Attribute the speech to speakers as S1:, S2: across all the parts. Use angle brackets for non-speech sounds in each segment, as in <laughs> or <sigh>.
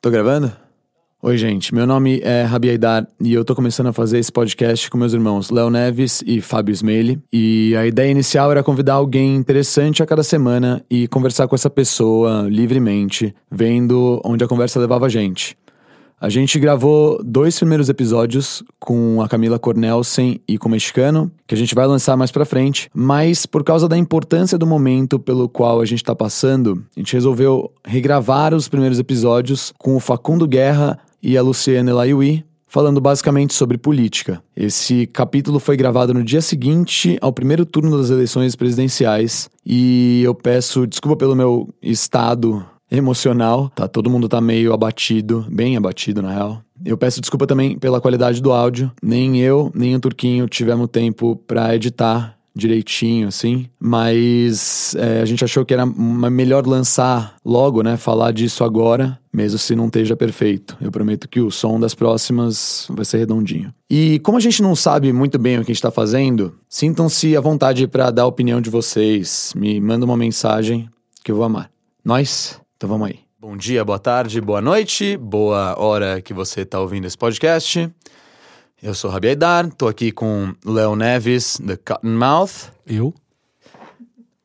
S1: Tô gravando? Oi, gente. Meu nome é Rabi Aidar e eu tô começando a fazer esse podcast com meus irmãos Léo Neves e Fábio Smeili. E a ideia inicial era convidar alguém interessante a cada semana e conversar com essa pessoa livremente, vendo onde a conversa levava a gente. A gente gravou dois primeiros episódios com a Camila Cornelsen e com o mexicano, que a gente vai lançar mais pra frente, mas por causa da importância do momento pelo qual a gente tá passando, a gente resolveu regravar os primeiros episódios com o Facundo Guerra e a Luciana Elaiui, falando basicamente sobre política. Esse capítulo foi gravado no dia seguinte ao primeiro turno das eleições presidenciais e eu peço desculpa pelo meu estado emocional, tá? Todo mundo tá meio abatido, bem abatido na real. Eu peço desculpa também pela qualidade do áudio. Nem eu, nem o Turquinho tivemos tempo pra editar direitinho, assim. Mas é, a gente achou que era uma- melhor lançar logo, né? Falar disso agora, mesmo se não esteja perfeito. Eu prometo que o som das próximas vai ser redondinho. E como a gente não sabe muito bem o que a gente tá fazendo, sintam-se à vontade pra dar a opinião de vocês. Me manda uma mensagem que eu vou amar. Nós? Então vamos aí. Bom dia, boa tarde, boa noite, boa hora que você tá ouvindo esse podcast. Eu sou Rabi Aidar, tô aqui com Léo Neves, The Cottonmouth,
S2: Eu?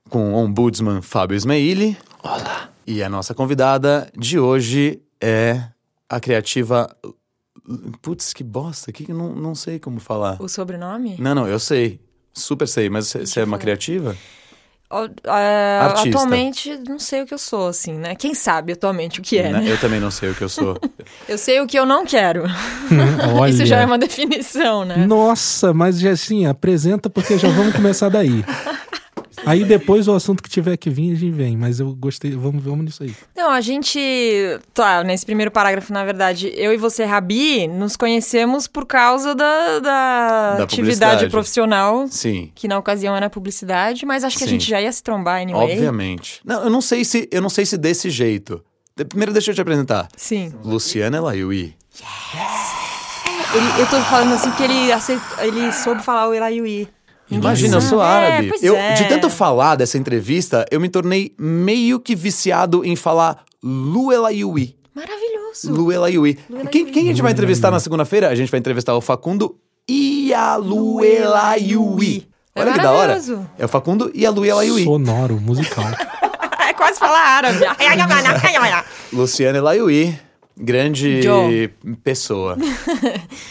S1: com o Ombudsman Fábio Ismaili. Olá. E a nossa convidada de hoje é a criativa. Putz, que bosta, que que eu não, não sei como falar.
S3: O sobrenome?
S1: Não, não, eu sei. Super sei, mas você você é uma
S3: falar.
S1: criativa?
S3: O- é,
S1: Artista.
S3: atualmente, não sei o que eu sou, assim, né? Quem sabe atualmente o que é,
S1: Né?
S3: né?
S1: Eu também não sei o que eu
S3: <laughs>
S1: sou.
S3: Eu sei o que eu não quero. <laughs>
S2: <laughs> Olha.
S3: Isso já é uma <laughs> definição,
S1: Hum.
S3: né?
S2: Nossa, mas já assim, apresenta porque já vamos começar
S3: <laughs>
S2: daí. Aí depois o assunto que tiver que vir, a gente vem. Mas eu gostei, vamos, vamos nisso aí.
S3: Não, a gente. Tá, nesse primeiro parágrafo, na verdade, eu e você, Rabi, nos conhecemos por causa da, da
S1: Da publicidade.
S3: atividade profissional,
S1: Sim.
S3: que na ocasião era publicidade, mas acho que
S1: Sim.
S3: a gente já ia se trombar anyway.
S1: Obviamente. Não, eu não sei se eu não sei se desse jeito. De- Primeiro deixa eu te apresentar.
S3: Sim.
S1: Luciana Laiui.
S3: Ele- eu tô falando assim porque ele, aceit... ele soube falar o Elaiui.
S1: Imagina, eu
S3: sabe.
S1: sou
S3: É,
S1: árabe.
S3: pois
S1: eu,
S3: é.
S1: De tanto falar dessa entrevista, eu me tornei meio que viciado em falar Lu Elaiui.
S3: Maravilhoso.
S1: Lu Elaiui. Quem, quem a gente vai entrevistar na segunda-feira? A gente vai entrevistar o Facundo e a Lu Elaiui.
S3: É
S1: Olha que da hora.
S3: maravilhoso.
S1: É o Facundo e a Lu Elaiui.
S2: Sonoro,
S3: <laughs>
S2: musical.
S3: É quase falar árabe.
S1: Luciana Elaiui, grande
S3: Joe. <laughs>
S1: pessoa.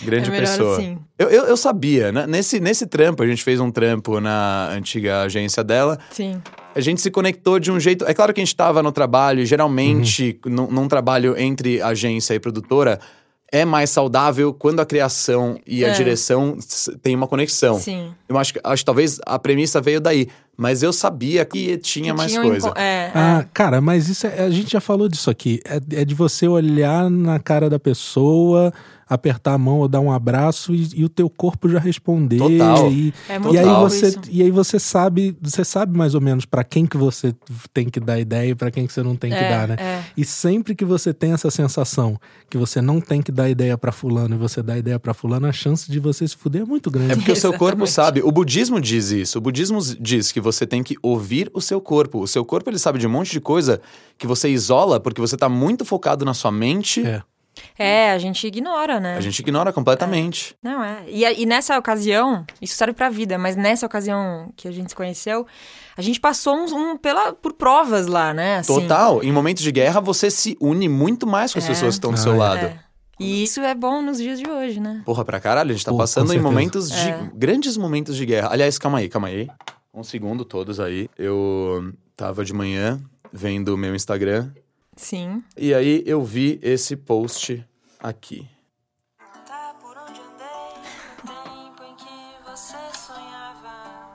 S1: Grande
S3: É melhor
S1: pessoa.
S3: assim.
S1: Eu, eu, eu sabia, né? nesse, nesse trampo, a gente fez um trampo na antiga agência dela.
S3: Sim.
S1: A gente se conectou de um jeito. É claro que a gente estava no trabalho, e geralmente, num, num trabalho entre agência e produtora, é mais saudável quando a criação e a
S3: É.
S1: direção s- tem uma conexão.
S3: Sim.
S1: Eu acho que, acho que talvez a premissa veio daí, mas eu sabia que tinha mais
S3: Tinha um
S1: coisa.
S3: enco- É,
S2: Ah, cara, mas isso é- a gente já falou disso aqui. É, é de você olhar na cara da pessoa, apertar a mão ou dar um abraço e, e o teu corpo já responder.
S1: Total.
S2: E,
S3: é, é
S1: E
S3: muito
S2: E aí
S1: Total.
S3: louco
S2: você
S3: isso.
S2: e aí você sabe, você sabe mais ou menos pra quem que você tem que dar ideia e pra quem que você não tem que
S3: É,
S2: dar, né?
S3: é.
S2: E sempre que você tem essa sensação que você não tem que dar ideia pra fulano e você dá ideia pra fulano, a chance de você se fuder é muito grande.
S1: É porque o seu corpo
S3: Exatamente.
S1: sabe. O budismo diz isso. O budismo diz que você tem que ouvir o seu corpo. O seu corpo ele sabe de um monte de coisa que você isola porque você tá muito focado na sua mente.
S2: É.
S3: É, a gente ignora, né?
S1: A gente ignora completamente.
S3: Não é. E, a- e nessa ocasião, isso serve pra vida, mas nessa ocasião que a gente se conheceu, a gente passou uns- um, pela, por provas lá, né? Assim,
S1: Total. Em momentos de guerra você se une muito mais com as
S3: É.
S1: pessoas que estão do
S2: Ah,
S1: seu
S2: é.
S1: lado.
S3: É. E isso é bom nos dias de hoje, né?
S1: Porra, pra caralho, a gente tá
S2: Pô,
S1: passando
S2: com
S1: em
S2: certeza.
S1: momentos de.
S3: É.
S1: grandes momentos de guerra. Aliás, calma aí, calma aí. Um segundo, todos aí. Eu tava de manhã vendo o meu Instagram
S3: Sim.
S1: e aí eu vi esse post aqui.
S4: Tá por onde andei no tempo em que você sonhava.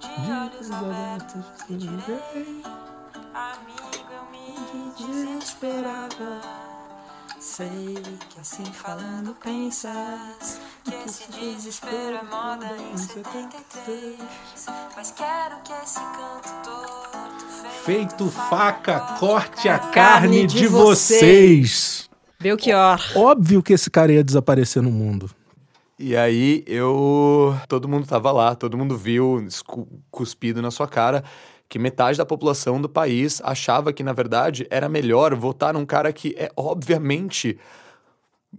S4: De
S3: Hum,
S4: olhos abertos te direi, amigo, eu me desesperava. Sei que assim falando pensas que esse desespero é moda em 73. Mas quero que esse canto torto
S2: Feito faca, corte a
S3: carne de de vocês. Belchior.
S2: Óbvio que esse cara ia desaparecer no mundo.
S1: E aí eu. Todo mundo tava lá, todo mundo viu, escu- cuspido na sua cara. que metade da população do país achava que, na verdade, era melhor votar num cara que é obviamente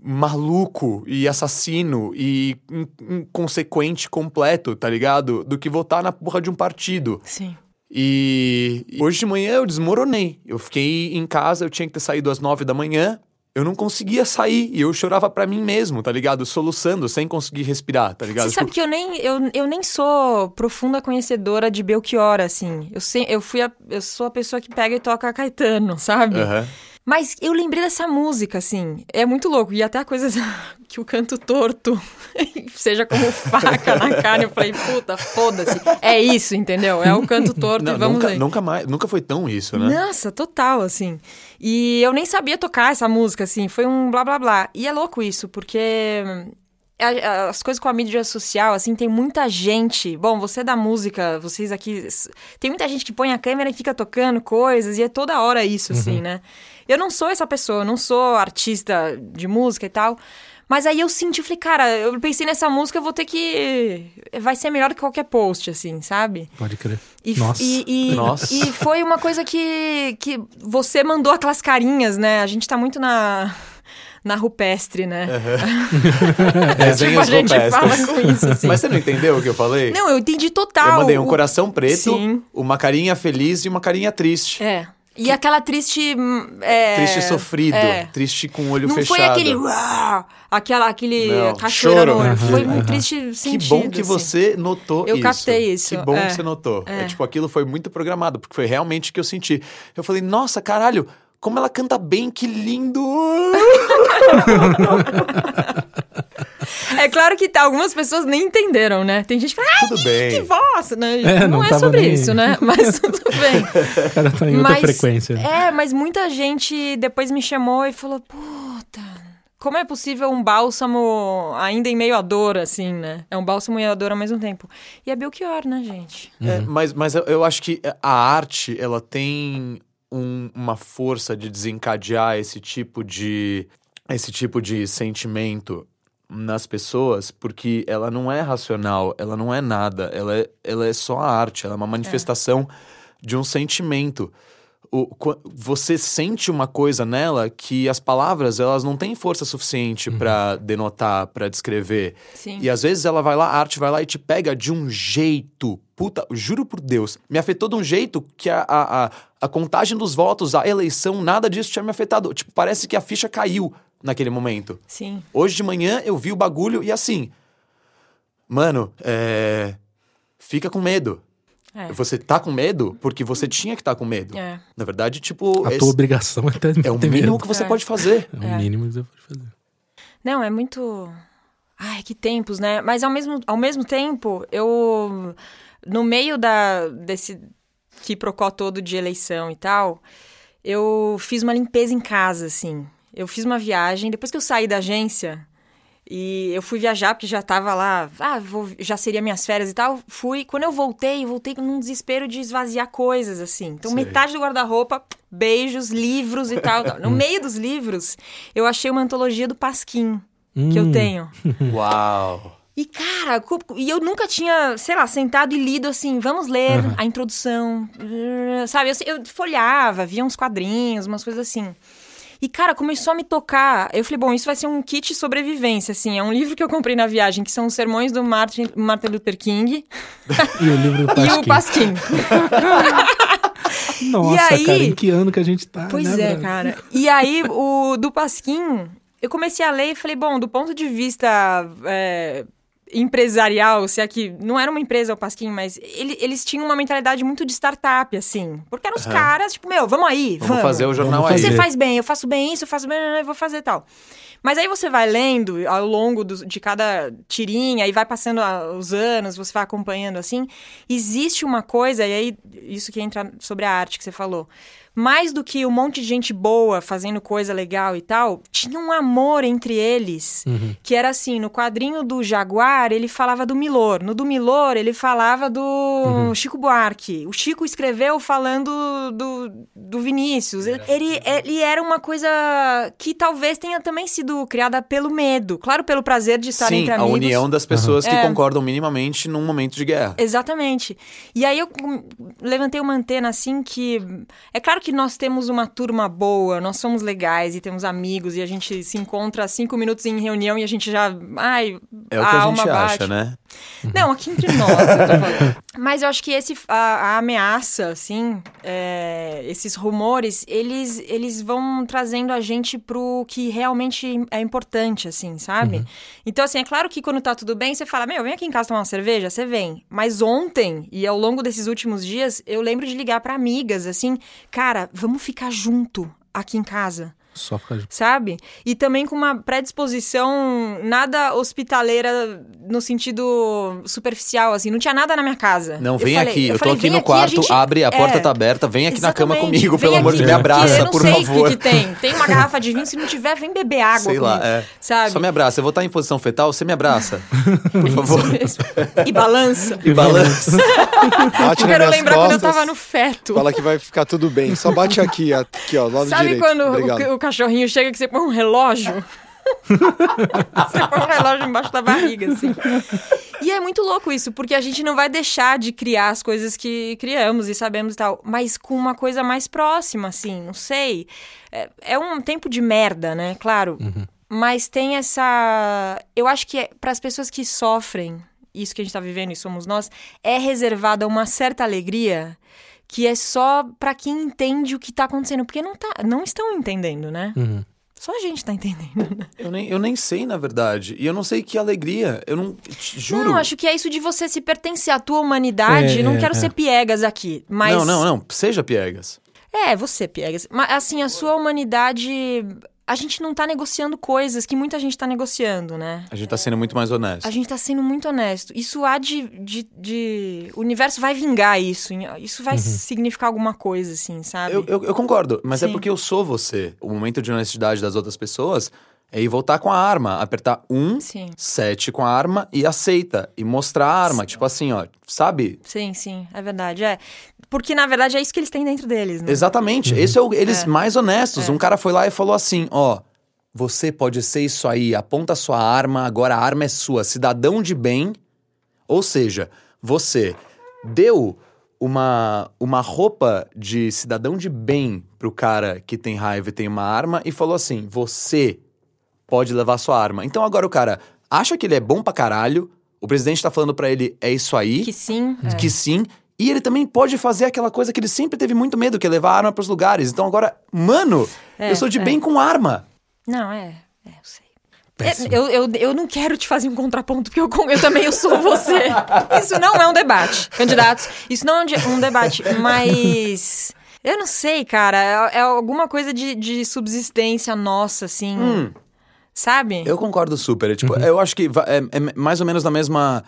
S1: maluco e assassino e in- inconsequente completo, tá ligado? Do que votar na porra de um partido.
S3: Sim.
S1: E e hoje de manhã eu desmoronei. Eu fiquei em casa, eu tinha que ter saído às nove da manhã. Eu não conseguia sair e eu chorava pra mim mesmo, tá ligado? Soluçando, sem conseguir respirar, tá ligado?
S3: Você sabe que eu nem, eu, eu nem sou profunda conhecedora de Belchior, assim. Eu, sei, eu, fui a, eu sou a pessoa que pega e toca Caetano, sabe?
S1: Tipo, Aham.
S3: Mas eu lembrei dessa música, assim. É muito louco. E até a coisa <laughs> que o canto torto <laughs> seja como faca na cara. Eu falei, puta, foda-se. É isso, entendeu? É o canto torto
S1: Não,
S3: e vamos
S1: nunca,
S3: aí.
S1: nunca mais, nunca foi tão isso, <laughs> né?
S3: Nossa, total, assim. E eu nem sabia tocar essa música, assim. Foi um blá blá blá. E é louco isso, porque hum, a- a- as coisas com a mídia social, assim, tem muita gente. Bom, você é da música, vocês aqui. s- Tem muita gente que põe a câmera e fica tocando coisas, e é toda hora isso,
S1: Uhum.
S3: assim, né? Eu não sou essa pessoa, eu não sou artista de música e tal. Mas aí eu senti, falei, cara, eu pensei nessa música, eu vou ter que. Vai ser melhor que qualquer post, assim, sabe?
S2: Pode crer.
S3: E, f-
S2: Nossa.
S3: E, e-
S1: Nossa.
S3: e foi uma coisa que, que você mandou aquelas carinhas, né? A gente tá muito na, na rupestre, né? tipo, a
S1: Desenhos
S3: gente fala
S1: rupestres.
S3: com isso, assim.
S1: Mas você não entendeu o que eu falei?
S3: Não, eu entendi total.
S1: Eu mandei um
S3: o-
S1: coração preto,
S3: Sim.
S1: uma carinha feliz e uma carinha triste.
S3: É. E aquela triste. hum, é,
S1: Triste sofrido,
S3: é.
S1: triste com o olho
S3: Não
S1: fechado.
S3: foi aquele. uau, Aquela, aquele
S1: Não,
S3: cachoeira no
S1: choro.
S3: olho. Foi um
S2: Aham.
S3: triste
S1: Que
S3: sentido.
S1: bom que
S3: assim.
S1: você notou
S3: Eu
S1: isso.
S3: captei isso,
S1: Que bom
S3: é.
S1: que você notou. É.
S3: É.
S1: tipo, aquilo foi muito programado, porque foi realmente o que eu senti. Eu falei, nossa, caralho, como ela canta bem, que lindo!
S3: É claro que tá, algumas pessoas nem entenderam, né? Tem gente que fala, ai,
S1: Tudo
S3: que
S1: bem.
S3: voz, né?
S2: É,
S3: não
S2: não
S3: é
S2: tava
S3: sobre
S2: nem-
S3: isso, né? Mas <laughs> tudo bem.
S2: O cara tá em outra frequência.
S3: É, mas muita gente depois me chamou e falou: puta, como é possível um bálsamo ainda em meio à dor, assim, né? É um bálsamo e a dor ao mesmo tempo. E é Belchior, né, gente?
S1: É, mas mas eu, eu acho que é, a arte, ela tem um- uma força de desencadear esse tipo de, esse tipo de sentimento nas pessoas, porque ela não é racional, ela não é nada, ela é, ela é só a arte, ela é uma manifestação de um sentimento. O- qua- você sente uma coisa nela que as palavras elas não têm força suficiente pra denotar, pra descrever.
S3: Sim.
S1: E às vezes ela vai lá, a arte vai lá e te pega de um jeito. Puta, juro por Deus. Me afetou de um jeito que a, a, a, a contagem dos votos, a eleição, nada disso tinha me afetado. Tipo, parece que a ficha caiu naquele momento.
S3: Sim.
S1: Hoje de manhã eu vi o bagulho e assim. Mano, é. Fica com medo.
S3: É.
S1: Você tá com medo porque você tinha que estar com medo.
S3: É.
S1: Na verdade, tipo.
S2: A
S1: esse
S2: tua obrigação é ter,
S1: é o
S2: ter
S1: mínimo
S2: medo.
S1: que você
S3: É.
S1: pode
S2: <laughs>
S1: fazer.
S2: É o mínimo que você pode fazer.
S3: Não, é muito. Ai, que tempos, né? Mas ao mesmo, ao mesmo tempo, eu. No meio da, desse quiprocó todo de eleição e tal, eu fiz uma limpeza em casa, assim. Eu fiz uma viagem, depois que eu saí da agência. E eu fui viajar porque já tava lá, ah, vou- já seria minhas férias e tal. Fui, quando eu voltei, eu voltei num desespero de esvaziar coisas assim. Então
S1: Sei.
S3: metade do guarda-roupa, beijos, livros e tal, tal. No meio dos livros, eu achei uma antologia do Pasquim que eu
S2: Hum.
S3: tenho.
S1: Uau!
S3: E, cara, co- e eu nunca tinha, sei lá, sentado e lido assim, vamos ler a introdução. uh, Sabe, eu, se- eu folhava, via uns quadrinhos, umas coisas assim. E, cara, começou a me tocar. Eu falei, bom, isso vai ser um kit sobrevivência, assim. É um livro que eu comprei na viagem, que são os sermões do Martin, Martin Luther King
S2: E o livro do
S3: e o
S2: Pasquim.
S3: Pasquim.
S2: Nossa,
S3: E
S2: cara,
S3: aí-
S2: em que ano que a gente tá,
S3: Pois
S2: né,
S3: é,
S2: brother?
S3: cara. E aí, o do Pasquim, eu comecei a ler e falei, bom, do ponto de vista é, empresarial, se é que não era uma empresa o Pasquim, mas ele- eles tinham uma mentalidade muito de startup, assim. Porque eram os caras, tipo, meu, vamos aí, vamos.
S1: Vamos fazer o jornal
S2: Vamos
S1: aí.
S2: fazer.
S3: Você faz bem, eu faço bem isso, eu faço bem, eu vou fazer tal. Mas aí você vai lendo ao longo dos- de cada tirinha e vai passando a- os anos, você vai acompanhando assim. Existe uma coisa, e aí isso que entra sobre a arte que você falou. mais do que um monte de gente boa fazendo coisa legal e tal, tinha um amor entre eles.
S1: Uhum.
S3: Que era assim, no quadrinho do Jaguar, ele falava do Milor. No do Milor, ele falava do
S1: Uhum.
S3: Chico Buarque. O Chico escreveu falando do, do Vinícius. Ele, ele, ele era uma coisa que talvez tenha também sido criada pelo medo. Claro, pelo prazer de estar
S1: Sim,
S3: entre
S1: a
S3: amigos. É.
S1: união das pessoas que concordam minimamente num momento de guerra.
S3: Exatamente. E aí eu hum, levantei uma antena assim que. É claro que nós temos uma turma boa, nós somos legais e temos amigos e a gente se encontra há cinco minutos em reunião e a gente já. Ai,
S1: É o que a,
S3: alma
S1: gente
S3: bate.
S1: acha, né?
S3: Não, aqui entre nós. eu tô falando. <laughs> Mas eu acho que esse, a, a ameaça, assim, é, esses rumores, eles, eles vão trazendo a gente pro que realmente é importante, assim, sabe? Então, assim, é claro que quando tá tudo bem, você fala, meu, vem aqui em casa tomar uma cerveja, você vem. Mas ontem, e ao longo desses últimos dias, eu lembro de ligar pra amigas, assim, cara, vamos ficar junto aqui em casa
S2: Só ficar
S3: sabe? E também com uma predisposição nada hospitaleira no sentido superficial, assim. Não tinha nada na minha casa.
S1: Não,
S3: Eu
S1: vem
S3: falei-
S1: aqui, eu, tô
S3: falei,
S1: aqui
S3: "Vem
S1: no quarto,
S3: gente-
S1: abre, a
S3: é,
S1: porta tá aberta, vem aqui na cama
S3: exatamente,
S1: comigo,
S3: vem
S1: pelo amor de
S3: aqui,
S1: Deus, me
S3: porque eu
S1: abraça,
S3: não
S1: por
S3: sei o que
S1: favor.
S3: que tem. Tem uma garrafa de vinho, se não tiver, vem beber água
S1: Sei lá,
S3: comigo,
S1: é.
S3: sabe?
S1: Só me abraça, eu vou estar em posição fetal, você me
S3: <laughs>
S1: abraça, por favor.
S3: E balança.
S1: E balança.
S5: Bate
S3: Eu quero
S5: nas minhas
S3: lembrar quando eu
S5: costas,
S3: tava no feto.
S5: fala que vai ficar tudo bem. Só bate aqui, aqui ó, lado
S3: Sabe
S5: direito.
S3: quando
S5: Obrigado.
S3: o, o cachorrinho chega que você põe um
S1: <laughs>
S3: relógio? você põe um relógio embaixo da barriga, assim. E é muito louco isso, porque a gente não vai deixar de criar as coisas que criamos e sabemos e tal, mas com uma coisa mais próxima, assim, não sei. É, é um tempo de merda, né? Claro. Mas tem essa. Eu acho que é, para as pessoas que sofrem isso que a gente tá vivendo e somos nós, é reservada uma certa alegria que é só pra quem entende o que tá acontecendo, porque não tá, não estão entendendo, né? Só a gente tá entendendo.
S1: Eu nem, eu nem sei, na verdade. E eu não sei que alegria. Eu não. te Juro.
S3: Não, acho que é isso de você se pertencer à tua humanidade.
S2: É,
S3: não
S2: é,
S3: quero
S2: é.
S3: ser piegas aqui, mas
S1: não, não, não. Seja piegas.
S3: é você piegas. Mas assim a sua humanidade, a gente não tá negociando coisas que muita gente tá negociando, né?
S1: A gente tá sendo muito mais honesto.
S3: A gente tá sendo muito honesto. Isso há de. de, de- O universo vai vingar isso. Isso vai significar alguma coisa, assim, sabe?
S1: Uhum. Eu, eu, eu concordo, mas é
S3: Sim.
S1: porque eu sou você. O momento de honestidade das outras pessoas é ir voltar com a arma, apertar um,
S3: Sim.
S1: sete com a arma e aceita. E mostrar a arma. Tipo assim, ó, sabe?
S3: Sim, sim, é verdade. É. Porque, na verdade, é isso que eles têm dentro deles, né?
S1: Exatamente. Esse é o, eles
S3: É.
S1: mais honestos. Um cara foi lá e falou assim: ó, você pode ser isso aí, aponta sua arma, agora a arma é sua, cidadão de bem. Ou seja, você deu uma, uma roupa de cidadão de bem pro cara que tem raiva e tem uma arma e falou assim: você pode levar sua arma. Então agora o cara acha que ele é bom pra caralho, o presidente tá falando pra ele: é isso aí
S3: Que sim. é.
S1: que sim. E ele também pode fazer aquela coisa que ele sempre teve muito medo, que é levar a arma pros lugares. Então agora, mano,
S3: É,
S1: eu sou de
S3: é.
S1: bem com arma.
S3: Não, é. É, eu sei.
S2: Péssimo.
S3: Eu, eu, eu não quero te fazer um contraponto, porque eu, con- eu também eu sou você. Isso não é um debate, candidatos. Isso não é um, de- um debate, mas. Eu não sei, cara. É, é alguma coisa de, de subsistência nossa, assim. Sabe?
S1: Eu concordo super. É, tipo, Eu acho que va- é, é mais ou menos na mesma.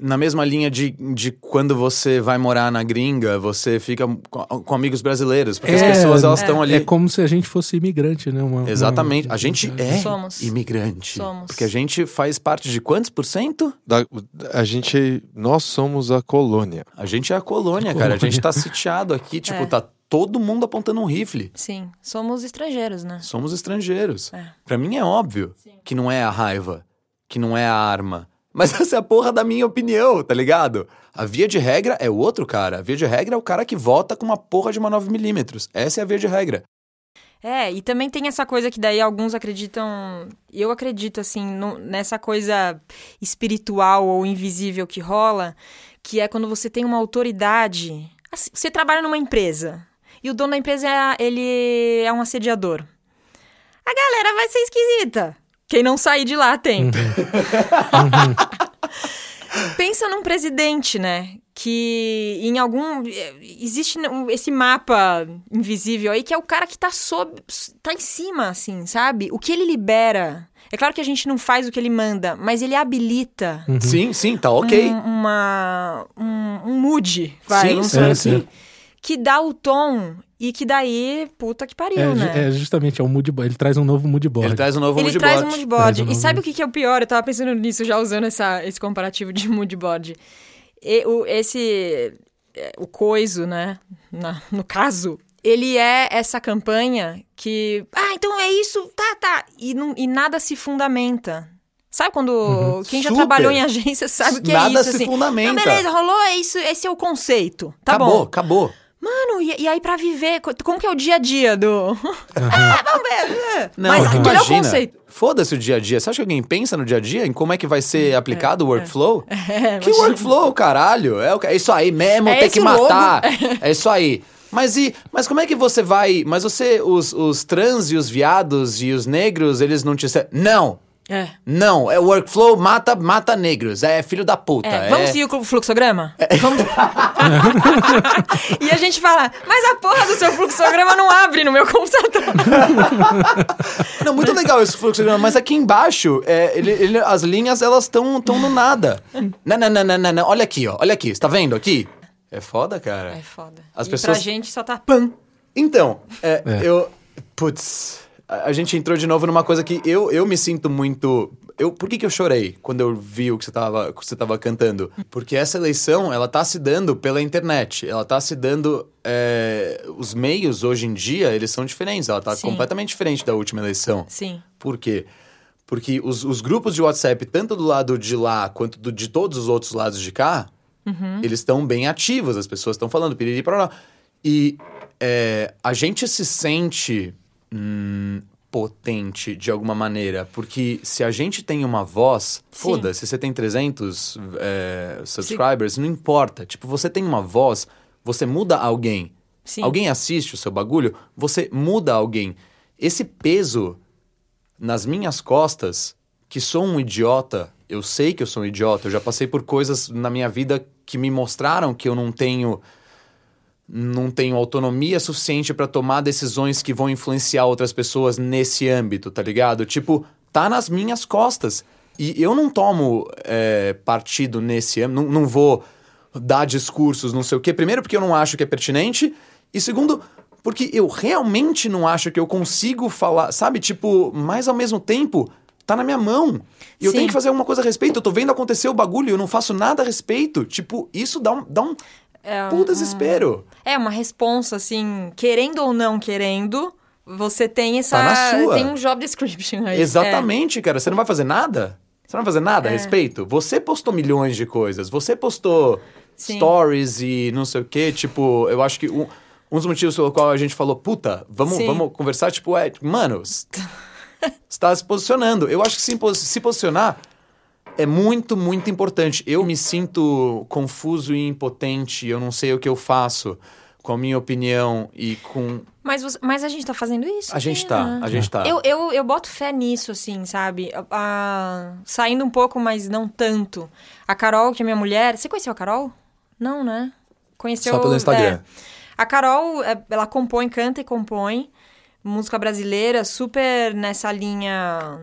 S1: Na mesma linha de, de quando você vai morar na gringa, você fica com, com amigos brasileiros. Porque as
S2: É,
S1: pessoas, elas estão ali.
S2: É como se a gente fosse imigrante, né? Uma- uma-
S1: Exatamente. A gente é
S3: Somos.
S1: imigrante.
S3: Somos.
S1: Porque a gente faz parte de quantos por cento?
S5: Da- a gente, nós somos a colônia.
S1: A gente é a colônia, cara. A gente tá sitiado aqui.
S3: É.
S1: Tipo, tá todo mundo apontando um rifle.
S3: Sim. Somos estrangeiros, né?
S1: Somos estrangeiros.
S3: É.
S1: Pra mim é óbvio que não é a raiva, que não é a arma. Mas <laughs> essa é a porra da minha opinião, tá ligado? A via de regra é o outro cara. A via de regra é o cara que vota com uma porra de uma 9mm. Essa é a via de regra.
S3: É, e também tem essa coisa que daí alguns acreditam, e eu acredito assim, no- nessa coisa espiritual ou invisível que rola, que é quando você tem uma autoridade. Assim, você trabalha numa empresa e o dono da empresa é, ele é um assediador. A galera vai ser esquisita. Quem não sair de lá tem. Pensa num presidente, né? Que em algum. eh, Existe um- esse mapa invisível aí que é o cara que tá sob. tá em cima, assim, sabe? O que ele libera. É claro que a gente não faz o que ele manda, mas ele habilita
S1: Sim, sim, tá ok.
S3: um, uma, um, um mood, vai,
S1: Sim,
S3: vamos
S1: sim,
S3: falar
S1: sim.
S3: assim, que dá o tom E que daí, puta que pariu,
S2: É, ju-
S3: né?
S2: é, justamente, é um mood board. Ele traz um novo mood board.
S1: Ele traz um novo
S3: Ele
S1: mood
S3: traz
S1: board.
S3: um mood board.
S2: Traz um
S3: e sabe
S2: mood-
S3: o que, que é o pior? Eu tava pensando nisso já usando essa, esse comparativo de mood board. E o, esse. é, O coiso, né? Na- no caso, ele é essa campanha que. Ah, então é isso, tá, tá. E, não- e nada se fundamenta. Sabe quando. Quem já
S1: Super.
S3: trabalhou em agência sabe o que
S1: Nada
S3: é isso.
S1: se
S3: assim.
S1: fundamenta.
S3: Não, beleza, rolou, é isso, esse é o conceito. Tá
S1: acabou,
S3: bom.
S1: acabou.
S3: Mano, e, e aí pra viver, co- como que é o dia a dia do. ah, <laughs> vamos ver.
S1: Não,
S3: Mas
S1: imagina.
S3: qual é o conceito?
S1: Foda-se o dia a dia. Você acha que alguém pensa no dia a dia? Em como é que vai ser aplicado o workflow?
S3: <laughs> É,
S1: que
S3: imagina.
S1: workflow, caralho? É, o- é isso aí mesmo,
S3: É
S1: tem que
S3: esse o logo. <laughs>
S1: matar. é isso aí. Mas e, mas como é que você vai? Mas você, os, os trans e os viados e os negros, eles não te. se- Não!
S3: É.
S1: Não, é workflow mata, mata negros. É filho da puta.
S3: É,
S1: É,
S3: Vamos seguir o fluxograma?
S1: <laughs>
S3: Vamos... e a gente fala, mas a porra do seu fluxograma não abre no meu computador.
S1: Não, muito legal esse fluxograma, mas aqui embaixo, é, ele- ele- as linhas, elas estão tão no nada. Não, não, não, não, não, não. Olha aqui, ó. Olha aqui. Você tá vendo aqui? É foda, cara.
S3: É foda.
S1: As
S3: e
S1: pessoas-
S3: pra gente só tá...
S1: Pam. Então, é, eu... Putz... A a gente entrou de novo numa coisa que eu, eu me sinto muito... Eu, por que, que eu chorei quando eu vi o que você, tava, que você tava cantando? Porque essa eleição, ela tá se dando pela internet. Ela tá se dando... é, os meios, hoje em dia, eles são diferentes. Ela tá
S3: Sim.
S1: completamente diferente da última eleição.
S3: Sim.
S1: Por quê? Porque os, os grupos de WhatsApp, tanto do lado de lá quanto do- de todos os outros lados de cá, eles estão bem ativos, as pessoas estão falando piriri para E é, a gente se sente hum, potente de alguma maneira, porque se a gente tem uma voz,
S3: Sim.
S1: foda-se, você tem 300 é, subscribers, não importa. Tipo, você tem uma voz, você muda alguém.
S3: Sim.
S1: Alguém assiste o seu bagulho, você muda alguém. Esse peso nas minhas costas, que sou um idiota, eu sei que eu sou um idiota, eu já passei por coisas na minha vida que me mostraram que eu não tenho não tenho autonomia suficiente pra tomar decisões que vão influenciar outras pessoas nesse âmbito, tá ligado? Tipo, tá nas minhas costas. E eu não tomo é, partido nesse âmbito, não, não vou dar discursos, não sei o quê. Primeiro, porque eu não acho que é pertinente. E segundo, porque eu realmente não acho que eu consigo falar, sabe? Tipo, mas ao mesmo tempo, tá na minha mão. E eu
S3: Sim.
S1: tenho que fazer alguma coisa a respeito. Eu tô vendo acontecer o bagulho e eu não faço nada a respeito. Tipo, isso dá um, dá um puta desespero.
S3: É uma responsa, assim, querendo ou não querendo, você tem essa...
S1: Tá na sua.
S3: Tem um job description aí.
S1: Exatamente, cara. Você não vai fazer nada? Você não vai fazer nada
S3: É.
S1: a respeito? Você postou milhões de coisas. Você postou
S3: Sim.
S1: stories e não sei o quê. Tipo, eu acho que um, um dos motivos pelo qual a gente falou, puta, vamos,
S3: Sim.
S1: vamos conversar, tipo, é, mano,
S3: <laughs>
S1: você tá se posicionando. Eu acho que se, impos- se posicionar é muito, muito importante. Eu me sinto confuso e impotente. Eu não sei o que eu faço com a minha opinião e com.
S3: É. Mas, você- mas a gente tá fazendo isso?
S1: A gente
S3: menina.
S1: tá, a gente tá.
S3: é. Eu, eu, eu boto fé nisso, assim, sabe? Ah, saindo um pouco, mas não tanto. A Carol, que é minha mulher. Você conheceu a Carol? Não, né? Conheceu.
S1: Só pelo Instagram.
S3: é. A Carol, é, ela compõe, canta e compõe. Música brasileira, super nessa linha.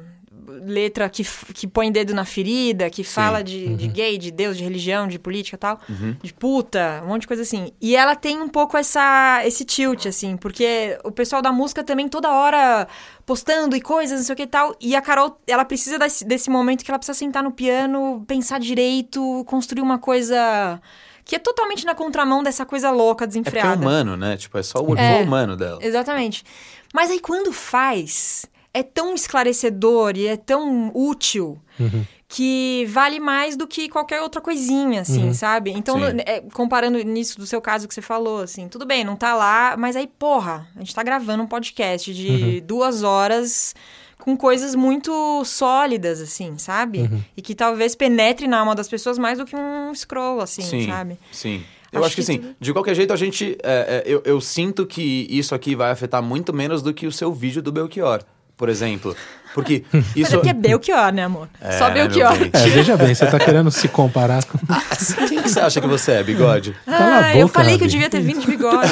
S3: Letra que, f- que põe dedo na ferida, que fala de,
S1: Uhum.
S3: de gay, de Deus, de religião, de política e tal, de puta, um monte de coisa assim. E ela tem um pouco essa, esse tilt, assim, porque o pessoal da música também toda hora postando e coisas, não sei o que e tal. E a Carol, ela precisa desse, desse momento que ela precisa sentar no piano, pensar direito, construir uma coisa que é totalmente na contramão dessa coisa louca,
S1: É porque é
S3: desenfreada.
S1: humano, né? Tipo, é só o workflow
S3: É.
S1: humano dela.
S3: Exatamente. Mas aí quando faz, é tão esclarecedor e é tão útil
S1: Uhum.
S3: que vale mais do que qualquer outra coisinha, assim, sabe? Então,
S1: Uhum. Sim.
S3: no- é, comparando nisso do seu caso que você falou, assim, tudo bem, não tá lá, mas aí, porra, a gente tá gravando um podcast de
S1: Uhum.
S3: duas horas com coisas muito sólidas, assim, sabe?
S1: Uhum.
S3: E que talvez penetre na alma das pessoas mais do que um scroll, assim, sabe?
S1: Sim. Eu
S3: Acho
S1: acho que,
S3: que
S1: sim.
S3: tudo-
S1: De qualquer jeito, a gente. é, é, eu, eu sinto que isso aqui vai afetar muito menos do que o seu vídeo do Belchior, por exemplo. Porque
S3: <laughs> Mas
S1: isso.
S3: é porque é Belchior, né, amor? Só
S1: né, meu
S3: Belchior.
S1: bem?
S2: É, veja bem, você tá querendo se comparar com...
S1: Ah, Quem que você acha que você é, bigode?
S2: Cala a
S3: Ah, eu
S2: boca,
S3: falei que eu
S2: Rabi.
S3: devia ter vindo
S1: <laughs>
S3: de bigode.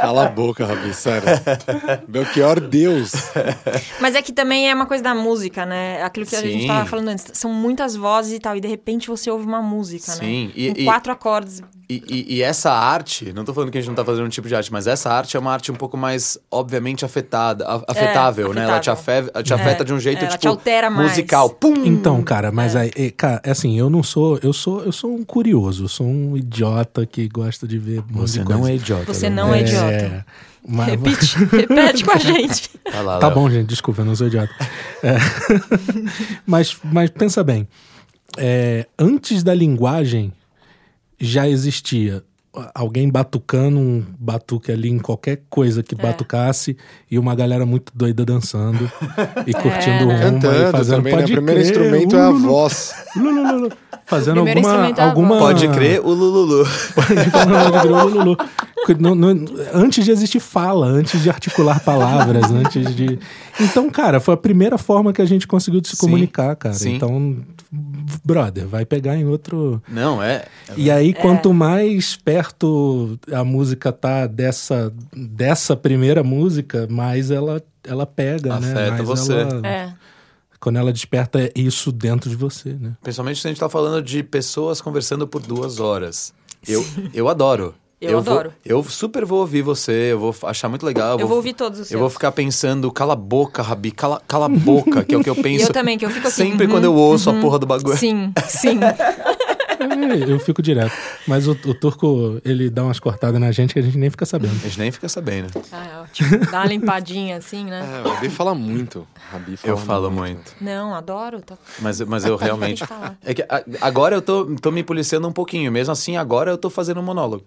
S5: Cala a boca, Rabi, <laughs> sério. Belchior Deus.
S3: Mas é que também é uma coisa da música, né? Aquilo que a gente
S1: Sim.
S3: tava falando antes. São muitas vozes e tal, e de repente você ouve uma música,
S1: Sim,
S3: né?
S1: e-
S3: Com
S1: e-
S3: quatro acordes.
S1: E, e- e essa arte, não tô falando que a gente não tá fazendo um tipo de arte, mas essa arte é uma arte um pouco mais, obviamente, afetada, a- afetável, né? Ela te, afeta, te afeta de um jeito,
S3: É, ela te
S1: tipo,
S3: altera mais.
S1: musical. Pum!
S2: Então, cara, mas aí, é, cara, é assim, eu não sou, eu sou, eu sou um curioso, eu sou um idiota que gosta de ver
S6: Você não é idiota.
S3: Você
S1: né?
S6: Leonel.
S3: não é idiota.
S2: mas-
S3: Repete, <laughs> repete com a gente.
S1: Vai lá,
S2: Tá
S1: Léo.
S2: bom, gente, desculpa, eu não sou idiota. É. <laughs> mas, mas pensa bem, é, antes da linguagem já existia alguém batucando um batuque ali em qualquer coisa
S7: É.
S2: que batucasse e uma galera muito doida dançando
S7: <laughs>
S2: e curtindo
S3: né?
S2: é, rumba e
S5: Cantando
S2: fazendo
S5: também, né? O
S2: pode
S5: primeiro
S2: crer, uh,
S5: instrumento é a
S2: ululu,
S5: voz.
S2: Lululu. Fazendo
S7: Primeiro
S2: alguma,
S7: instrumento é a
S2: alguma.
S7: voz.
S1: Pode crer, o Lululu.
S2: Pode crer, lululu. No- no- antes de existir fala, antes de articular palavras, antes de. Então, cara, foi a primeira forma que a gente conseguiu de se
S1: Sim,
S2: comunicar, cara.
S1: sim.
S2: Então, brother, vai pegar em outro.
S1: Não, é.
S2: E aí, quanto mais perto a música tá dessa, dessa primeira música, mais ela, ela pega, né?
S1: Afeta
S2: Mais
S1: você.
S2: ela-
S3: É.
S2: Quando ela desperta isso dentro de você, né?
S1: Principalmente se a gente tá falando de pessoas conversando por duas horas. Eu, eu adoro.
S3: <laughs> Eu
S1: vou-
S3: adoro.
S1: eu super vou ouvir você, eu vou f- achar muito legal.
S3: Eu vou ouvir todos os
S1: Eu vou
S3: seus.
S1: ficar pensando, cala a boca, Rabi, cala, cala a boca, que é o que eu
S3: <laughs> E
S1: penso.
S3: eu também, que eu fico assim.
S1: Sempre
S3: uhum,
S1: quando eu ouço
S3: uhum.
S1: a porra do bagulho.
S3: Sim, sim.
S2: É, Eu fico direto. Mas o, o turco, ele dá umas cortadas na gente que a gente nem fica sabendo.
S1: A gente nem fica sabendo.
S3: Ah, é ótimo. Dá uma limpadinha assim, né?
S5: É, o Rabi fala muito. Rabi fala
S1: Eu falo muito.
S3: Não, adoro. Tá...
S1: Mas, mas
S3: <laughs>
S1: eu realmente.
S3: falar.
S1: É que a- agora eu tô, tô me policiando um pouquinho. Mesmo assim, agora eu tô fazendo um monólogo.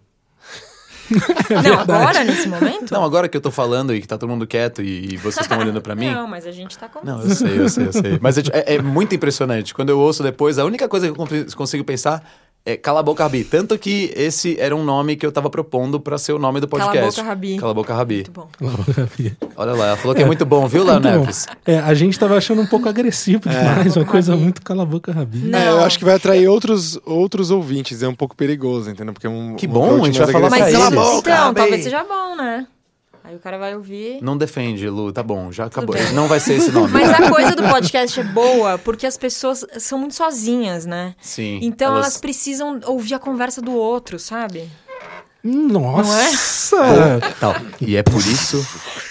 S3: Ah, Não, agora, nesse momento?
S1: Não, agora que eu tô falando e que tá todo mundo quieto e, e vocês estão olhando
S3: <laughs>
S1: pra mim.
S3: Não, mas a gente tá com...
S1: Não, eu sei, eu sei, eu sei. Mas é, é- é muito impressionante. Quando eu ouço depois, a única coisa que eu compre- consigo pensar é Cala a Boca Rabi. Tanto que esse era um nome que eu tava propondo pra ser o nome do
S3: Cala a
S1: podcast.
S3: Boca, Rabi.
S1: Cala a Boca Rabi.
S3: Muito bom.
S1: Olha lá, ela falou que é <laughs> muito bom, viu, Léo
S2: Então,
S1: Neves? É.
S2: é, a gente tava achando um pouco agressivo demais, uma coisa muito cala-boca rabi.
S3: Não.
S5: É, eu acho que vai atrair outros, outros ouvintes. É um pouco perigoso, entendeu? Porque é um,
S1: Que
S5: um
S1: bom,
S5: approach
S1: a gente vai falar pra
S5: mais
S3: Mas
S5: agressivo.
S1: eles. Cala a
S3: então,
S1: boca,
S3: então
S1: Rabi.
S3: talvez seja bom, né? Aí o cara vai ouvir.
S1: Não defende, Lu, tá bom, já acabou.
S3: bem.
S1: Não vai ser esse nome.
S3: <laughs> Mas a coisa do podcast é boa porque as pessoas são muito sozinhas, né?
S1: Sim.
S3: Então elas precisam ouvir a conversa do outro, sabe? é?
S2: Nossa!
S1: Tal. E é por isso.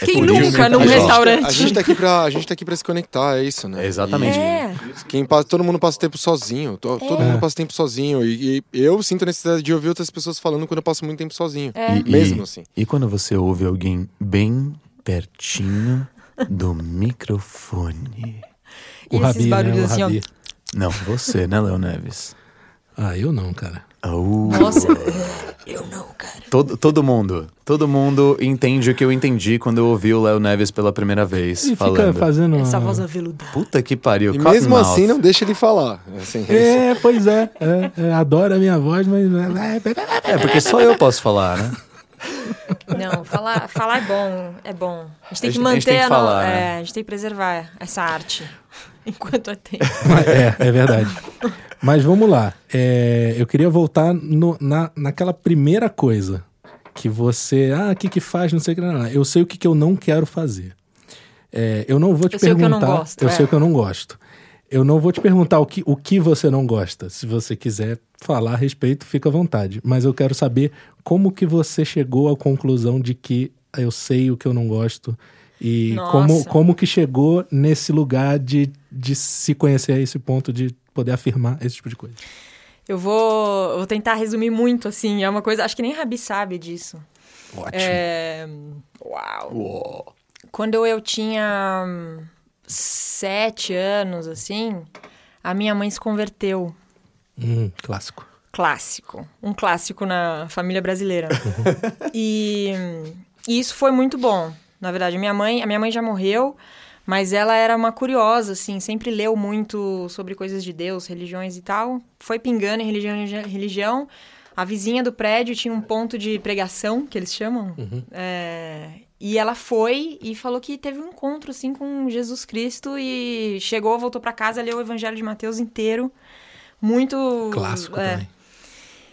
S1: é
S3: Quem
S1: por isso
S3: nunca
S1: que
S3: num
S1: a gente-
S3: restaurante?
S5: A gente tá aqui pra, a gente tá aqui pra se conectar, é isso, né?
S1: É, exatamente.
S3: É.
S5: E quem passa, todo mundo passa tempo sozinho. to- Todo mundo passa tempo sozinho. E, e eu sinto a necessidade de ouvir outras pessoas falando quando eu passo muito tempo sozinho.
S3: É.
S1: E- e-
S5: Mesmo assim.
S1: E quando você ouve alguém bem pertinho do microfone?
S3: E esses
S1: né,
S3: barulhos assim, ó.
S1: Não, você, né, Léo Neves?
S2: Ah, eu não, cara.
S1: Au.
S3: Nossa,
S1: <laughs>
S3: eu não, cara.
S1: Todo, todo mundo, todo mundo entende o que eu entendi quando eu ouvi o Léo Neves pela primeira vez
S2: E fica
S1: falando.
S2: fazendo.
S3: Essa
S2: uma-
S1: Ah.
S3: voz é aveludada.
S1: Puta que pariu,
S5: E mesmo
S1: Cottonmouth.
S5: assim, não deixa ele falar. Assim, isso.
S2: É, pois é. é, é, adoro a minha voz, mas.
S1: É, porque só eu posso falar, né? <laughs>
S3: Não, falar, falar é bom, é bom. A gente tem
S1: A
S3: que
S1: gente- a
S3: manter,
S1: gente tem que
S3: a no-
S1: falar,
S3: é,
S1: né?
S3: a gente tem que preservar essa arte <laughs> enquanto é tempo.
S2: É, é verdade. Mas vamos lá. É, eu queria voltar no- na, naquela primeira coisa que você. Ah, o que, que faz? Não sei o que. Não, não. Eu sei o que, que eu não quero fazer. É, eu não vou te
S3: Eu sei o que
S2: perguntar.
S3: eu não gosto,
S2: eu
S3: é.
S2: sei o que eu não gosto. Eu não vou te perguntar o que, o que você não gosta. Se você quiser falar a respeito, fica à vontade. Mas eu quero saber como que você chegou à conclusão de que eu sei o que eu não gosto. E
S3: Nossa.
S2: como, como que chegou nesse lugar de, de se conhecer a esse ponto de poder afirmar esse tipo de coisa?
S3: Eu vou, eu vou tentar resumir muito, assim. É uma coisa. Acho que nem Rabi sabe disso.
S2: Ótimo.
S3: É, uau. Quando eu tinha hum, sete anos, assim, a minha mãe se converteu.
S2: Hum, clássico.
S3: Clássico. Um clássico na família brasileira. né?
S2: <laughs>
S3: e, hum, e isso foi muito bom. Na verdade, minha mãe, a minha mãe já morreu, mas ela era uma curiosa, assim, sempre leu muito sobre coisas de Deus, religiões e tal. Foi pingando em religião, em religião.
S2: Uhum.
S3: A vizinha do prédio tinha um ponto de pregação, que eles chamam. É, E ela foi e falou que teve um encontro assim com Jesus Cristo e chegou, voltou pra casa, leu o Evangelho de Mateus inteiro. Muito
S2: Clássico
S3: é.
S2: também.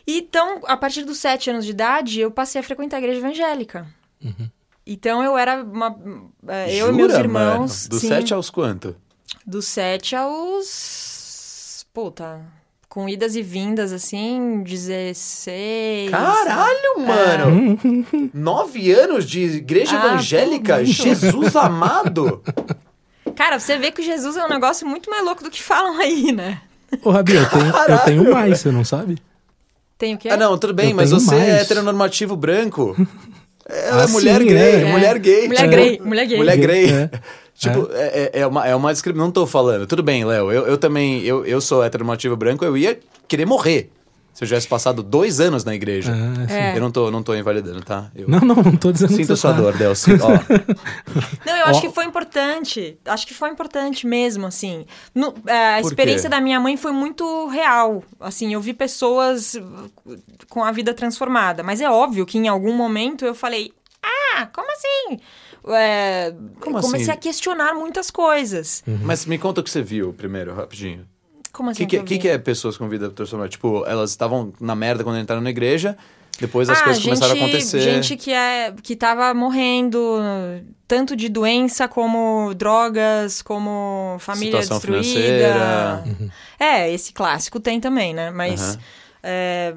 S3: Então, a partir dos sete anos de idade, eu passei a frequentar a igreja evangélica. Então eu era uma. eh, Eu
S1: Uhum. Jura,
S3: e meus
S1: mano?
S3: irmãos.
S1: Do
S3: sim,
S1: 7 aos quanto?
S3: dos sete aos. Puta. Com idas e vindas, assim, 16.
S1: Caralho, mano!
S3: <laughs>
S1: Nove anos de igreja
S3: É. Ah,
S1: evangélica?
S3: muito.
S1: Jesus
S3: <laughs>
S1: amado!
S3: Cara, você vê que Jesus é um negócio muito mais louco do que falam aí, né?
S2: <laughs> Ô, Rabi, eu tenho, eu tenho mais, você não sabe?
S3: Tem o quê?
S1: Ah, não, tudo bem,
S2: Eu
S1: mas
S2: tenho
S1: você é
S2: mais.
S1: heteronormativo
S2: <laughs>
S1: branco. Ela é
S2: Ah,
S1: mulher
S2: sim,
S1: gay,
S2: é.
S1: mulher gay.
S3: Mulher
S1: tipo,
S3: gay, mulher gay.
S1: Mulher gay.
S2: É.
S1: <laughs> Tipo, é, é- é uma, é uma descrição. Não tô falando. Tudo bem, Léo. Eu, eu também, eu, eu sou heteronormativo branco, eu ia querer morrer se eu tivesse passado dois anos na igreja.
S2: Ah, sim.
S3: É.
S1: Eu não tô, não tô invalidando, tá? Eu
S2: Não, não, não tô dizendo que
S1: sinto
S2: você
S1: sua
S2: tá.
S1: dor, Delcio.
S2: <laughs>
S1: Ó,
S3: Não, eu acho
S2: Ó.
S3: que foi importante. Acho que foi importante mesmo, assim. No- é, a
S1: Por
S3: experiência
S1: quê?
S3: da minha mãe foi muito real. Assim, eu vi pessoas uh, com a vida transformada. Mas é óbvio que em algum momento eu falei. Ah, como assim? É,
S1: Como
S3: eu comecei
S1: assim?
S3: a questionar muitas coisas.
S2: Uhum.
S1: mas me conta o que você viu primeiro, rapidinho.
S3: Como
S1: O
S3: assim?
S1: que, que,
S3: eu
S1: que
S3: vi?
S1: que é pessoas com vida transformada? Tipo, elas estavam na merda quando entraram na igreja, depois as
S3: ah,
S1: coisas
S3: gente,
S1: começaram a acontecer.
S3: gente que, é, que tava morrendo, tanto de doença como drogas, como família
S1: Situação
S3: destruída.
S1: financeira.
S3: É, esse clássico tem também, né? Mas.
S1: Aham.
S3: é,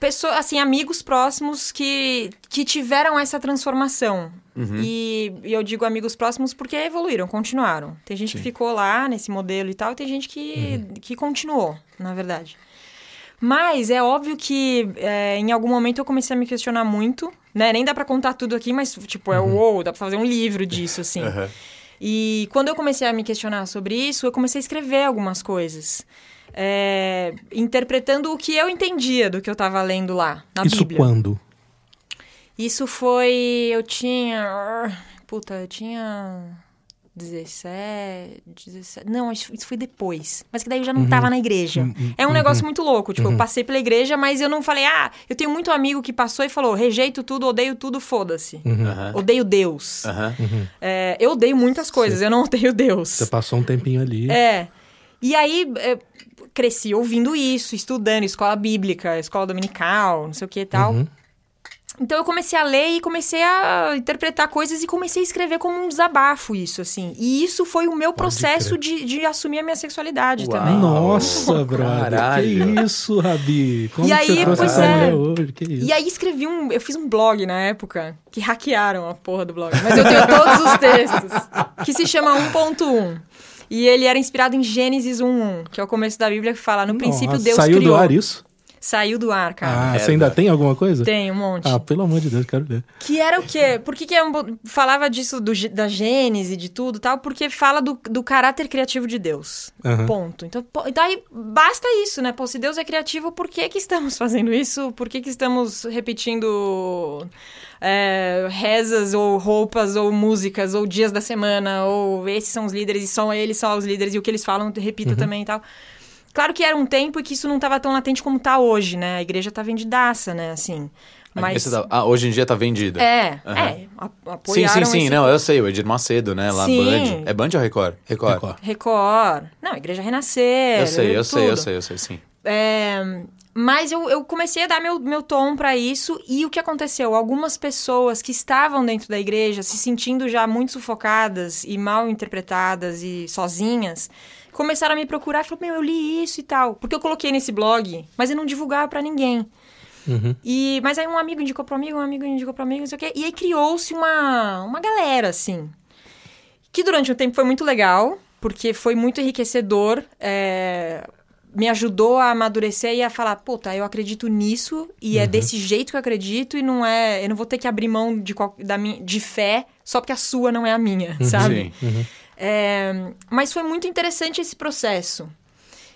S3: pessoa- assim, amigos próximos que, que tiveram essa transformação.
S1: Uhum.
S3: E, e eu digo amigos próximos porque evoluíram, continuaram. Tem gente que ficou lá nesse modelo e tal, e tem gente que, que continuou, na verdade. Mas é óbvio que é, em algum momento eu comecei a me questionar muito, né? Nem dá pra contar tudo aqui, mas tipo, é uou, dá pra fazer um livro disso, assim.
S1: Aham.
S3: E quando eu comecei a me questionar sobre isso, eu comecei a escrever algumas coisas. é, interpretando o que eu entendia do que eu tava lendo lá, na
S2: Isso
S3: Bíblia.
S2: quando?
S3: Isso foi. Eu tinha. Puta, eu tinha. 17, 17. Não, isso isso foi depois. Mas que daí eu já não tava na igreja. É um negócio muito louco. Tipo, eu passei pela igreja, mas eu não falei, ah, eu tenho muito amigo que passou e falou: rejeito tudo, odeio tudo, foda-se.
S1: Aham.
S3: Odeio Deus.
S1: Aham. Uhum.
S3: É, eu odeio muitas coisas, eu não odeio Deus.
S2: Você passou um tempinho ali.
S3: É. E aí é, cresci ouvindo isso, estudando escola bíblica, escola dominical, não sei o que e tal.
S2: Uhum.
S3: Então eu comecei a ler e comecei a interpretar coisas e comecei a escrever como um desabafo isso, assim. E isso foi o meu processo de, de assumir a minha sexualidade
S1: Uau.
S3: também.
S2: Nossa, brother.
S1: Caralho.
S2: Que isso, Rabi? Como
S3: E
S2: que
S3: aí,
S2: você trouxe
S3: pois
S2: essa
S3: é.
S2: mulher hoje? Que isso?
S3: E aí escrevi um. Eu fiz um blog na época, que hackearam a porra do blog. Mas
S2: <laughs>
S3: eu tenho todos os textos. Que se chama 1.1. E ele era inspirado em Gênesis 1.1, que é o começo da Bíblia que fala: No princípio
S2: Nossa,
S3: Deus
S2: saiu
S3: criou.
S2: do ar isso?
S3: Saiu do ar, cara.
S2: Ah,
S1: merda.
S2: você ainda tem alguma coisa?
S3: Tem um monte.
S2: Ah, pelo amor de Deus, quero ver.
S3: Que era o quê? Por que, que é um bo- falava disso do gê- da Gênese, de tudo e tal? Porque fala do, do caráter criativo de Deus.
S2: Aham.
S3: Ponto. Então, po- daí basta isso, né? Pô, se Deus é criativo, por que, que estamos <laughs> fazendo isso? Por que, que estamos repetindo é, rezas, ou roupas, ou músicas, ou dias da semana, ou esses são os líderes e são eles são os líderes, e o que eles falam, repita também e tal. Claro que era um tempo e que isso não estava tão latente como tá hoje, né? A igreja tá vendidaça, né? Assim.
S1: A
S3: Mas...
S1: igreja tá- Ah, hoje em dia tá vendida.
S3: É,
S1: Aham.
S3: é. a-
S1: Sim,
S3: Apoiaram
S1: sim, sim.
S3: esse
S1: Não, eu sei. O Edir Macedo, né? Lá,
S3: Sim.
S1: Band. É Band ou Record? Record.
S2: Record.
S3: Record. Não, Igreja Renascer.
S1: Eu sei, eu sei, eu
S3: tudo.
S1: sei, eu sei, sim.
S3: É, mas eu, eu comecei a dar meu, meu tom pra isso e o que aconteceu? Algumas pessoas que estavam dentro da igreja se sentindo já muito sufocadas e mal interpretadas e sozinhas começaram a me procurar e falaram: Meu, eu li isso e tal. Porque eu coloquei nesse blog, mas eu não divulgava pra ninguém. E, mas aí um amigo indicou pra um amigo, um amigo indicou pra um amigo, não sei o quê. E aí criou-se uma, uma galera, assim. Que durante um tempo foi muito legal, porque foi muito enriquecedor. é, me ajudou a amadurecer e a falar, puta, eu acredito nisso e é desse jeito que eu acredito e não é... Eu não vou ter que abrir mão de, qual- da minha, de fé só porque a sua não é a minha, sabe?
S1: Uhum. Sim.
S3: É, mas foi muito interessante esse processo.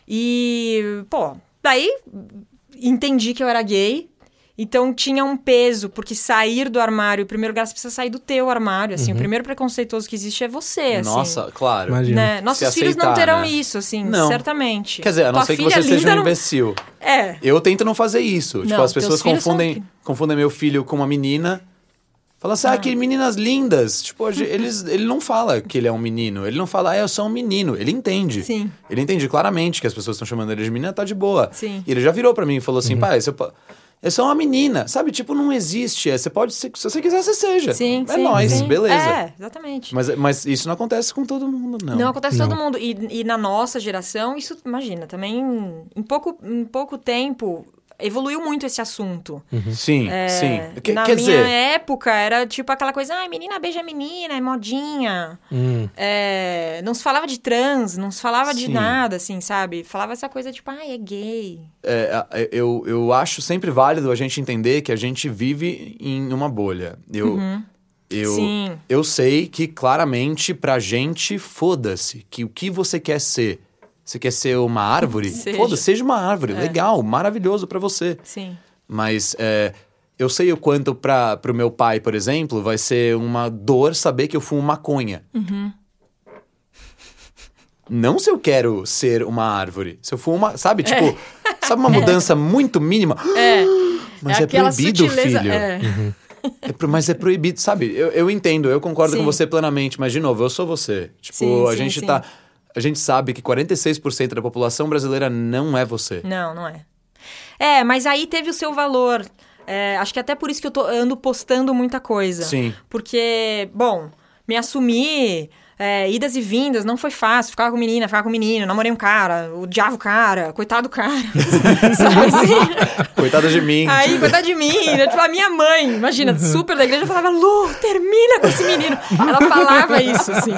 S3: E, pô, daí entendi que eu era gay. Então tinha um peso, porque sair do armário, em primeiro lugar, você precisa sair do teu armário, assim. O primeiro preconceituoso que existe é você, assim.
S1: Uhum. Nossa, claro.
S2: Imagina.
S3: Né? Nossos
S1: Se
S3: filhos não
S1: aceitar,
S3: terão
S1: né?
S3: isso, assim,
S1: Não.
S3: certamente.
S1: Quer dizer, a não
S3: Tua
S1: ser que
S3: filha
S1: você seja
S3: linda
S1: um
S3: não-
S1: imbecil.
S3: É,
S1: Eu tento não fazer isso.
S3: Não,
S1: tipo, as
S3: teus
S1: pessoas
S3: filhos são
S1: confundem, confundem meu filho com uma menina. Fala assim, ah, que meninas lindas. Tipo, hoje eles, ele não fala que ele é um menino. Ele não fala, ah, eu sou um menino. Ele entende.
S3: Sim.
S1: Ele entende claramente que as pessoas estão chamando ele de menina, tá de boa.
S3: Sim.
S1: E ele já virou pra mim e falou assim, pai, você po- eu sou uma menina, sabe? Tipo, não existe. é, Você pode ser, se você quiser, você seja.
S3: Sim,
S1: é
S3: sim,
S1: nóis,
S3: sim.
S1: beleza.
S3: É, exatamente.
S1: Mas, mas isso não acontece com todo mundo, não.
S3: Não, acontece
S2: Não.
S3: todo mundo. E, e na nossa geração, isso, imagina, também em pouco, em pouco tempo evoluiu muito esse assunto.
S1: Sim, Hum. sim.
S3: É,
S1: Que-
S3: na
S1: quer
S3: minha
S1: dizer,
S3: época, era tipo aquela coisa, ah, menina beija menina, é modinha.
S2: Hum.
S3: É, não se falava de trans, não se falava de
S1: Sim.
S3: nada, assim, sabe? Falava essa coisa tipo, ah, é gay.
S1: é, a- eu, eu acho sempre válido a gente entender que a gente vive em uma bolha. Eu, eu,
S3: Uhum. Sim.
S1: eu sei que claramente pra gente, foda-se, que o que você quer ser. Você quer ser uma árvore?
S3: <laughs> Seja. É.
S1: Foda-se, seja uma árvore. Legal, maravilhoso pra você.
S3: Sim.
S1: Mas é, eu sei o quanto para pro meu pai, por exemplo, vai ser uma dor saber que eu fumo maconha.
S3: Uhum.
S1: Não se eu quero ser uma árvore. Se eu fumo uma. Sabe, tipo,
S3: <laughs>
S1: sabe uma mudança muito mínima?
S3: É.
S1: Mas é,
S3: aquela
S1: proibido,
S3: sutileza-
S1: filho.
S3: é.
S1: <laughs> É pro- mas é proibido, sabe? Eu, eu entendo, eu concordo
S3: Sim.
S1: com você plenamente, mas de novo, eu sou você. Tipo,
S3: Sim,
S1: a
S3: sim,
S1: gente
S3: sim.
S1: tá. A gente sabe que 46% da população brasileira não é você.
S3: Não, não é. É, mas aí teve o seu valor. É, acho que até por isso que eu tô, ando postando muita coisa.
S1: Sim.
S3: Porque, bom, me assumi, é, idas e vindas, não foi fácil. Ficava com menina, ficava com menino, namorei um cara, odiava o cara, coitado do cara. <laughs> Sabe assim?
S1: Coitada de mim.
S3: <laughs> Aí, coitado de mim, né? tipo, a minha mãe,
S1: Uhum.
S3: imagina, super da igreja, falava, Lu, termina com esse menino. Ela falava isso, assim.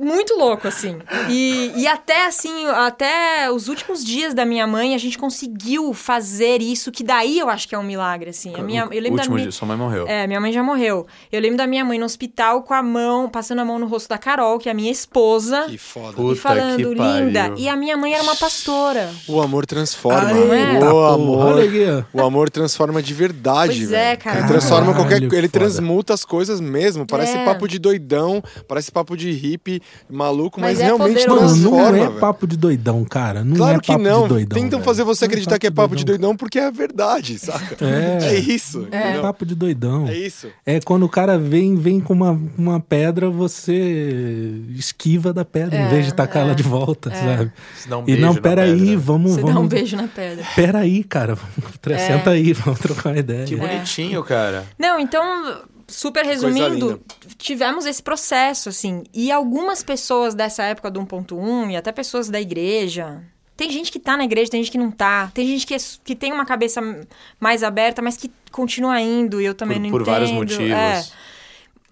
S3: Muito louco, assim. E, e até, assim, até os últimos dias da minha mãe, a gente conseguiu fazer isso, que daí eu acho que é um milagre, assim. A minha, eu lembro da
S1: Último
S3: minha...
S1: dia, sua mãe morreu.
S3: É, minha mãe já morreu. Eu lembro da minha mãe no hospital com a mão, passando a mão no rosto da Carol, que é a minha esposa,
S5: Que foda.
S1: Puta
S3: e falando,
S1: que pariu.
S3: linda. E a minha mãe era uma pastora.
S5: O amor transforma. Tá
S3: Não é?
S5: o
S2: Tá, Porra,
S5: amor.
S2: olha aqui,
S5: O amor transforma de verdade,
S3: Pois
S5: velho.
S3: é, cara.
S5: Ele transforma
S2: Caralho,
S5: qualquer
S2: foda.
S5: Ele transmuta as coisas mesmo. Parece
S3: É.
S5: papo de doidão, parece papo de hippie maluco, mas,
S3: Mas é
S5: realmente
S3: poderoso.
S2: Mano, não
S5: transforma.
S2: é
S5: velho.
S2: papo de doidão, cara. Não
S5: claro
S2: é
S5: que
S2: papo
S5: não.
S2: de doidão.
S5: Tentam
S2: velho.
S5: fazer você
S2: Não
S5: acreditar que é papo de doidão porque é verdade, saca?
S2: É.
S5: É isso.
S2: É
S5: entendeu?
S2: papo de doidão.
S5: É isso.
S2: É quando o cara vem vem com uma, uma pedra, você esquiva da pedra
S3: É,
S2: em vez de tacar ela de volta, sabe?
S1: Se dá um
S2: e
S1: beijo
S2: não,
S1: na
S2: peraí,
S1: pedra.
S2: vamos,
S3: Você É. dá um
S2: vamos.
S3: beijo na pedra.
S2: Peraí, cara, vamos, <laughs> senta aí, vamos trocar uma ideia.
S3: É.
S1: Que bonitinho, cara.
S3: Não, então, super
S5: linda.
S3: resumindo, tivemos esse processo, assim. E algumas pessoas dessa época do 1.1 e até pessoas da igreja. Tem gente que tá na igreja, tem gente que não tá. Tem gente que, é s- que tem uma cabeça m- mais aberta, mas que continua indo e eu também
S1: Por,
S3: não
S1: por
S3: entendo.
S1: vários motivos.
S3: É.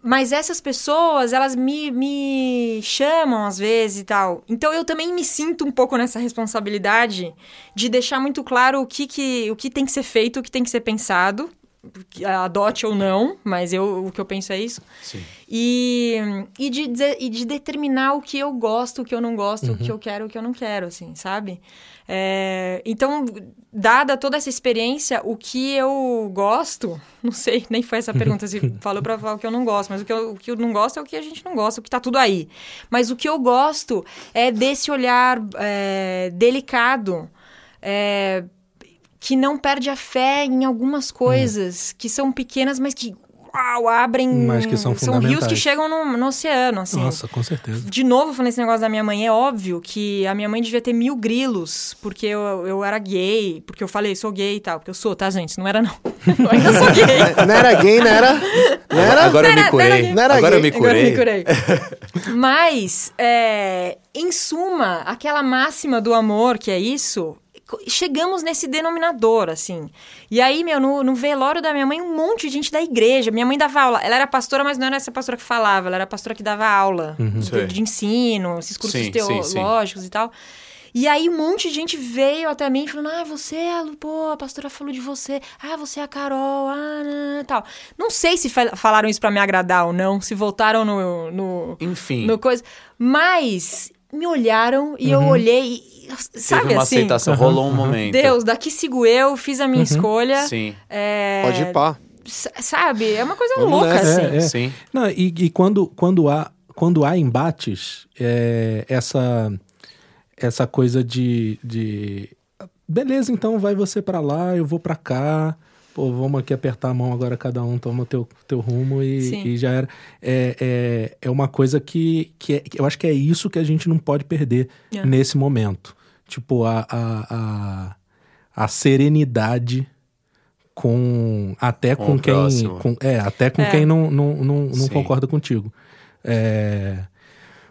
S3: Mas essas pessoas, elas me, me chamam às vezes e tal. Então eu também me sinto um pouco nessa responsabilidade de deixar muito claro o que, que, o que tem que ser feito, o que tem que ser pensado. porque Adote ou não, mas eu, o que eu penso é isso.
S1: Sim.
S3: E, e, de, dizer- e de determinar o que eu gosto, o que eu não gosto, o
S2: Uhum.
S3: que eu quero, o que eu não quero, assim, sabe? É, então, dada toda essa experiência, o que eu gosto, <laughs> não sei, nem foi essa a
S2: <laughs>
S3: pergunta, se falou pra falar o que eu não gosto, mas o que eu, o que eu não gosto é o que a gente não gosta, o que tá tudo aí. Mas o que eu gosto é desse olhar é, delicado. é, que não perde a fé em
S2: Uhum.
S3: algumas coisas que são pequenas, mas que uau, abrem.
S2: Mas que são
S3: rios que
S2: fundamentais.
S3: chegam no, no oceano, assim.
S2: Nossa, com certeza.
S3: De novo, falando esse negócio da minha mãe, é óbvio que a minha mãe devia ter mil grilos, porque eu, eu era gay, porque eu falei, sou gay e tal, porque eu sou, tá, gente? Não era, não. <laughs> Eu ainda sou gay.
S5: Não era gay, não era? Não era?
S1: Agora eu
S3: Não
S1: me
S3: era-
S1: curei.
S5: não era
S1: Agora eu
S5: gay.
S1: me
S3: Agora eu
S1: curei. <laughs>
S3: Mas, é, em suma, aquela máxima do amor que é isso, co- chegamos nesse denominador, assim. E aí, meu, no, no velório da minha mãe, um monte de gente da igreja. Minha mãe dava aula. Ela era pastora, mas não era essa pastora que falava, ela era a pastora que dava aula
S1: Sei.
S3: de, de ensino, esses cursos
S1: Uhum. Sim, sim, sim.
S3: teológicos e tal. E aí um monte de gente veio até mim falando: "Ah, você, é a Lu, pô, a pastora falou de você. Ah, você é a Carol, ah, nã, tal". Não sei se fa- falaram isso pra me agradar ou não, se voltaram no no,
S1: Enfim,
S3: no coisa, mas me olharam e eu olhei, e-
S1: Uhum.
S3: sabe
S1: teve uma
S3: assim?
S1: aceitação, rolou um momento.
S3: Deus, né? daqui sigo eu, fiz a minha escolha.
S1: Sim,
S3: É,
S5: Pode ir pá.
S3: s- Sabe? É uma coisa
S5: Vamos
S3: louca
S5: nessa.
S3: assim.
S2: É.
S1: sim.
S2: Não, e, e quando, quando, há, quando há embates, é, essa, essa coisa de, de. Beleza, então vai você pra lá, eu vou pra cá. pô, vamos aqui apertar a mão agora, cada um toma o teu, teu rumo
S3: Sim.
S2: e, e já era. É, é, é uma coisa que, que, é- que eu acho que é isso que a gente não pode perder
S3: É.
S2: nesse momento. Tipo, a, a, a, a serenidade com até
S1: Com
S2: com,
S1: o
S2: quem
S1: próximo.
S2: com- é até com
S3: É.
S2: quem não não, não, não
S1: Sim.
S2: concorda contigo é,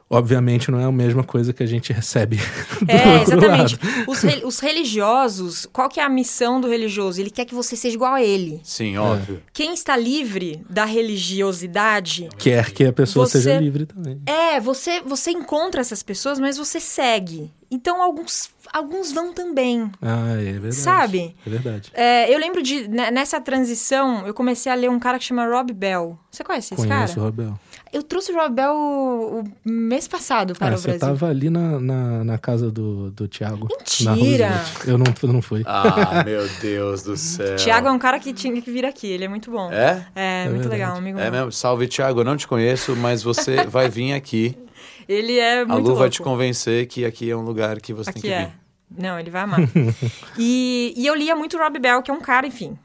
S2: obviamente não é a mesma coisa que a gente recebe <laughs> do
S5: <laughs>
S3: É,
S2: outro
S3: exatamente.
S2: lado.
S3: Os, re- os religiosos, qual que é a missão do religioso? Ele quer que você seja igual a ele.
S1: Sim, óbvio.
S3: Quem está livre da religiosidade
S2: quer que a pessoa
S3: Você-
S2: seja livre também
S3: É, você, você encontra essas pessoas, mas você segue. Então, alguns, alguns vão também.
S2: ah é verdade
S3: Sabe?
S2: é verdade
S3: É, eu lembro de, ne- nessa transição, eu comecei a ler um cara que chama Rob Bell. Você conhece esse
S2: conheço o
S3: cara?
S2: Robel
S3: Eu trouxe o Rob Bell o, o mês passado para
S2: ah,
S3: o
S2: você
S3: tá
S1: tá
S3: Brasil.
S2: tava ali na, na, na casa do, do Thiago na
S3: Mentira!
S2: Roosevelt. eu não eu não fui
S1: Ah, meu Deus do céu.
S3: Tiago é um cara que tinha que vir aqui, ele é muito bom.
S1: É?
S3: É, muito
S2: verdade.
S3: legal, um amigo
S1: É
S3: meu.
S1: mesmo? Salve, Thiago. Eu não te conheço, mas
S3: <laughs>
S1: você vai vir aqui.
S3: Ele é muito
S1: a Lu
S3: louco.
S1: vai te convencer que aqui é um lugar que você
S3: Aqui
S1: tem que
S3: é.
S1: vir.
S3: Não, ele
S1: <laughs>
S3: vai amar. e, e eu lia muito Rob Bell, que é um cara, enfim.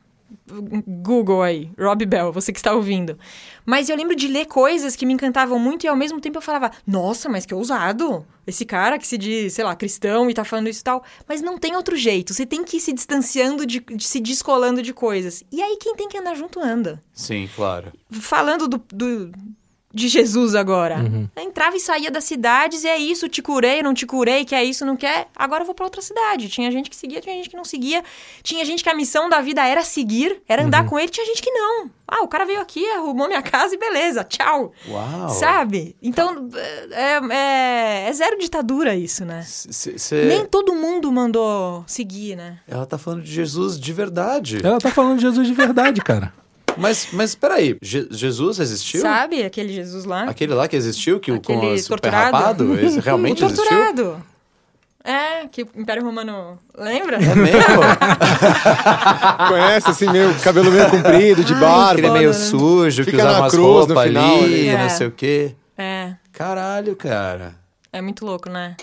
S3: Google aí, Rob Bell, você que está ouvindo. Mas eu lembro de ler coisas que me encantavam muito e ao mesmo tempo eu falava, nossa, mas que ousado! Esse cara que se diz, sei lá, cristão e tá falando isso e tal. Mas não tem outro jeito, você tem que ir se distanciando, de, de- se descolando de coisas. E aí quem tem que andar junto anda
S1: Sim, claro.
S3: falando do, do- de Jesus agora. Entrava e saía das cidades e é isso, te curei, não te curei, quer isso, não quer. Agora eu vou pra outra cidade. Tinha gente que seguia, tinha gente que não seguia. Tinha gente que a missão da vida era seguir, era andar com ele, tinha gente que não. Ah, o cara veio aqui, arrumou minha casa e beleza, tchau.
S1: Uau.
S3: Sabe? Então, é, é- é zero ditadura isso, né?
S1: C- c- cê-
S3: Nem todo mundo mandou seguir, né?
S1: Ela tá falando de Jesus de verdade.
S2: ela tá falando de Jesus de verdade cara
S1: Mas, mas peraí, Je- Jesus existiu?
S3: Sabe aquele Jesus lá?
S1: Aquele lá que existiu, que o com
S3: Aquele
S1: as- o pé
S3: torturado?
S1: rapado,
S3: <laughs>
S1: esse
S3: O
S1: realmente existiu?
S3: torturado. É, que o Império Romano. Lembra?
S1: É mesmo?
S3: <laughs>
S5: Conhece, assim, meio cabelo meio comprido, de
S1: Aquele
S5: barba.
S3: foda,
S1: meio
S3: né?
S1: sujo, que
S5: Fica
S1: usava
S5: na
S1: umas
S5: cruz no
S1: roupas ali,
S5: final,
S3: né?
S1: não
S3: É.
S1: sei o quê.
S3: É,
S1: Caralho, cara.
S3: é muito louco, né?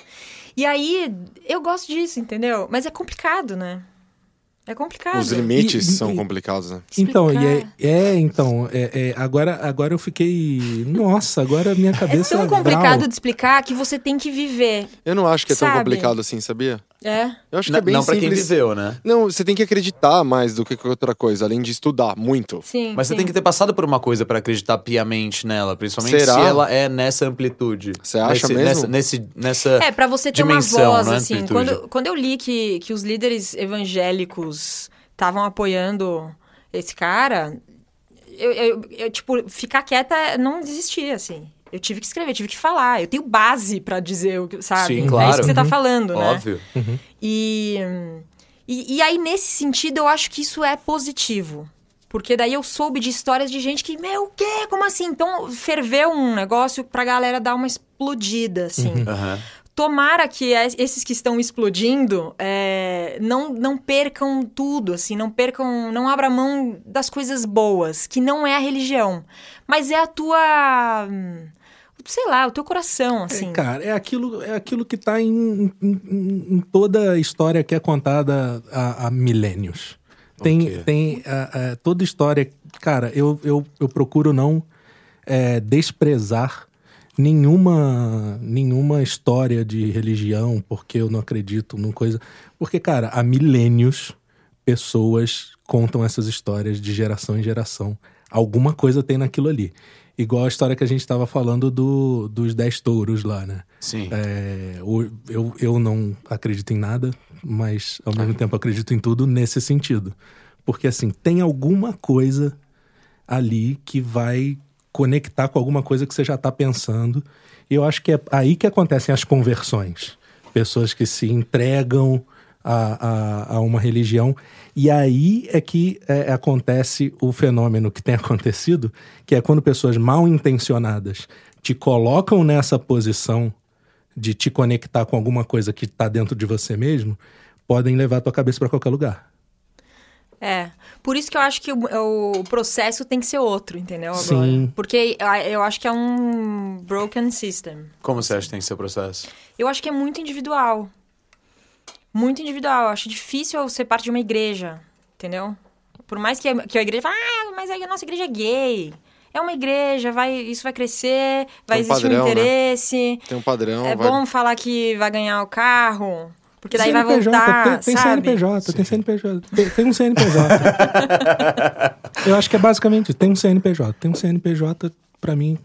S3: E aí, eu gosto disso, entendeu? Mas é complicado, né? É complicado.
S5: Os limites
S2: E- e-
S5: são
S2: e-
S5: complicados, né?
S2: Então, e é,
S3: Explicar.
S2: é, então, é, é, agora, agora eu fiquei. Nossa, agora minha
S3: É
S2: cabeça.
S3: tão
S2: brau.
S3: complicado de explicar que você tem que viver.
S5: Eu não acho que é tão
S3: Sabe?
S5: complicado assim, sabia?
S3: É.
S5: Eu acho que
S1: N-
S5: é bem
S1: não pra quem
S5: simples.
S1: viveu, né?
S5: Não, você tem que acreditar mais do que qualquer outra coisa, além de estudar muito.
S3: Sim.
S1: Mas você
S3: sim.
S1: tem que ter passado por uma coisa pra acreditar piamente nela, principalmente
S5: Será?
S1: se ela é nessa amplitude.
S5: Você acha
S1: Nesse-
S5: mesmo?
S1: Nessa, nesse, nessa...
S3: É, pra você ter
S1: dimensão,
S3: uma voz,
S1: não é
S3: assim.
S1: amplitude.
S3: Quando, quando eu li que, que os líderes evangélicos estavam apoiando esse cara, eu, eu- eu, tipo, ficar quieta não desistia, assim. Eu tive que escrever, tive que falar. Eu tenho base pra dizer o que, sabe?
S1: Sim,
S3: É
S1: claro. Uhum.
S3: isso que você tá falando, né? <laughs>
S1: Óbvio.
S3: E, e, e aí, nesse sentido, eu acho que isso é positivo. Porque daí eu soube de histórias de gente que, meu, o quê? Como assim? Então, ferveu um negócio pra galera dar uma explodida, assim.
S2: Uhum.
S1: Aham.
S3: Tomara que es- esses que estão explodindo é, não, não percam tudo, assim, não percam, não abra mão das coisas boas, que não é a religião, mas é a tua, hum, sei lá, o teu coração,
S2: É,
S3: assim.
S2: cara, é aquilo, é aquilo que tá em, em- em- em toda a história que é contada há, há milênios. Tem,
S1: Ok.
S2: tem ah, ah, toda história. Cara, eu, eu, eu procuro não eh, desprezar nenhuma, nenhuma história de religião, porque eu não acredito numa coisa. Porque, cara, há milênios pessoas contam essas histórias de geração em geração. Alguma coisa tem naquilo ali. Igual a história que a gente estava falando do, dos 10 touros lá, né?
S1: Sim.
S2: É, o- eu, eu não acredito em nada, mas ao mesmo tempo acredito em tudo nesse sentido. Porque assim, tem alguma coisa ali que vai conectar com alguma coisa que você já está pensando. E eu acho que é aí que acontecem as conversões. Pessoas que se entregam a, a, a uma religião. E aí é que é, acontece o fenômeno que tem <laughs> acontecido, que é quando pessoas mal intencionadas te colocam nessa posição de te conectar com alguma coisa que está dentro de você mesmo, podem levar a tua cabeça para qualquer lugar.
S3: É. Por isso que eu acho que o, o processo tem que ser outro, entendeu? Agora.
S2: Sim.
S3: Porque ah, eu acho que é um broken system.
S1: Como você acha que tem que ser o processo?
S3: Eu acho que é muito individual. Muito individual. Eu acho difícil eu ser parte de uma igreja, entendeu? Por mais que a, que a igreja fale, ah, mas a nossa igreja é gay. É uma igreja, vai, isso vai crescer, vai
S5: Tem um
S3: existir
S5: padrão,
S3: um
S5: né?
S3: interesse.
S2: Então,
S5: Tem um padrão.
S3: é
S5: vai-
S3: bom falar que vai ganhar o carro, porque daí vai
S2: CNPJ,
S3: voltar,
S2: tem, tem
S3: sabe?
S2: CNPJ, tem CNPJ, tem, tem um CNPJ. Eu acho que é basicamente isso, tem um CNPJ, tem um CNPJ pra mim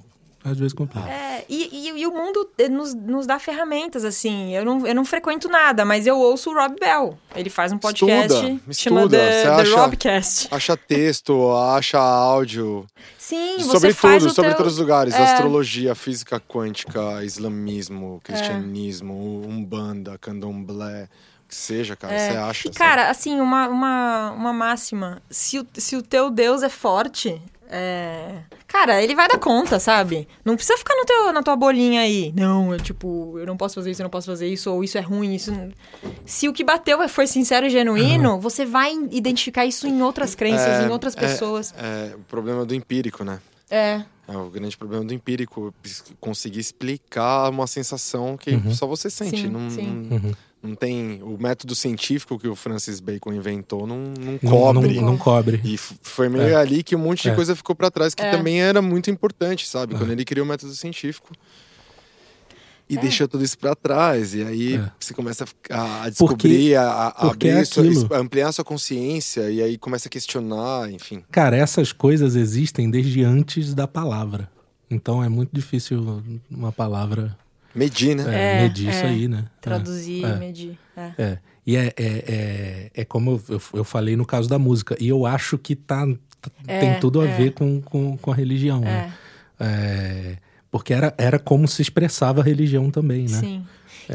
S2: às vezes complica.
S3: É, e, e- e o mundo eh, nos, nos dá ferramentas, assim. Eu não, eu não frequento nada, mas eu ouço o Rob Bell. Ele faz um podcast
S5: Estuda,
S3: chamado
S5: estuda.
S3: The,
S5: Você
S3: The
S5: acha- Ah,
S3: Robcast.
S5: Acha texto, acha áudio.
S3: Sim,
S5: sobre
S3: você faz
S5: tudo,
S3: o
S5: sobre
S3: teu...
S5: todos os lugares.
S3: É.
S5: Astrologia, física quântica, islamismo, cristianismo, umbanda, candomblé. O que seja, cara. Você acha.
S3: É. E, cara, assim, uma, uma, uma máxima. Se o, se o teu Deus é forte, é, cara, ele vai dar conta, sabe? Não precisa ficar no teu, na tua bolinha aí. Não, eu, tipo, eu não posso fazer isso, eu não posso fazer isso, ou isso é ruim, isso... não- Se o que bateu é, foi sincero e genuíno,
S2: Uhum.
S3: você vai identificar isso em outras crenças,
S5: É,
S3: em outras
S5: é.
S3: pessoas.
S5: sabe? É, o problema do empírico, né?
S3: É.
S5: É o grande problema do empírico. pis- Conseguir explicar uma sensação que só você sente.
S3: Sim,
S5: não,
S3: sim.
S5: Não, não tem. O método científico que o Francis Bacon inventou não, não
S2: Não-
S5: cobre.
S2: Não, não cobre.
S5: E f- foi meio ali que um monte de
S2: É.
S5: coisa ficou pra trás, que também era muito importante, sabe? Quando ele criou o método científico. E deixou tudo isso pra trás. E aí
S2: É.
S5: você começa a ficar- a
S2: Porque-
S5: descobrir, a, a
S2: porque é
S5: abrir sua-
S2: aquilo.
S5: ampliar sua consciência. E aí começa a questionar, enfim.
S2: Cara, essas coisas existem desde antes da palavra. Então é muito difícil uma palavra
S5: Medir, né?
S2: é,
S3: É,
S2: medir isso
S3: é.
S2: aí, né? É.
S3: Traduzir,
S2: É.
S3: medir. É.
S2: É. E é, é, é, é como eu, eu, eu falei no caso da música. E eu acho que tá, tá-
S3: É,
S2: tem tudo a
S3: é.
S2: ver com, com, com a religião, né? É, porque era, era como se expressava a religião também, né?
S3: Sim.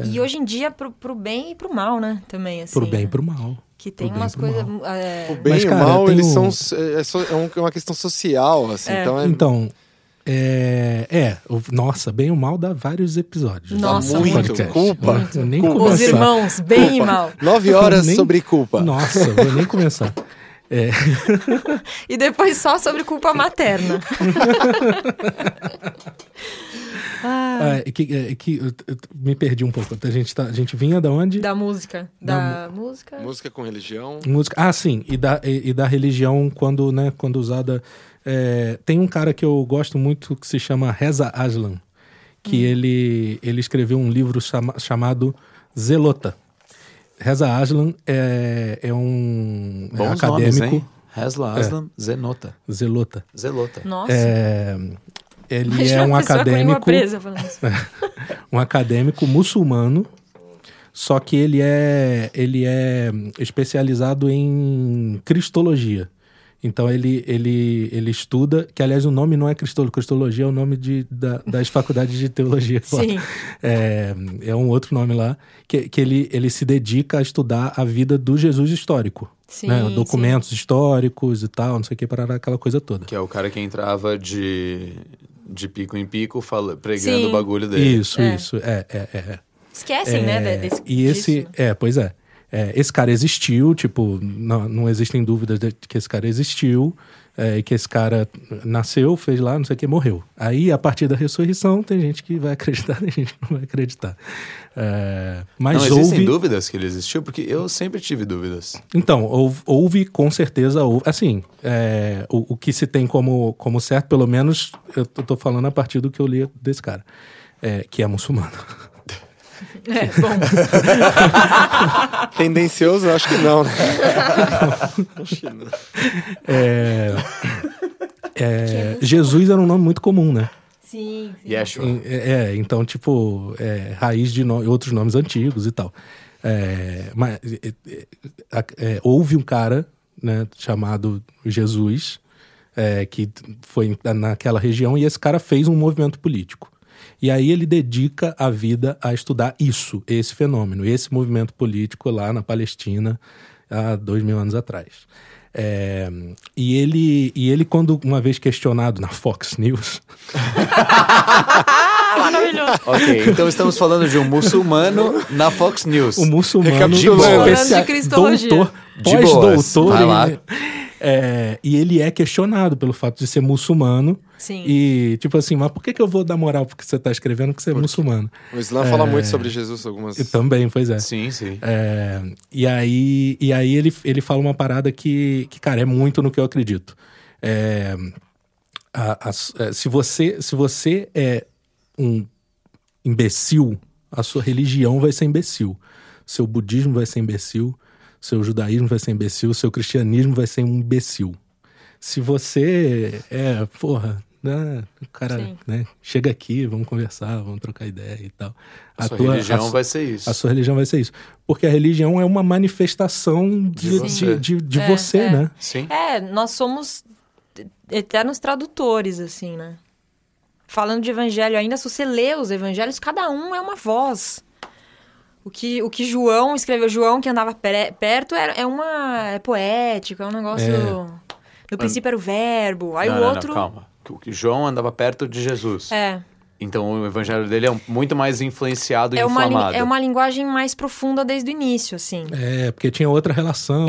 S3: E hoje em dia, pro, pro bem e pro mal, né? Também, assim.
S2: Pro bem e
S3: né?
S2: pro mal.
S3: Que tem
S2: pro bem e
S3: umas
S2: pro
S3: coisas...
S2: mal.
S3: é,
S5: O bem
S2: Mas,
S5: e o
S2: cara,
S5: mal,
S2: tem
S5: eles
S2: um-
S5: são. É, só- é um- é uma questão social, assim. Então é.
S2: Então, é, é, o- nossa, bem ou mal dá vários episódios.
S3: Nossa,
S2: Desse
S5: muito,
S2: podcast.
S5: culpa,
S2: Não, vou nem
S5: culpa.
S3: Os
S2: começar.
S3: irmãos, bem e mal.
S5: Nove horas
S2: Nem-
S5: sobre culpa.
S2: Nossa, vou nem
S3: <laughs>
S2: começar.
S3: E depois só sobre culpa materna.
S2: Ah, é que, é que eu- eu me perdi um pouco. A gente, tá- a gente vinha da onde?
S3: <laughs> Da música. Da, música.
S5: Música com religião.
S2: Música. Ah, sim, e da, e, e da religião quando, né, quando usada. é, tem um cara que eu gosto muito que se chama Reza Aslan, que
S3: Hum.
S2: ele, ele escreveu um livro chama- chamado Zelota. Reza Aslan é, é um é
S1: Bons
S2: acadêmico. É.
S1: nomes, hein? Hesla Aslam Zenota.
S2: Zelota.
S1: Zelota.
S3: Nossa. <laughs>
S2: É, ele
S3: Imagina
S2: é um
S3: uma pessoa Com a língua
S2: acadêmico,
S3: presa
S2: <laughs>
S3: falando isso.
S2: um acadêmico muçulmano, só que ele é, ele é especializado em cristologia. Então ele, ele, ele estuda, que aliás o nome não é cristolo, cristologia é o nome de, da- das faculdades de
S3: <laughs>
S2: teologia. lá.
S3: Sim.
S2: É, é um outro nome lá, que, que ele, ele se dedica a estudar a vida do Jesus histórico.
S3: Sim,
S2: né?
S3: sim.
S2: Documentos históricos e tal, não sei o que, parará, aquela coisa toda.
S1: Que é o cara que entrava de, de pico em pico fala, pregando
S3: Sim.
S1: o bagulho dele.
S2: Isso, isso, é, é, é. é.
S3: Esquecem, né?
S2: É,
S3: de- Desse,
S2: e esse,
S3: disso. né?
S2: é, pois é. É, Esse cara existiu, tipo, não, não existem dúvidas de que esse cara existiu, é, e que esse cara nasceu, fez lá, não sei o que, morreu. Aí, a partir da ressurreição, tem gente que vai acreditar, <laughs> tem gente que não vai acreditar. É, mas
S1: Não existem
S2: houve.
S1: dúvidas que ele existiu, porque eu sempre tive dúvidas.
S2: Então, houve, houve, com certeza, houve, assim, é, o, o que se tem como, como certo, pelo menos eu tô, tô falando a partir do que eu li desse cara, é, que é muçulmano. <laughs>
S3: É, bom.
S5: <laughs> Tendencioso, eu acho que não, né?
S2: É, é, Jesus era um nome muito comum, né?
S3: Sim, sim.
S1: Yeshua.
S2: Em- É, é, então, tipo, é, raiz de no- outros nomes antigos e tal. É, mas, é, é, a- é, houve um cara né, chamado Jesus é, que foi naquela região e esse cara fez um movimento político. E aí ele dedica a vida a estudar isso, esse fenômeno, esse movimento político lá na Palestina há dois mil anos atrás. É, e, ele, e ele, quando uma vez questionado na Fox News, <laughs>
S1: ok, então estamos falando de um muçulmano na Fox News.
S2: O muçulmano
S5: Recapitulando.
S2: especial-
S3: Falando de cristologia.
S2: doutor,
S1: De boas.
S2: pós-doutor.
S1: Vai
S2: em-
S1: lá.
S2: É, e ele é questionado pelo fato de ser muçulmano.
S3: Sim.
S2: E, tipo assim, mas por que, que eu vou dar moral porque você tá escrevendo porque você é muçulmano?
S5: O Islã
S2: É.
S5: fala muito sobre Jesus, algumas.
S2: E também, pois é.
S1: Sim, sim.
S2: É, e aí, e aí ele, ele fala uma parada que, que, cara, é muito no que eu acredito. É, a- a- é, se, você, se você é um imbecil, a sua religião vai ser imbecil. Seu budismo vai ser imbecil, seu judaísmo vai ser imbecil, seu cristianismo vai ser um imbecil. Se você é, porra, né, o cara
S3: Sim.
S2: né, chega aqui, vamos conversar, vamos trocar ideia e tal.
S1: A sua
S2: tua-
S1: religião
S2: a-
S1: vai ser isso.
S2: a sua religião vai ser isso. Porque a religião é uma manifestação de, de,
S1: você.
S2: de- de
S3: É,
S2: você,
S3: é.
S2: né?
S1: Sim.
S3: É, nós somos eternos tradutores, assim, né? Falando de evangelho ainda, se você lê os evangelhos, cada um é uma voz. O que, o que João escreveu, João que andava pre- perto, é, é uma. é poético, é um negócio. No princípio era o verbo, aí
S1: não,
S3: o
S1: não,
S3: outro.
S1: Não, calma. O que João andava perto de Jesus.
S3: É.
S1: Então o evangelho dele é um- muito mais influenciado e
S3: É uma, lin-
S1: inflamado.
S3: é uma linguagem mais profunda desde o início, assim.
S2: É, porque tinha outra relação.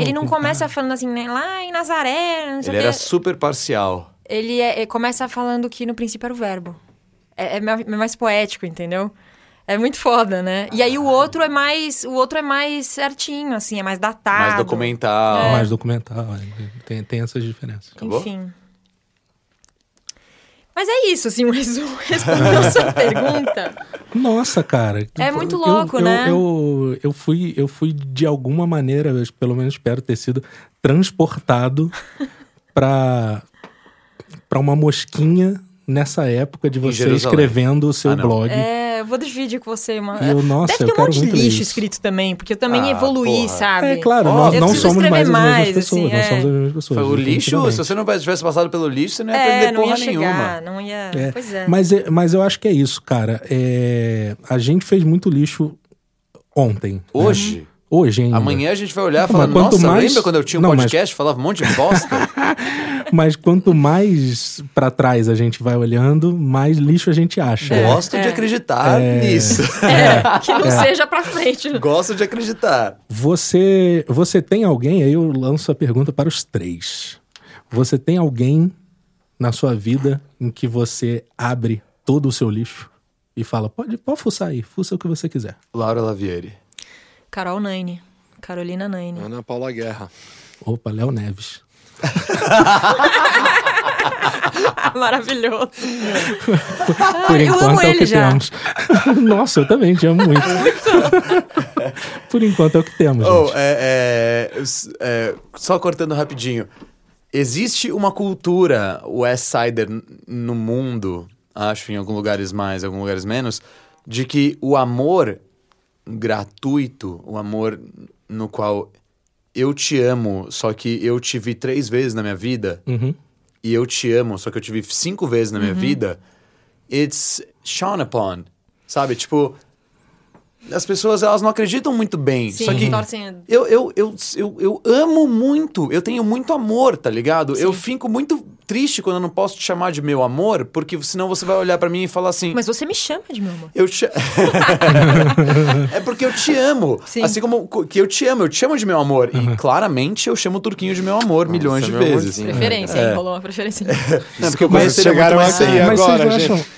S1: <laughs>
S3: Ele não
S2: com-
S3: começa falando assim, né, lá em Nazaré, não
S1: Ah.
S3: sei
S1: Ele
S3: o quê.
S1: era super parcial.
S3: ele é- é- começa falando que no princípio era o verbo. É, é ma- é mais poético, entendeu? É muito foda, né? E
S1: Ah.
S3: aí o outro é mais, o outro é mais certinho, assim, é mais datado.
S1: Mais documental.
S2: Ah, Mais documental, é, tem, tem essas diferenças.
S1: Acabou?
S3: Enfim. Mas é isso, assim, um resumo. <laughs> Respondeu a sua pergunta.
S2: Nossa, cara.
S3: É
S2: Eu-
S3: muito
S2: eu-
S3: louco,
S2: eu-
S3: né?
S2: Eu, eu, fui, eu fui, de alguma maneira, eu pelo menos espero ter sido, transportado <laughs> pra, pra uma mosquinha nessa época de você
S1: Jerusalém.
S2: escrevendo o seu
S1: Ah, não.
S2: blog.
S3: É, eu vou dividir com você, mano.
S2: E eu, nossa,
S3: Deve ter
S2: eu
S3: um
S2: quero
S3: monte de
S2: muito
S3: lixo
S2: isso.
S3: escrito também, porque eu também
S1: Ah,
S3: evoluí,
S1: porra.
S3: sabe?
S2: É claro,
S1: Ó,
S2: nós
S1: eu
S2: não
S1: preciso
S2: somos mais
S3: escrever
S2: as mesmas
S3: mais,
S2: pessoas.
S3: assim,
S2: nós
S3: é.
S2: somos as mesmas pessoas.
S1: Foi o lixo,
S2: definitivamente.
S1: se você não tivesse passado pelo lixo, você não ia aprender
S3: É, não
S1: porra
S3: ia chegar,
S1: nenhuma.
S3: não ia.
S2: É,
S3: Pois é.
S2: Mas, é- mas eu acho que é isso, cara. É, a gente fez muito lixo ontem. né?
S3: Hum.
S1: Hoje,
S2: Hoje, ainda.
S1: amanhã a gente vai olhar e
S2: Hum. Não,
S1: falar,
S2: mas quanto
S1: nossa,
S2: mais-
S1: lembra quando eu tinha um
S2: Não, mas-
S1: podcast, falava um monte de bosta?
S3: <laughs>
S2: Mas quanto mais pra trás a gente vai olhando, mais lixo a gente acha.
S1: Gosto de acreditar
S3: <laughs>
S1: nisso.
S3: É, que não seja pra frente.
S1: Gosto de acreditar.
S2: Você, você tem alguém, aí eu lanço a pergunta para os três. Você tem alguém na sua vida em que você abre todo o seu lixo e fala, pode, pode fuçar aí, fuça o que você quiser.
S1: Laura Lavieri.
S3: Carol Naine. Carolina Naine.
S5: Ana Paula Guerra.
S2: Opa, Léo Neves.
S3: Maravilhoso.
S2: Por
S3: Ah, eu amo
S2: enquanto é o
S3: ele
S2: que
S3: já.
S2: temos. <laughs> Nossa, eu também te amo muito. <laughs> Por enquanto é o que temos,
S1: Oh,
S2: gente.
S1: é, é, s- é, só cortando rapidinho. Existe uma cultura West Sider n- no mundo, acho em alguns lugares mais, em alguns lugares menos, de que o amor gratuito, o amor no qual eu te amo, só que eu te vi três vezes na minha vida, e eu te amo, só que eu te vi cinco vezes na minha vida, it's shone upon, sabe? Tipo, as pessoas elas não acreditam muito bem.
S3: Sim,
S1: só que
S3: torcem-
S1: eu, eu, eu, eu, eu amo muito, eu tenho muito amor, tá ligado? Eu fico muito triste quando eu não posso te chamar de meu amor, porque senão você vai olhar pra mim e falar assim.
S3: Mas você me chama de meu amor.
S1: Eu
S3: <laughs>
S1: te... <laughs> é porque eu te amo.
S3: Sim. Uhum.
S1: Assim como co- que eu te amo, eu te chamo de meu amor. E claramente eu chamo o Turquinho de meu amor milhões
S5: é
S1: de
S5: meu
S1: vezes.
S5: amorzinho.
S3: Preferência,
S1: é.
S3: hein? Rolou uma
S1: <laughs>
S3: preferência.
S1: Não, porque eu
S5: Mas
S1: conheço ele há muito
S5: chegaram
S1: mais
S5: aqui
S1: tempo.
S2: mas
S5: agora,
S2: vocês não
S5: gente?
S2: acham.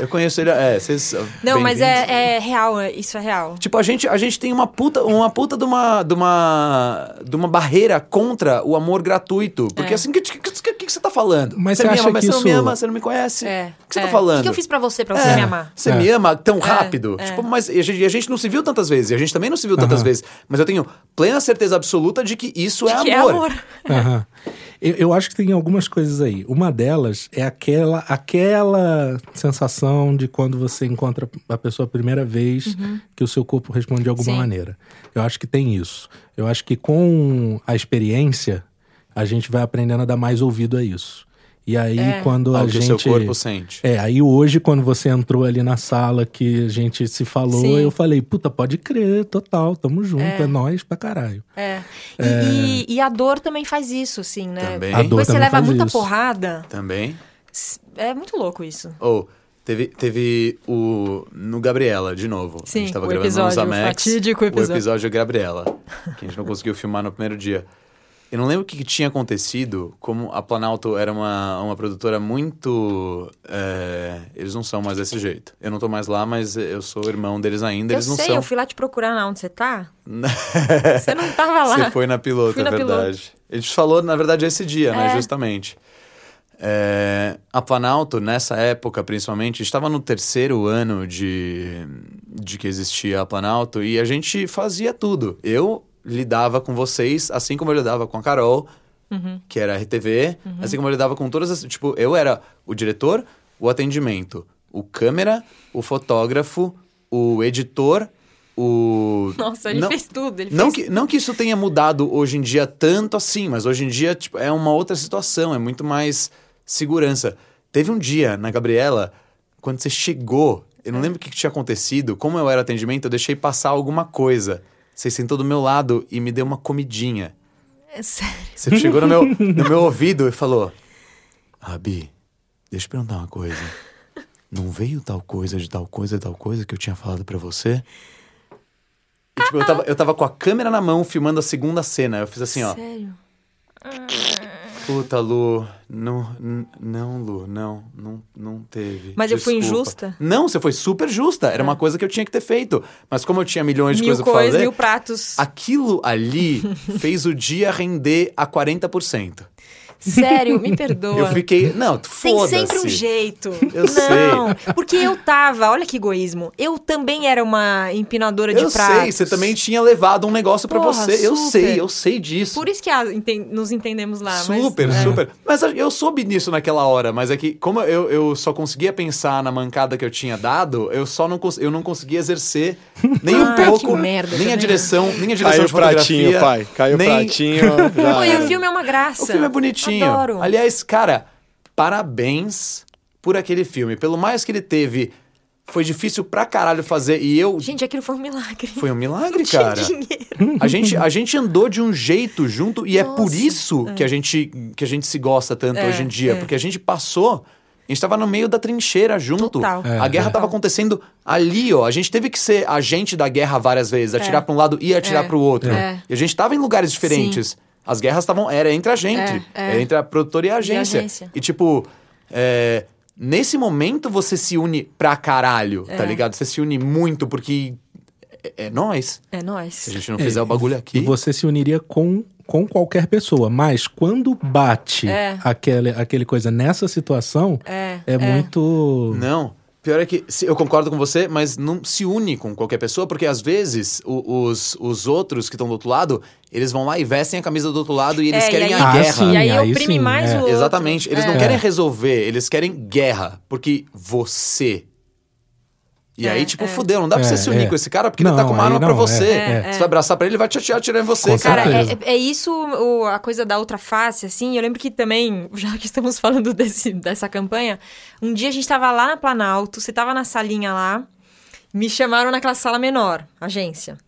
S1: Eu conheço ele. É, vocês.
S5: uh,
S3: Não, mas
S1: bem-vindos.
S3: é, é real, é- isso é real.
S1: Tipo, a gente, a gente tem uma puta, uma puta de uma, de uma, de uma barreira contra o amor gratuito. Porque
S3: É.
S1: assim, o que, que, que, que você tá falando?
S2: Mas
S1: você
S2: você
S1: me
S2: acha
S1: ama, mas
S2: que
S1: você não me
S2: isso-
S1: ama, você não me conhece.
S3: É.
S1: O que você
S3: é.
S1: tá falando?
S3: O que eu fiz É. pra você, pra você me amar?
S1: Você
S2: É.
S1: me ama tão rápido. Tipo, mas e a gente, e a gente não se viu tantas vezes, e a gente também não se viu tantas
S2: Aham.
S1: vezes. Mas eu tenho plena certeza absoluta de que isso é
S3: que
S1: amor.
S3: é amor.
S2: Aham. Eu, eu acho que tem algumas coisas aí. Uma delas é aquela, aquela sensação de quando você encontra a pessoa a primeira vez que o seu corpo responde de alguma
S3: Uhum. Sim.
S2: maneira. Eu acho que tem isso. Eu acho que com a experiência a gente vai aprendendo a dar mais ouvido a isso. E aí
S3: É.
S2: quando a
S1: Ao que É o
S2: gente
S1: seu corpo sente.
S2: É, aí hoje, quando você entrou ali na sala que a gente se falou,
S3: Sim.
S2: eu falei, puta, pode crer, total, tamo junto, é, nóis pra caralho.
S3: É. E, e- e a dor também faz isso, assim, né?
S1: Também. A
S3: Depois
S1: dor
S3: você
S2: também
S3: leva
S2: faz
S3: muita
S2: isso.
S3: porrada.
S1: Também.
S3: s- É muito louco isso.
S1: Ou, teve, teve o. No Gabriela, de novo.
S3: Sim,
S1: a gente tava
S3: o
S1: gravando
S3: episódio,
S1: no Zamex.
S3: o fatídico
S1: O
S3: episódio. <laughs>
S1: episódio Gabriela, que a gente não conseguiu filmar no primeiro dia. Eu não lembro o que, que tinha acontecido, como a Planalto era uma, uma produtora muito. é, eles não são mais desse jeito. Eu não tô mais lá, mas eu sou irmão deles ainda, eles
S3: eu
S1: não
S3: sei,
S1: são.
S3: eu fui lá te procurar lá onde você tá.
S1: <laughs>
S3: Você não tava lá.
S1: Você foi na piloto,
S3: Fui
S1: é
S3: na piloto.
S1: verdade. A gente falou, na verdade, esse dia, né?
S3: É.
S1: Justamente. É, a Planalto, nessa época, principalmente, estava no terceiro ano de, de que existia a Planalto e a gente fazia tudo. Eu lidava com vocês, assim como eu lidava com a Carol,
S3: Uhum.
S1: que era a RTV, assim como eu lidava com todas as. Tipo, eu era o diretor, o atendimento, o câmera, o fotógrafo, o editor, o.
S3: Nossa, ele
S1: Não-
S3: fez tudo. Ele
S1: não,
S3: fez...
S1: que, não que isso tenha mudado hoje em dia tanto assim, mas hoje em dia tipo, é uma outra situação, é muito mais segurança. Teve um dia na Gabriela, quando você chegou, eu
S3: É.
S1: não lembro o que que tinha acontecido, como eu era atendimento, eu deixei passar alguma coisa. Você sentou do meu lado e me deu uma comidinha.
S3: É sério.
S1: Você chegou no meu, no meu ouvido e falou: Rabi, deixa eu perguntar uma coisa. Não veio tal coisa de tal coisa, tal coisa que eu tinha falado pra você? E, tipo, eu tava, eu tava com a câmera na mão filmando a segunda cena. Eu fiz assim, ó.
S3: Sério.
S1: Puta, Lu, não, n- não, Lu, não, não, não teve.
S3: Mas eu fui
S1: Desculpa."
S3: injusta? Ah.
S1: Não, você foi super justa. Era uma coisa que eu tinha que ter feito. Mas como eu tinha milhões de
S3: Mil
S1: coisas pra fazer,
S3: mil pratos.
S1: aquilo
S3: <laughs>
S1: ali fez o dia render a 40%. <laughs>
S3: Sério, me perdoa.
S1: Eu fiquei. Não, tu
S3: Tem
S1: foda-se.
S3: sempre um jeito.
S1: Eu
S3: não, porque eu tava, olha que egoísmo. Eu também era uma empinadora
S1: Eu
S3: de pratos.
S1: sei, você também tinha levado um negócio pra
S3: Porra,
S1: você. Eu
S3: super.
S1: sei, eu sei disso.
S3: Por isso que a- enten- nos entendemos lá.
S1: super,
S3: mas, é.
S1: super. Mas eu soube disso naquela hora, mas é que, como eu, eu só conseguia pensar na mancada que eu tinha dado, eu só não, cons- eu não conseguia
S3: <laughs>
S1: exercer nem um
S3: Ai, Ah, que
S1: pouco,
S3: merda,
S1: nem a
S3: também.
S1: direção, nem a direção
S5: Caiu o
S1: de fotografia,
S5: pratinho, pai. Caiu o
S1: nem- <laughs>
S5: pratinho.
S3: Pô,
S5: Já
S3: e o
S5: era.
S3: filme é uma graça.
S1: O filme é bonitinho.
S3: Adoro.
S1: Aliás, cara, parabéns por aquele filme. Pelo mais que ele teve, foi difícil pra caralho fazer. E eu.
S3: Gente, aquilo foi um milagre.
S1: foi um milagre,
S3: Tinha
S1: cara.
S3: dinheiro.
S1: A gente, a gente andou de um jeito junto e é por
S3: Nossa,
S1: isso que a gente que a gente se gosta tanto
S3: É,
S1: hoje em dia,
S3: é.
S1: porque a gente passou a gente tava no meio da trincheira junto.
S3: Total. É,
S1: a guerra
S3: total.
S1: tava acontecendo ali, ó. A gente teve que ser agente da guerra várias vezes, atirar pra um lado e atirar
S3: É,
S1: pro outro.
S3: é.
S1: E a gente tava em lugares diferentes. As guerras estavam era entre a gente,
S3: É, é.
S1: era entre a produtora e a agência.
S3: agência.
S1: E, tipo, é, nesse momento você se une pra caralho,
S3: É.
S1: tá ligado? Você se une muito porque é, é nós.
S3: É
S1: Se a
S3: nóis.
S1: gente não fizer o bagulho aqui.
S2: E você se uniria com, com qualquer pessoa. Mas quando bate
S3: É.
S2: aquele, aquele coisa nessa situação,
S3: É,
S2: é, muito.
S1: Não. Pior é que se- eu concordo com você, mas não se une com qualquer pessoa, porque às vezes o- os, os outros que estão do outro lado, eles vão lá e vestem a camisa do outro lado e eles
S3: É, e
S1: querem
S3: aí-
S1: a
S2: Ah,
S1: guerra.
S2: sim,
S3: e aí,
S2: aí
S3: oprime
S2: sim,
S3: mais
S2: é.
S3: o outro.
S1: Exatamente. Eles não
S2: É.
S1: querem resolver, eles querem guerra, porque você. E
S3: É,
S1: aí, tipo,
S3: é.
S1: fudeu, não dá pra
S2: É,
S1: você se unir
S2: é.
S1: com esse cara porque ele
S2: Não,
S1: tá com uma
S2: aí
S1: arma pra
S2: não,
S1: você.
S2: é,
S1: Você vai abraçar pra ele, ele vai te atirar, atirar em você.
S2: Com
S1: cara.
S3: Cara,
S2: certeza.
S3: é, é isso o- a coisa da outra face, assim. Eu lembro que também, <laughs> já que estamos falando desse- dessa campanha, um dia a gente tava lá na Planalto, você tava na salinha lá, me chamaram naquela sala menor, agência.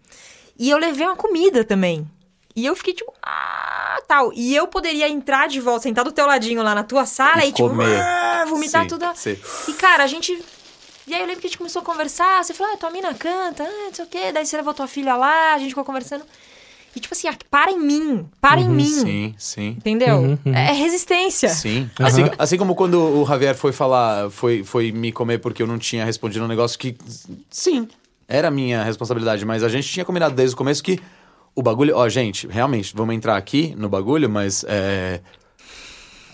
S3: E eu levei uma comida também. E eu fiquei tipo, ah, tal. E eu poderia entrar de volta, sentar do teu ladinho lá na tua sala e,
S1: E comer.
S3: tipo, ah, vomitar
S1: Sim,
S3: tudo. a-
S1: sim.
S3: E cara, a gente. E aí eu lembro que a gente começou a conversar, você falou, ah, tua mina canta, ah, não sei o quê. Daí você levou tua filha lá, a gente ficou conversando. E tipo assim, ah, para em mim, para em é mim.
S1: Uhum, Sim, sim.
S3: Entendeu? É resistência.
S1: Sim. Assim, assim como quando o Javier foi falar, foi, foi me comer porque eu não tinha respondido um negócio que. Sim, era minha responsabilidade, mas a gente tinha combinado desde o começo que o bagulho. Ó, gente, realmente, vamos entrar aqui no bagulho, mas é,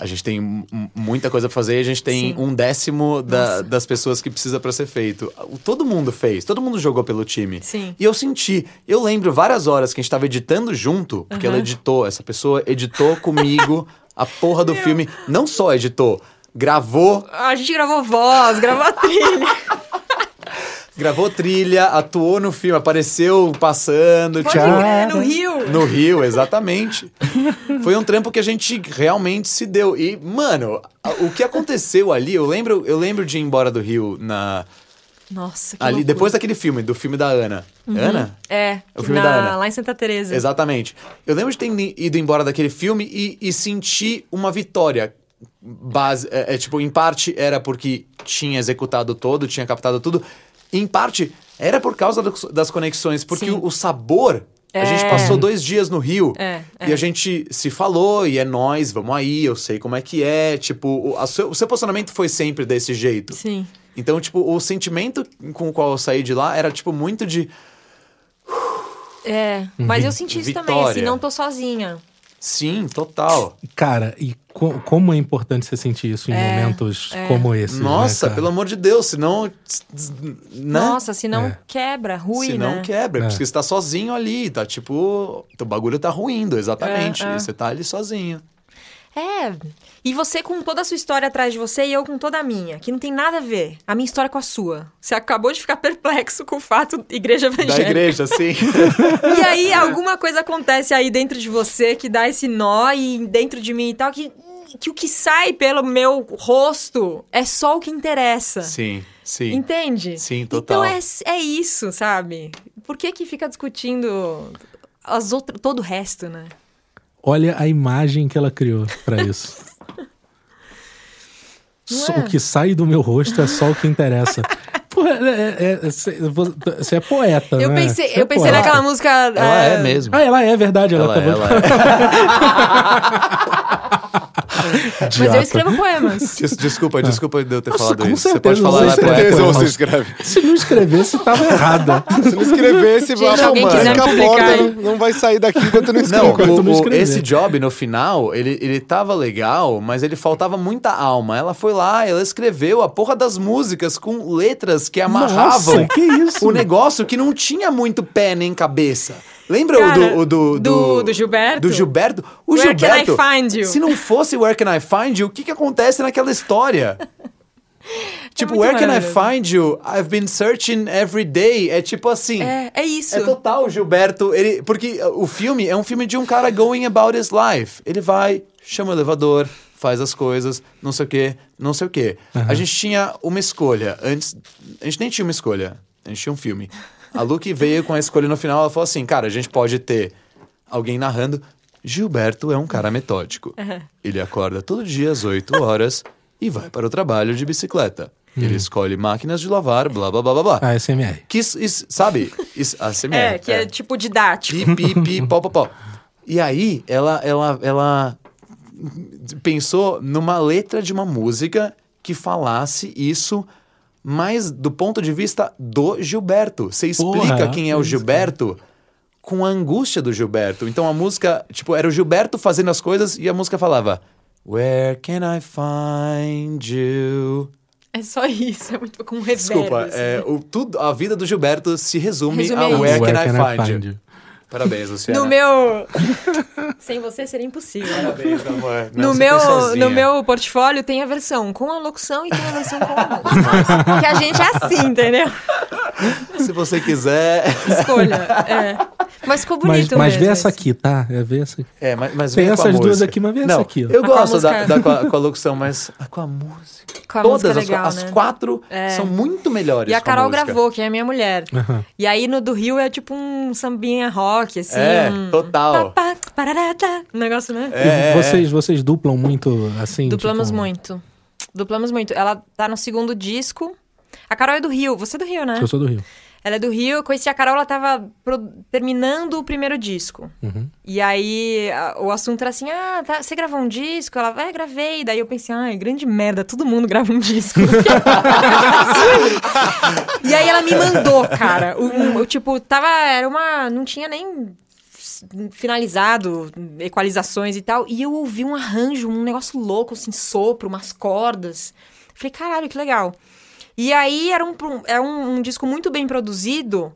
S1: A gente tem m- muita coisa pra fazer e a gente tem
S3: Sim.
S1: um décimo da- das pessoas que precisa pra ser feito. Todo mundo fez, todo mundo jogou pelo time.
S3: Sim.
S1: E eu senti, eu lembro várias horas que a gente tava editando junto, porque ela editou, essa pessoa editou
S3: <laughs>
S1: comigo a porra do filme. Não só editou, gravou,
S3: A gente gravou voz, gravou a trilha.
S1: <laughs> gravou trilha, atuou no filme, apareceu passando,
S3: Foi
S1: tipo,
S3: no- é, no Rio.
S1: no Rio, exatamente. Foi um trampo que a gente realmente se deu. E, mano, a- o que aconteceu ali, eu lembro, eu lembro de ir embora do Rio na
S3: Nossa, que
S1: ali
S3: loucura.
S1: depois daquele filme, do filme da Ana. Ana?
S3: É,
S1: O filme
S3: na-
S1: da Ana.
S3: lá em Santa Teresa.
S1: Exatamente. Eu lembro de ter ni- ido embora daquele filme e, e sentir uma vitória. Base, é, é, tipo, em parte era porque tinha executado todo, tinha captado tudo. Em parte era por causa do- das conexões, porque
S3: Sim.
S1: o, o sabor A gente
S3: É.
S1: passou dois dias no Rio
S3: É,
S1: e a gente se falou e é nós, vamos aí, eu sei como é que é. Tipo, o, a seu- o seu posicionamento foi sempre desse jeito.
S3: Sim.
S1: Então, tipo, o sentimento com o qual eu saí de lá era, tipo, muito de.
S3: É. Mas eu senti isso também, assim,
S1: Vitória.
S3: não tô sozinha.
S1: Sim, total.
S2: Cara, e co- como é importante você sentir isso em momentos como né, esse.
S1: Nossa, pelo amor de Deus, senão. s- s- Né?
S3: Nossa, se não
S2: É.
S3: quebra, ruim,
S1: Se não
S3: né?
S1: quebra,
S2: É.
S1: porque você tá sozinho ali, tá tipo. O bagulho tá ruindo, exatamente.
S3: É, é.
S1: E você tá ali
S3: <laughs>
S1: sozinho.
S3: É. E você com toda a sua história atrás de você e eu com toda a minha, que não tem nada a ver. A minha história com a sua. Você acabou de ficar perplexo com o fato igreja
S1: Da
S3: evangélica.
S1: igreja,
S3: <laughs>
S1: sim.
S3: E aí alguma coisa acontece aí dentro de você que dá esse nó e dentro de mim e tal que que o que sai pelo meu rosto é só o que interessa.
S1: sim, sim.
S3: Entende?
S1: Sim, total.
S3: Então é, é isso, sabe? Por que que fica discutindo as outras, todo o resto, né?
S2: Olha a imagem que ela criou
S3: <laughs>
S2: pra isso. Só-
S3: Não é?
S2: O que sai do meu rosto é só o que interessa. Porra, é- é- é- cê- vo- você é poeta,
S3: Eu
S2: né?
S3: pensei,
S2: Você é
S3: eu pensei
S2: poeta.
S3: naquela música.
S1: Ela é
S3: eh,
S1: mesmo.
S2: Ah, ela é verdade. Ela,
S1: Ela,
S2: acabou
S1: ela é.
S3: Mas
S2: Idiota.
S3: eu
S1: <laughs>
S3: escrevo poemas.
S1: <laughs> Des- Desculpa, desculpa de eu ter
S2: Ah. Nossa,
S1: falado
S2: com
S1: isso. Você pode
S2: certeza,
S1: falar
S2: com
S1: ela é poeta.
S2: certeza.
S5: Certeza
S2: pois-
S5: você escreve.
S2: Se não escrevesse, tava errada.
S5: Se não escrevesse,
S3: Gente,
S5: abre
S3: alguém quiser
S5: a
S3: publicar
S5: porta,
S3: aí.
S5: não- não vai sair daqui enquanto não
S1: Não,
S5: escrever.
S2: eu tô me
S1: o- o-
S2: escrevendo.
S1: esse job no final, ele, ele tava legal, mas ele faltava muita alma. Ela foi lá, ela escreveu a porra das músicas com letras que amarravam
S2: Nossa, que isso?
S1: o Um negócio que não tinha muito pé nem cabeça. Lembra o
S3: Cara,
S1: do, o do,
S3: do- do Gilberto?
S1: Do Gilberto? O
S3: Where Can I
S1: Gilberto.
S3: Find You?
S1: Se não fosse Where Can I Find You, o que, que acontece naquela
S3: <laughs>
S1: história? tipo,
S3: É muito
S1: Where Can I
S3: maravilhoso.
S1: Find You? I've been searching every day. É tipo assim.
S3: É, é isso.
S1: É total, Gilberto. Ele, porque uh, o filme é um filme de um cara going about his life. Ele vai, chama o elevador, faz as coisas, não sei o quê, não sei o quê. A gente tinha uma escolha. Antes. A gente nem tinha uma escolha. A gente tinha um filme. A Luke veio com a escolha no final, ela falou assim: cara, a gente pode ter alguém narrando. Gilberto é um cara metódico. Ele acorda todo dia às 8 horas e vai para o trabalho de bicicleta. Ele escolhe máquinas de lavar, blá blá blá blá blá.
S2: Ah, SMR.
S1: Que isso, isso- sabe? Isso, ah, a
S3: <laughs> É,
S1: CMR.
S3: que é, tipo didático.
S1: Pi, pi, pi, pau, pau, pau. E aí, ela, ela, ela pensou numa letra de uma música que falasse isso, mas do ponto de vista do Gilberto. Você explica
S2: Porra,
S1: quem é o
S2: isso,
S1: Gilberto com a angústia do Gilberto. Então a música, tipo, era o Gilberto fazendo as coisas e a música falava: Where can I find you?
S3: É só isso, é muito com reverb.
S1: Desculpa,
S3: assim.
S1: é, o, tudo, a vida do Gilberto se resume,
S3: Resume a
S1: a
S3: isso.
S1: Where,
S2: Where
S1: Can, I,
S2: Can
S1: find, You. Parabéns, Luciana.
S3: No meu. <laughs> Sem você seria impossível.
S1: Parabéns, <laughs> amor.
S3: No
S1: Não, você
S3: meu,
S1: foi sozinha.
S3: no meu portfólio tem a versão com a locução e tem a versão com a <laughs> música. que a gente é assim, entendeu?
S1: Se você quiser.
S3: Escolha. é. <laughs> Mas ficou
S2: Mas,
S3: bonito
S2: mas
S3: mesmo
S2: vê essa
S3: isso.
S2: aqui, tá? É, vê essa aqui.
S1: <laughs> É, mas, mas
S2: Tem
S1: vem com a
S2: essas duas
S1: música.
S2: aqui, mas vem
S1: Não,
S2: essa aqui, ó.
S1: Eu
S3: Ah, com a
S1: gosto da,
S3: música.
S1: da- com, a, com a locução, mas ah, com a música.
S3: Com a
S1: Todas
S3: música
S1: as, co-
S3: legal,
S1: as
S3: né?
S1: quatro são muito melhores.
S3: E a
S1: com
S3: Carol
S1: música.
S3: gravou, que é a minha mulher. E aí no do Rio é tipo um sambinha rock, assim.
S1: É,
S3: um...
S1: total. É,
S3: pá, pá, parará, tá. Um negócio, né?
S2: E vocês, vocês duplam muito assim?
S3: Duplamos
S2: tipo,
S3: muito. né? Duplamos muito. Ela tá no segundo disco. A Carol é do Rio. Você é do Rio, né?
S2: Eu sou do Rio.
S3: Ela é do Rio. Eu conheci a Carol, ela tava pro- terminando o primeiro disco. E aí a- o assunto era assim: ah, tá, você gravou um disco? Ela, é, gravei. Daí eu pensei, ai, grande merda, todo mundo grava um disco. <laughs> e aí ela me mandou, cara. Um, eu, tipo, tava. Era uma. Não tinha nem s- finalizado equalizações e tal. E eu ouvi um arranjo, um negócio louco, assim, sopro, umas cordas. Falei, caralho, que legal. E aí era um, pro- é um, um disco muito bem produzido,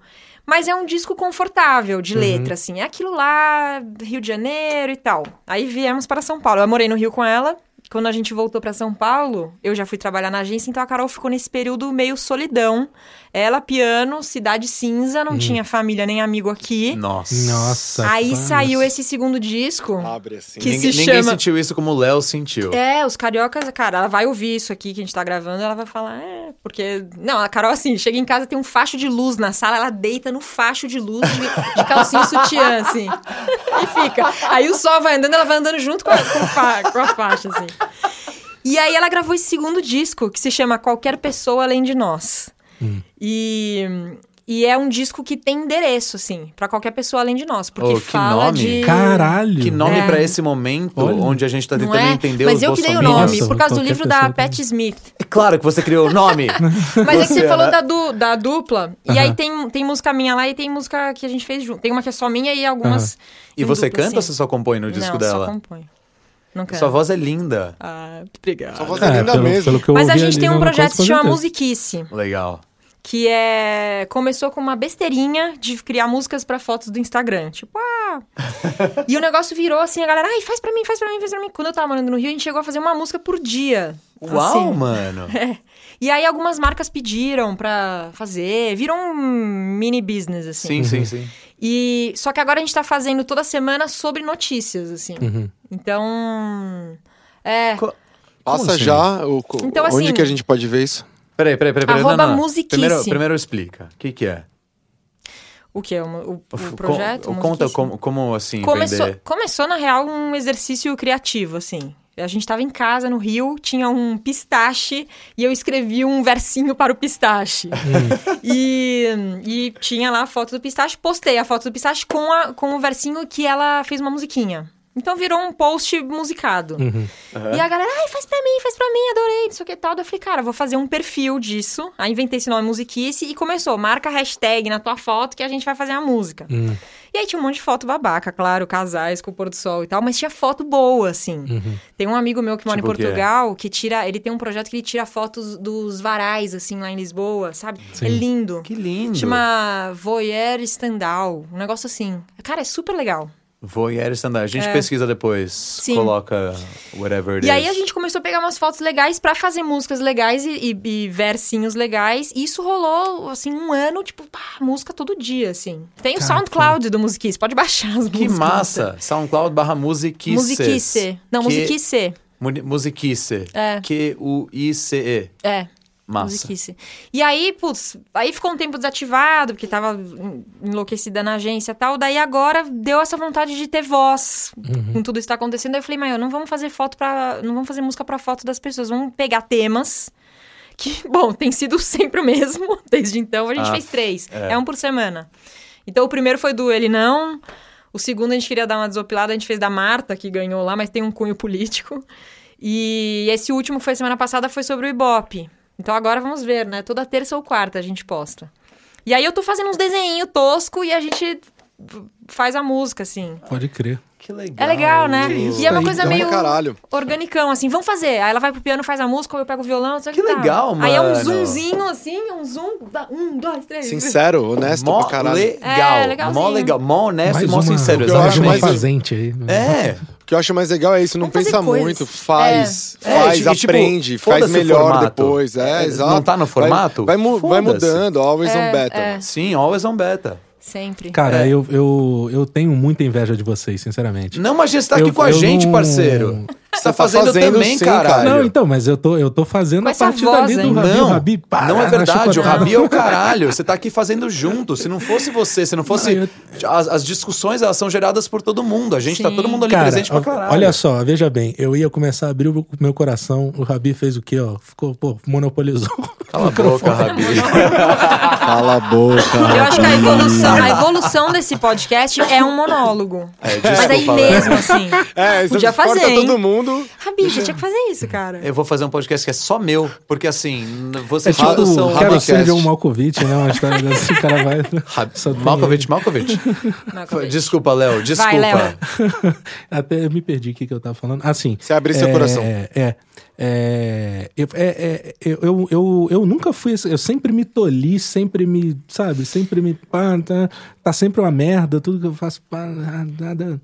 S3: mas é um disco confortável de letra, assim. É aquilo lá, Rio de Janeiro e tal. Aí viemos para São Paulo. Eu morei no Rio com ela. Quando a gente voltou para São Paulo, eu já fui trabalhar na agência, então a Carol ficou nesse período meio solidão. Ela, piano, cidade cinza, não tinha família nem amigo aqui.
S1: Nossa.
S2: Nossa.
S3: Aí
S2: cara.
S3: saiu esse segundo disco.
S5: Abre assim.
S3: Que
S1: ninguém,
S3: se
S1: ninguém
S3: chama-
S1: sentiu isso como o Léo sentiu.
S3: É, os cariocas, cara, ela vai ouvir isso aqui que a gente tá gravando, ela vai falar, é, porque. Não, a Carol, assim, chega em casa, tem um facho de luz na sala, ela deita no facho de luz de, de calcinha e sutiã, assim. E fica. Aí o sol vai andando, ela vai andando junto com a, com o fa- com a faixa, assim. E aí ela
S1: Hum.
S3: gravou esse segundo disco, que se chama Qualquer Pessoa Além de Nós. E. E é um disco que tem endereço, assim, pra qualquer pessoa além de nós. Porque
S1: Oh, que
S3: fala
S1: nome.
S3: de.
S2: Caralho!
S1: Que nome
S3: É.
S1: pra esse momento
S2: Olha.
S1: onde a gente tá
S3: Não
S1: tentando
S3: é?
S1: entender
S3: Mas
S1: os
S3: eu que dei o
S1: bolsominions?
S3: nome,
S2: Nossa,
S3: por causa do
S2: qualquer
S3: livro da
S2: pessoa tem.
S3: Pat
S2: <laughs>
S3: Smith.
S1: É claro que você criou o nome.
S3: Mas é que
S1: Você,
S3: você falou
S1: né?
S3: da, du- da dupla, e aí
S2: Aham.
S3: tem, tem música minha lá e tem música que a gente fez junto. Tem uma que é só minha e algumas.
S1: e
S3: em
S1: você
S3: dupla,
S1: canta ou
S3: sim.
S1: você só compõe no disco
S3: Não,
S1: dela?
S3: só compõe. Não canto.
S1: Sua voz é linda.
S3: Ah, obrigada.
S5: Só voz é
S2: É,
S5: linda
S2: pelo,
S5: mesmo.
S2: pelo que eu
S3: Mas a
S2: ouvi
S3: gente
S2: ali
S3: tem um
S2: no
S3: projeto que
S2: começo,
S3: se chama
S2: com certeza.
S3: Musiquice.
S1: Legal.
S3: que é começou com uma besteirinha de criar músicas pra fotos do Instagram, tipo, ah. e o negócio virou assim, a galera, ai, faz pra mim, faz pra mim, faz pra mim. Quando eu tava morando no Rio, a gente chegou a fazer uma música por dia.
S1: Uau,
S3: assim.
S1: mano.
S3: E aí algumas marcas pediram pra fazer, virou um mini business assim.
S1: Sim, sim, sim.
S3: E só que agora a gente tá fazendo toda semana sobre notícias assim.
S1: Uhum.
S3: Então, é,
S1: Co-
S5: Passa
S1: assim?
S5: já. O, co-
S3: Então,
S5: onde
S3: assim-
S5: que a gente pode ver
S3: <laughs>
S5: isso?
S1: Peraí, peraí, peraí. peraí. Não,
S3: Arroba
S1: não, não.
S3: musiquice.
S1: Primeiro, primeiro explica. O que que é?
S3: o que é o, o-
S1: F-
S3: o projeto?
S1: con- conta
S3: Musiquice?
S1: como, como, assim,
S3: Começou,
S1: vender...
S3: começou, na real, um exercício criativo, assim. A gente tava em casa, no Rio, tinha um pistache e eu escrevi um versinho para o pistache. e, e tinha lá a foto do pistache, postei a foto do pistache com, a- com o versinho que ela fez uma musiquinha. Então virou um post musicado.
S2: Uhum.
S3: E a galera, ai, faz pra mim, faz pra mim, adorei, não sei o que e tal. Daí eu falei, cara, vou fazer um perfil disso. Aí inventei esse nome Musiquice e começou. Marca a hashtag na tua foto que a gente vai fazer a música.
S1: Hum.
S3: E aí tinha um monte de foto babaca, claro, casais com o pôr do sol e tal, mas tinha foto boa, assim. Tem um amigo meu que mora
S1: Uhum. Tipo o
S3: em
S1: quê?
S3: Portugal que tira. Ele tem um projeto que ele tira fotos dos varais, assim, lá em Lisboa, sabe? É lindo.
S1: Que lindo.
S3: Chama Voyeur Standal, um negócio assim. Cara, é super legal.
S1: Voyeur Standard. A gente pesquisa depois. Coloca whatever it
S3: É. E aí
S1: is.
S3: a gente começou a pegar umas fotos legais pra fazer músicas legais e, e- e versinhos legais. E isso rolou, assim, um ano, tipo, pá, música todo dia, assim. Tem o SoundCloud do Musiquice, pode baixar as
S1: Que
S3: músicas.
S1: massa! SoundCloud barra musiquice.
S3: Musiquice. Não,
S1: Que-
S3: Musiquice.
S1: Muni- Musiquice.
S3: É.
S1: Q-U-I-C-E.
S3: É,
S1: Massa.
S3: musiquice. E aí, putz, aí ficou um tempo desativado, porque tava en- enlouquecida na agência e tal. Daí agora deu essa vontade de ter voz
S1: Uhum.
S3: com tudo isso que tá acontecendo. Aí eu falei, mas não vamos fazer foto pra. não vamos fazer música pra foto das pessoas, vamos pegar temas. Que, <laughs> bom, tem sido sempre o mesmo. <laughs> Desde então, a gente
S1: Ah,
S3: fez três.
S1: é.
S3: É. um por semana. Então o primeiro foi do Ele Não. O segundo a gente queria dar uma desopilada, a gente fez da Marta, que ganhou lá, mas tem um cunho político. E esse último que foi semana passada foi sobre o Ibope. Então agora vamos ver, né? Toda terça ou quarta a gente posta. E aí eu tô fazendo uns desenhinhos tosco e a gente faz a música, assim.
S2: Pode crer.
S1: Ah, Que legal.
S3: É legal, né? E é uma
S2: tá
S3: coisa
S5: legal pra
S3: meio
S5: caralho.
S3: organicão, assim, vamos fazer. Aí ela vai pro piano, faz a música, ou eu pego o violão, não sei o
S1: Que
S3: que tá.
S1: legal,
S3: Aí é um
S1: mano.
S3: zoomzinho, assim, um zoom. dá- Um, dois, três.
S5: Sincero, honesto
S1: Mó
S5: pra caralho.
S1: legal.
S3: É,
S1: mó
S3: legalzinho.
S1: legal. Mó honesto e
S2: Mais
S1: mó
S2: uma,
S1: sincero.
S5: eu acho
S2: mais
S5: mais-
S2: um fazente aí.
S1: É.
S5: O que eu acho mais legal é isso, não
S3: Vamos fazer
S5: pensa
S3: coisas.
S5: muito, faz,
S1: É. É,
S5: faz,
S1: tipo, tipo,
S5: aprende, faz
S1: foda-se o
S5: melhor
S1: formato.
S5: depois. É,
S1: É,
S5: exato.
S1: não tá no
S5: Vai-
S1: formato?
S5: Vai, mu- vai
S1: Foda-se.
S5: mudando, always
S3: É,
S5: on beta.
S1: Sim, always on beta.
S3: Sempre.
S2: Cara, eu, eu, eu tenho muita inveja de vocês, sinceramente.
S1: Não, mas você tá
S2: Eu-
S1: aqui com a
S2: eu
S1: gente,
S2: não-
S1: parceiro. Você tá
S5: tá
S1: fazendo,
S5: fazendo
S1: também,
S5: sim,
S1: caralho.
S2: Não, então, mas eu tô, eu tô fazendo
S3: Com
S2: a
S3: essa
S2: partir
S3: voz,
S2: dali do
S3: hein?
S2: Rabi.
S1: Não,
S2: o Rabi pá,
S1: não é verdade,
S2: chupa
S1: o Rabi é
S2: tudo.
S1: o caralho. Você tá aqui fazendo junto. Se não fosse você, se não fosse.
S2: Não,
S1: as, as discussões elas são geradas por todo mundo. A gente tá
S3: Sim.
S1: todo mundo ali
S2: Cara,
S1: presente pra caralho.
S2: olha só, veja bem, eu ia começar a abrir o meu coração, o Rabi fez o quê, ó? Ficou, pô, monopolizou.
S1: Cala a boca, Rabi.
S5: Cala a boca.
S3: <laughs> Eu acho que a evolução, a evolução desse podcast é um monólogo. Mas aí
S1: desculpa,
S3: mesmo assim.
S5: É, isso
S3: Podia
S5: corta
S3: fazer, hein?
S5: todo mundo.
S3: Rabi, você tinha que fazer isso, cara.
S1: Eu vou fazer um podcast que é só meu, porque assim, n-
S2: <laughs> É
S1: vocês
S2: tipo,
S1: todos são.
S5: Rabi-
S2: quero
S5: Rabicast.
S2: ser John Malkovich, né? Uma história dessa, o cara vai...
S1: Rab-
S2: <laughs> só tem
S1: Malkovich, Malkovich.
S3: Não, acabei.
S1: Desculpa, Léo. Desculpa.
S3: Léo.
S2: ele. Até eu me perdi o que que eu tava falando. Assim...
S5: Você abrir seu
S2: é,
S5: coração.
S2: É, é, eu- é, é, eu, eu, eu, eu nunca fui, esse- eu sempre me tolhi, sempre me, sabe, sempre me, pá, tá, tá sempre uma merda, tudo que eu faço, pá, nada...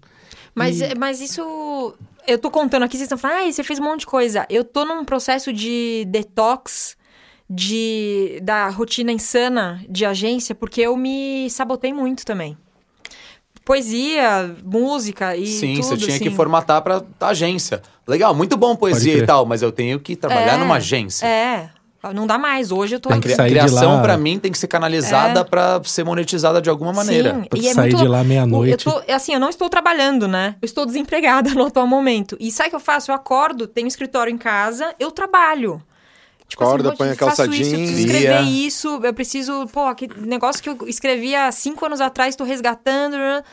S3: Mas, eh, mas isso. Eu tô contando aqui, vocês estão falando, ah, você fez um monte de coisa. Eu tô num processo de detox de, da rotina insana de agência, porque eu me sabotei muito também. Poesia, música e
S1: Sim,
S3: tudo.
S1: você tinha que
S3: assim.
S1: formatar pra agência. Legal, muito bom poesia
S2: crer.
S1: e tal, mas eu tenho que trabalhar
S3: É,
S1: numa agência.
S3: É. Não dá mais. Hoje eu tô
S2: Tem
S1: A
S2: que
S1: cria-
S2: sair de
S1: criação,
S2: lá.
S1: pra mim, tem que ser canalizada pra ser monetizada de alguma maneira.
S3: É. Sim,
S2: Pode
S3: e é
S2: sair
S3: muito-
S2: de lá meia-noite.
S3: Eu tô- é assim, eu não estou trabalhando, né? Eu estou <laughs> desempregada no atual momento. E sabe o que eu faço? Eu acordo, tenho um escritório em casa, eu trabalho. Tipo
S5: Acorda,
S3: assim,
S5: põe a
S3: eu faço
S5: calça
S3: isso, eu preciso
S5: jeans.
S3: escrever
S1: Ia.
S3: isso, eu preciso... Pô, que negócio que eu escrevi há cinco anos atrás, tô resgatando... né?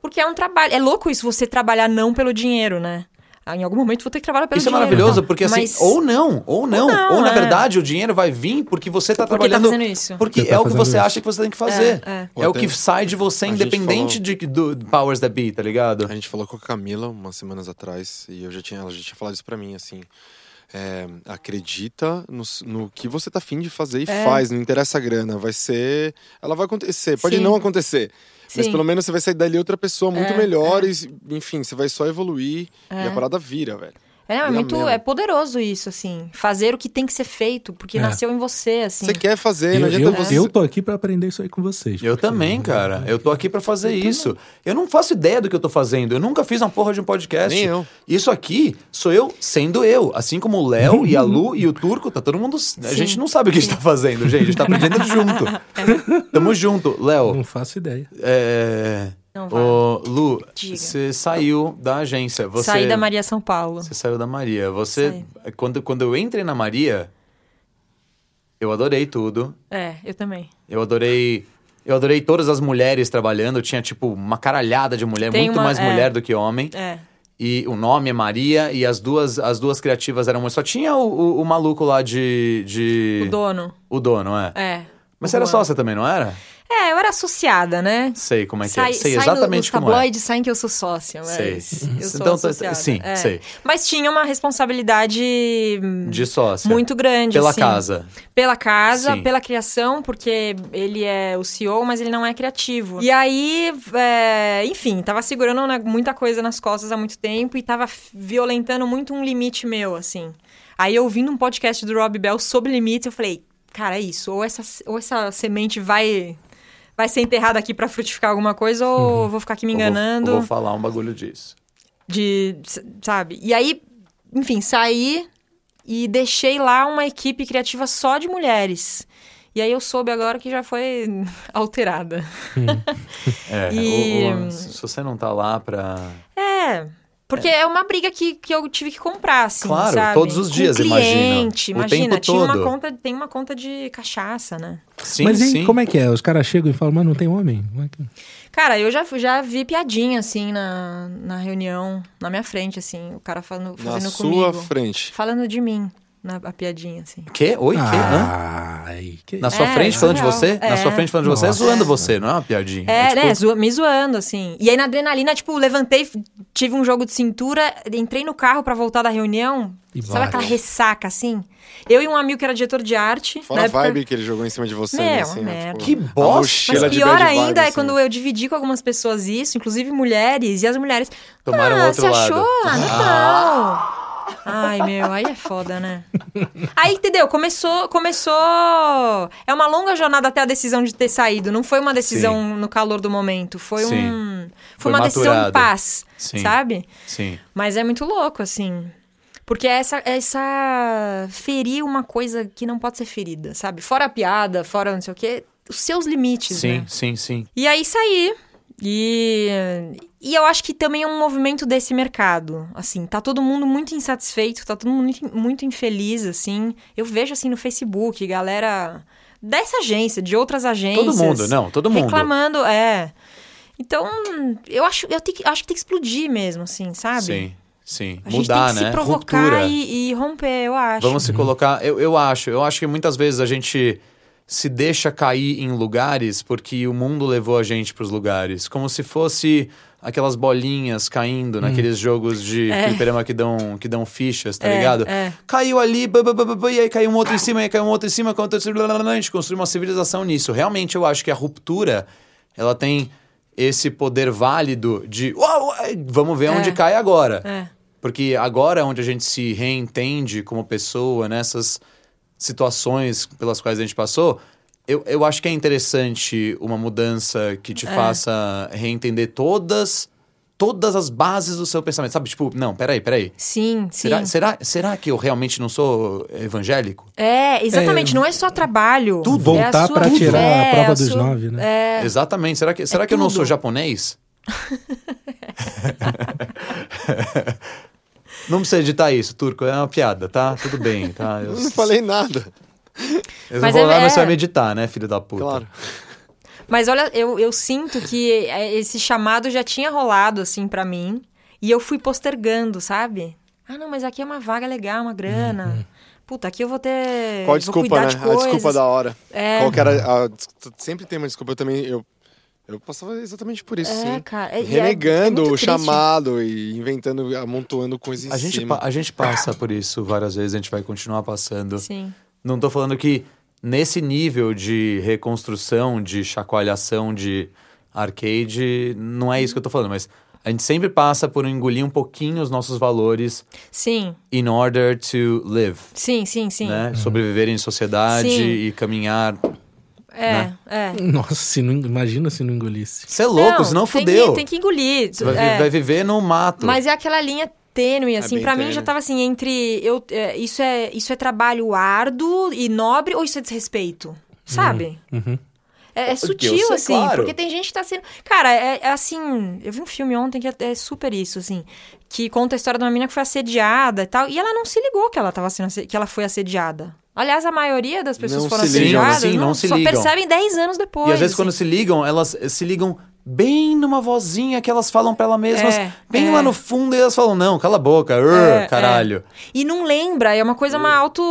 S3: Porque é um trabalho... É louco isso, você trabalhar não pelo dinheiro, né? Ah, Em algum momento vou ter que trabalhar pelo
S1: Isso é
S3: dinheiro.
S1: maravilhoso,
S3: tá?
S1: porque assim,
S3: Mas
S1: ou não, ou não, ou,
S3: não,
S1: na
S3: é.
S1: verdade o dinheiro vai vir porque você tá
S3: Porque tá
S1: trabalhando.
S3: fazendo isso.
S1: Porque
S2: Você tá
S1: é o que
S2: fazendo
S1: você
S2: isso.
S1: acha que você tem que fazer.
S3: É,
S5: é.
S1: o que sai de você,
S5: gente
S1: independente de, do Powers that Be, tá ligado?
S5: A gente falou com a Camila umas semanas atrás e eu já tinha, ela já tinha falado isso pra mim, assim. é, acredita no, s- no que você tá afim de fazer
S3: É.
S5: e faz, não interessa a grana, vai ser. Ela vai acontecer, pode
S3: Sim.
S5: não acontecer, mas
S3: Sim. É,
S5: pelo menos você vai sair dali outra pessoa muito melhor e, enfim, você vai só evoluir e a parada vira, velho.
S3: É, não, é
S5: Vira
S3: muito...
S5: mesmo.
S3: É poderoso isso, assim. Fazer o que tem que ser feito, porque
S2: É.
S3: nasceu em você, assim.
S5: Você quer fazer, não
S2: Eu,
S5: adianta
S2: eu,
S5: você.
S2: eu tô aqui pra aprender isso aí com vocês.
S1: Eu
S3: né?
S1: também, cara. Eu tô aqui pra fazer isso. Eu não faço ideia do que eu tô fazendo. Eu nunca fiz uma porra de um podcast.
S5: Nem eu.
S1: Isso aqui sou eu sendo eu. Assim como o Léo e a
S3: <laughs>
S1: Lu e o Turco, tá todo mundo. A gente não sabe o que a gente tá fazendo, gente. A gente tá aprendendo junto.
S3: <laughs>
S1: Tamo junto. Léo,
S2: Não faço ideia.
S1: é.
S3: Não vai.
S1: Ô, Lu,
S3: Diga.
S1: você saiu da agência. Você,
S3: Sair da Maria São Paulo.
S1: Você saiu da Maria. Você. Quando, quando eu entrei na Maria, eu adorei tudo.
S3: É, eu também.
S1: Eu adorei. Eu adorei todas as mulheres trabalhando. Tinha, tipo, uma caralhada de mulher,
S3: Tem
S1: muito
S3: uma-
S1: mais
S3: é.
S1: mulher do que homem.
S3: É.
S1: E o nome é Maria, e as duas, as duas criativas eram. Só tinha o, o- o maluco lá de. de...
S3: O dono.
S1: O dono, é.
S3: É.
S1: Mas
S3: O
S1: era
S3: Juan.
S1: sócia também, não era?
S3: É, eu era associada, né?
S1: Sei como é que é.
S3: Sai,
S1: Sei
S3: sai
S1: exatamente
S3: no,
S1: como
S3: os
S1: é.
S3: tabloides saem que eu sou sócia, mas
S1: Sei.
S3: eu sou
S1: Então, tá-
S3: associada.
S1: sim,
S3: é.
S1: sei.
S3: Mas tinha uma responsabilidade hum,
S1: De sócia.
S3: muito grande,
S1: Pela
S3: assim.
S1: casa.
S3: Pela casa,
S1: Sim.
S3: pela criação, porque ele é o CEO, mas ele não é criativo. E aí, é, enfim, tava segurando né, muita coisa nas costas há muito tempo e tava f- violentando muito um limite meu, assim. Aí eu ouvindo um podcast do Rob Bell sobre limites, eu falei, cara, é isso. Ou essa, ou essa semente vai... Vai ser enterrada aqui pra frutificar alguma coisa ou eu vou ficar aqui me
S1: Uhum. Eu vou-
S3: enganando?
S1: Eu vou, falar um bagulho disso.
S3: de, s- sabe? E aí, enfim, saí e deixei lá uma equipe criativa só de mulheres. E aí eu soube agora que já foi <laughs> alterada.
S1: É,
S3: E-
S1: o- o- se você não tá lá pra.
S3: É, porque é, uma briga que, que eu tive que comprar, assim,
S1: Claro,
S3: sabe?
S1: todos os dias,
S3: Com
S1: imagina.
S3: cliente,
S1: O
S3: imagina.
S1: tempo
S3: tinha
S1: todo.
S3: uma conta, tem uma conta de cachaça, né?
S1: Sim,
S2: mas hein,
S1: sim.
S2: como é que é? Os caras chegam e falam, mas não tem homem? Como é que-
S3: Cara, eu já, fui- já vi piadinha, assim, na, na reunião, na minha frente, assim, o cara falando,
S5: Na
S3: fazendo
S5: sua
S3: comigo.
S5: frente.
S3: Falando de mim, na, a piadinha, assim.
S1: Quê? Oi, quê?
S2: Ah.
S1: Hã?
S2: Ai, que...
S1: Na sua
S3: É,
S1: frente
S3: isso
S1: falando de
S3: não.
S1: você? Na
S3: É.
S1: sua frente falando de você é
S2: Nossa.
S1: zoando você, não é uma piadinha.
S3: É,
S1: tipo,
S3: né? zoa- me zoando, assim. E aí na adrenalina, tipo, levantei, f- tive um jogo de cintura, entrei no carro pra voltar da reunião.
S2: E
S3: sabe
S2: bate.
S3: aquela ressaca, assim? Eu e um amigo que era diretor de arte.
S5: Fora
S3: na
S5: a
S3: época-
S5: vibe que ele jogou em cima de você,
S3: Meu,
S5: né?
S3: uma
S5: Assim, né?
S3: merda.
S5: Tipo,
S1: Que
S5: a
S1: bosta.
S5: mochila
S3: Mas
S5: de
S3: pior
S5: bad vibe,
S3: ainda é
S5: assim.
S3: quando eu dividi com algumas pessoas isso, inclusive mulheres, e as mulheres.
S1: Tomaram
S3: ah,
S1: outro
S3: você
S1: lado."
S3: achou? Ah, não. Ai, meu, aí é foda, né? Aí, entendeu? Começou, começou. É uma longa jornada até a decisão de ter saído. Não foi uma decisão no calor do momento. Foi
S1: Sim.
S3: um.
S1: Foi
S3: Foi, uma decisão
S1: maturado.
S3: em paz,
S1: Sim.
S3: sabe?
S1: Sim.
S3: Mas é muito louco, assim. Porque essa, essa. Ferir uma coisa que não pode ser ferida, sabe? Fora a piada, fora não sei o quê. Os seus limites,
S1: Sim,
S3: né?
S1: sim, sim.
S3: E aí saí. E, e eu acho que também é um movimento desse mercado. Assim, tá todo mundo muito insatisfeito, tá todo mundo muito, muito infeliz, assim. Eu vejo, assim, no Facebook, galera dessa agência, de outras agências.
S1: Todo mundo, né? não, todo mundo.
S3: Reclamando, é. Então, eu acho, eu tenho que- acho que tem que explodir mesmo, assim, sabe?
S1: Sim, sim.
S3: A gente
S1: Mudar,
S3: tem que
S1: né?
S3: se provocar
S1: Ruptura.
S3: e, e romper, eu acho.
S1: Vamos se colocar. Eu, eu acho. Eu acho que muitas vezes a gente se deixa cair em lugares porque o mundo levou a gente pros lugares. Como se fosse aquelas bolinhas caindo naqueles jogos de fliperama que dão, que dão fichas, tá
S3: É,
S1: ligado?
S3: é.
S1: Caiu ali, bá, bá, bá, bá, bá, e aí caiu um outro em cima, e aí caiu um outro em cima, caiu outro em cima, blá, blá, blá, blá, a gente construiu uma civilização nisso. Realmente eu acho que a ruptura, ela tem esse poder válido de "Uau, ai, vamos ver
S3: É.
S1: onde cai agora. Porque agora é onde a gente se reentende como pessoa, nessas situações pelas quais a gente passou, eu, eu acho que é interessante uma mudança que
S3: É.
S1: te faça reentender todas todas as bases do seu pensamento. Sabe, tipo, não, peraí, peraí.
S3: Sim, sim.
S1: Será, será, será que eu realmente não sou evangélico?
S3: É, exatamente.
S2: É,
S3: não é só trabalho.
S2: Tudo.
S3: é a
S2: Voltar
S3: sua
S2: pra tirar a
S3: fé,
S2: prova
S3: é
S2: dos
S3: sua-
S2: nove, né?
S3: É,
S1: Exatamente. Será que, será que eu não
S3: <laughs> tudo.
S1: sou japonês? Não precisa editar isso, Turco. É uma piada, tá? Tudo bem, tá? Eu,
S5: Eu não falei nada.
S1: Eles não
S3: Mas
S1: vão
S3: é-
S1: lá, mas
S3: é.
S1: você vai meditar, né, filho da puta?
S5: Claro.
S3: Mas olha, eu, eu sinto que é, esse chamado já tinha rolado, assim, pra mim. E eu fui postergando, sabe? Ah, não, mas aqui é uma vaga legal, uma grana. Puta, aqui É, eu vou ter.
S5: Qual
S3: vou
S5: a desculpa,
S3: cuidar
S5: né?
S3: de
S5: A desculpa
S3: coisas.
S5: da hora.
S3: É.
S5: Qual que era a- des- Sempre tem uma desculpa. Eu também. Eu, eu passava exatamente por isso,
S3: É,
S5: sim.
S3: cara, é- e é- é
S5: Renegando
S3: muito
S5: o
S3: triste.
S5: chamado e inventando, amontoando coisas em
S1: A gente,
S5: cima.
S1: pa- a gente passa por isso várias vezes, a gente vai continuar passando.
S3: Sim.
S1: Não tô falando que nesse nível de reconstrução, de chacoalhação, de arcade, não é isso que eu tô falando, mas a gente sempre passa por engolir um pouquinho os nossos valores
S3: Sim,
S1: in order to live,
S3: sim, sim, sim.
S1: né? Sobreviver em sociedade
S3: Sim.
S1: e caminhar.
S3: É,
S1: né?
S3: é.
S2: Nossa, se não, imagina se não engolisse.
S1: Você é louco, senão
S3: tem
S1: fudeu.
S3: que- Tem que engolir.
S1: Você vai, vi-
S3: é.
S1: vai viver no mato.
S3: Mas é aquela linha tênue,
S1: É
S3: assim,
S5: bem
S3: pra mim
S5: tênue.
S3: já tava assim, entre eu, é, isso, é, isso é trabalho árduo e nobre ou isso é desrespeito? Sabe?
S2: uhum.
S3: É, é sutil,
S1: sei,
S3: assim,
S1: claro.
S3: porque tem gente que tá sendo. Cara, é, é assim. Eu vi um filme ontem que é, é super isso, assim. Que conta a história de uma menina que foi assediada e tal. E ela não se ligou que ela tava sendo asse- que ela foi assediada. Aliás, a maioria das pessoas
S5: Não
S3: foram
S5: se ligam,
S3: assediadas.
S1: sim, não se
S3: só
S1: ligam.
S3: percebem 10 anos depois.
S1: E às vezes
S3: assim.
S1: quando se ligam, elas eh, se ligam bem numa vozinha que elas falam pra elas mesmas,
S3: É,
S1: bem
S3: é.
S1: lá no fundo, e elas falam, não, cala a boca, urr,
S3: É,
S1: caralho.
S3: E não lembra, é uma coisa, uma auto.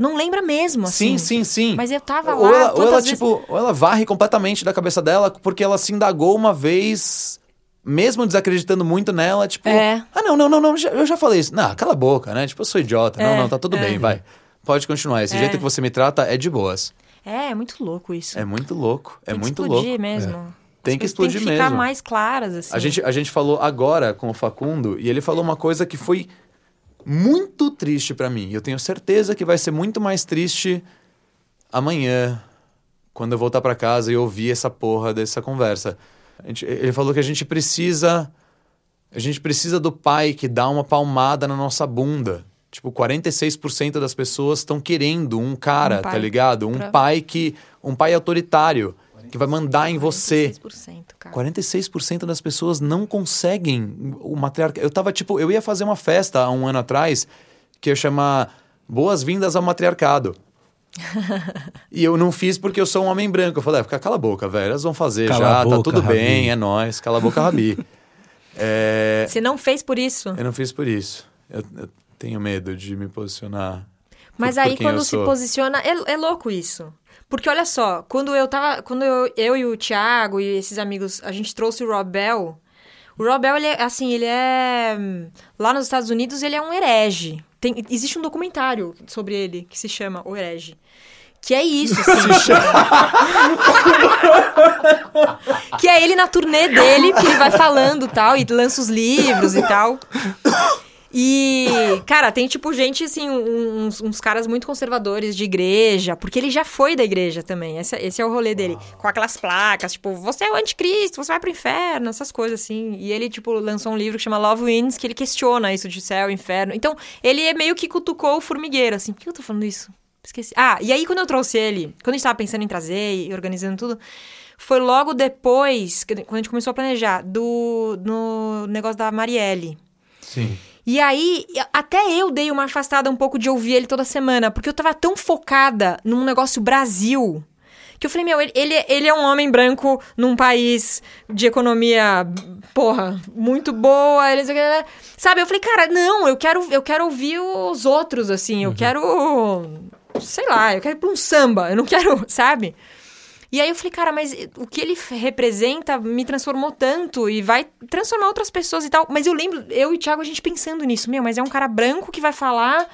S3: Não lembra mesmo, assim.
S1: Sim, sim, sim.
S3: Mas eu tava lá.
S1: ou ela, ou
S3: quantas
S1: ela,
S3: vezes-
S1: tipo, ou ela varre completamente da cabeça dela porque ela se indagou uma vez, mesmo desacreditando muito nela, tipo,
S3: É.
S1: ah, não, não, não, não, já- eu já falei isso. Não, cala a boca, né? Tipo, eu sou idiota. Não,
S3: É,
S1: não, tá tudo
S3: é.
S1: bem, vai. Pode continuar. Esse
S3: É.
S1: jeito que você me trata é de boas.
S3: É, é muito louco isso.
S1: É muito louco. É
S3: Tem que
S1: muito
S3: explodir
S1: louco.
S3: mesmo. As
S1: Tem que
S3: coisas
S1: explodir
S3: Tem que ficar
S1: mesmo.
S3: mais claras, assim.
S1: A gente, a gente falou agora com o Facundo e ele falou uma coisa que foi muito triste pra mim. Eu tenho certeza que vai ser muito mais triste amanhã, quando eu voltar pra casa e ouvir essa porra dessa conversa. A gente- ele falou que a gente precisa a gente precisa do pai que dá uma palmada na nossa bunda. Tipo, 46% das pessoas estão querendo um cara,
S3: Um pai
S1: tá ligado? Um
S3: pra-
S1: pai que um pai autoritário que vai mandar em você.
S3: 46%, cara.
S1: 46% das pessoas não conseguem o matriarcado. Eu tava tipo, eu ia fazer uma festa há um ano atrás que ia chamar Boas-vindas ao
S3: <laughs>
S1: matriarcado. e eu não fiz porque eu sou um homem branco. Eu falei, ah, fica- cala a boca, velho. Elas vão fazer
S2: Cala
S1: já,
S2: a
S1: tá
S2: boca,
S1: tudo bem,
S2: Rabi."
S1: é nóis. Cala a boca,
S2: <laughs>
S1: Rabi. É,
S3: Você não fez por isso.
S1: eu não fiz por isso. Eu, eu tenho medo de me posicionar.
S3: Mas
S1: por- por
S3: aí,
S1: quem
S3: quando
S1: eu
S3: se
S1: sou.
S3: posiciona, é, é louco isso. Porque olha só, quando eu tava. Quando eu, eu e o Thiago e esses amigos, a gente trouxe o Rob Bell. O Rob Bell, ele é, assim, ele é. hum, Lá nos Estados Unidos, ele é um herege. Tem, existe um documentário sobre ele que se chama O Herege. Que é isso, assim. <laughs> que é ele na turnê dele, que ele vai falando tal, e lança os livros e tal. E, cara, tem tipo gente, assim, um- uns, uns caras muito conservadores de igreja, porque ele já foi da igreja também. Esse, esse é o rolê dele. Com aquelas placas, tipo, você é o anticristo, você vai pro inferno, essas coisas assim. E ele, tipo, lançou um livro que chama Love Wins, que ele questiona isso de céu, inferno. Então, ele é meio que cutucou o formigueiro, assim. Por que eu tô falando isso? Esqueci. Ah, e aí quando eu trouxe ele, quando a gente tava pensando em trazer e organizando tudo, foi logo depois, que- quando a gente começou a planejar, do no negócio da Marielle.
S1: Sim.
S3: E aí, até eu dei uma afastada um pouco de ouvir ele toda semana, porque eu tava tão focada num negócio Brasil. Que eu falei, meu, ele, ele, ele é um homem branco num país de economia, porra, muito boa. Ele, né, sabe? Eu falei, cara, não, eu quero, eu quero ouvir os outros, assim. Eu quero. Sei lá, eu quero ir pra um samba. Eu não quero, <laughs> sabe? E aí eu falei, cara, mas o que ele f- representa me transformou tanto e vai transformar outras pessoas e tal. Mas eu lembro, eu e o Thiago, a gente pensando nisso, meu, mas é um cara branco que vai falar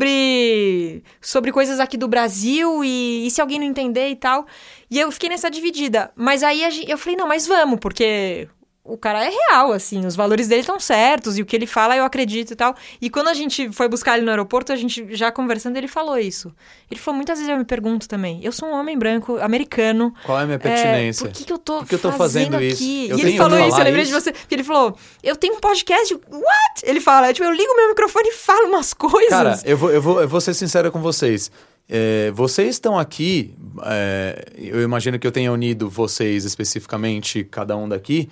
S3: sobre sobre coisas aqui do Brasil e, e se alguém não entender e tal. E eu fiquei nessa dividida. Mas aí a gen- eu falei, não, mas vamos, porque o cara é real, assim, os valores dele estão certos e o que ele fala eu acredito e tal. E quando a gente foi buscar ele no aeroporto, a gente já conversando, ele falou isso. Ele falou, muitas vezes eu me pergunto também, eu sou um homem branco, americano.
S1: Qual é a minha
S3: é,
S1: pertinência?
S3: por que, que eu tô
S1: Por que eu tô
S3: fazendo,
S1: fazendo isso?
S3: aqui?
S1: Eu
S3: e ele
S1: tenho que
S3: falou isso,
S1: falar
S3: eu lembrei de
S1: isso?
S3: você. Porque ele falou, eu tenho um podcast, what? Ele fala, tipo, eu ligo meu microfone e falo umas coisas.
S1: Cara, eu vou, eu vou, eu vou ser sincero com vocês. É, vocês estão aqui, é, eu imagino que eu tenha unido vocês especificamente, cada um daqui,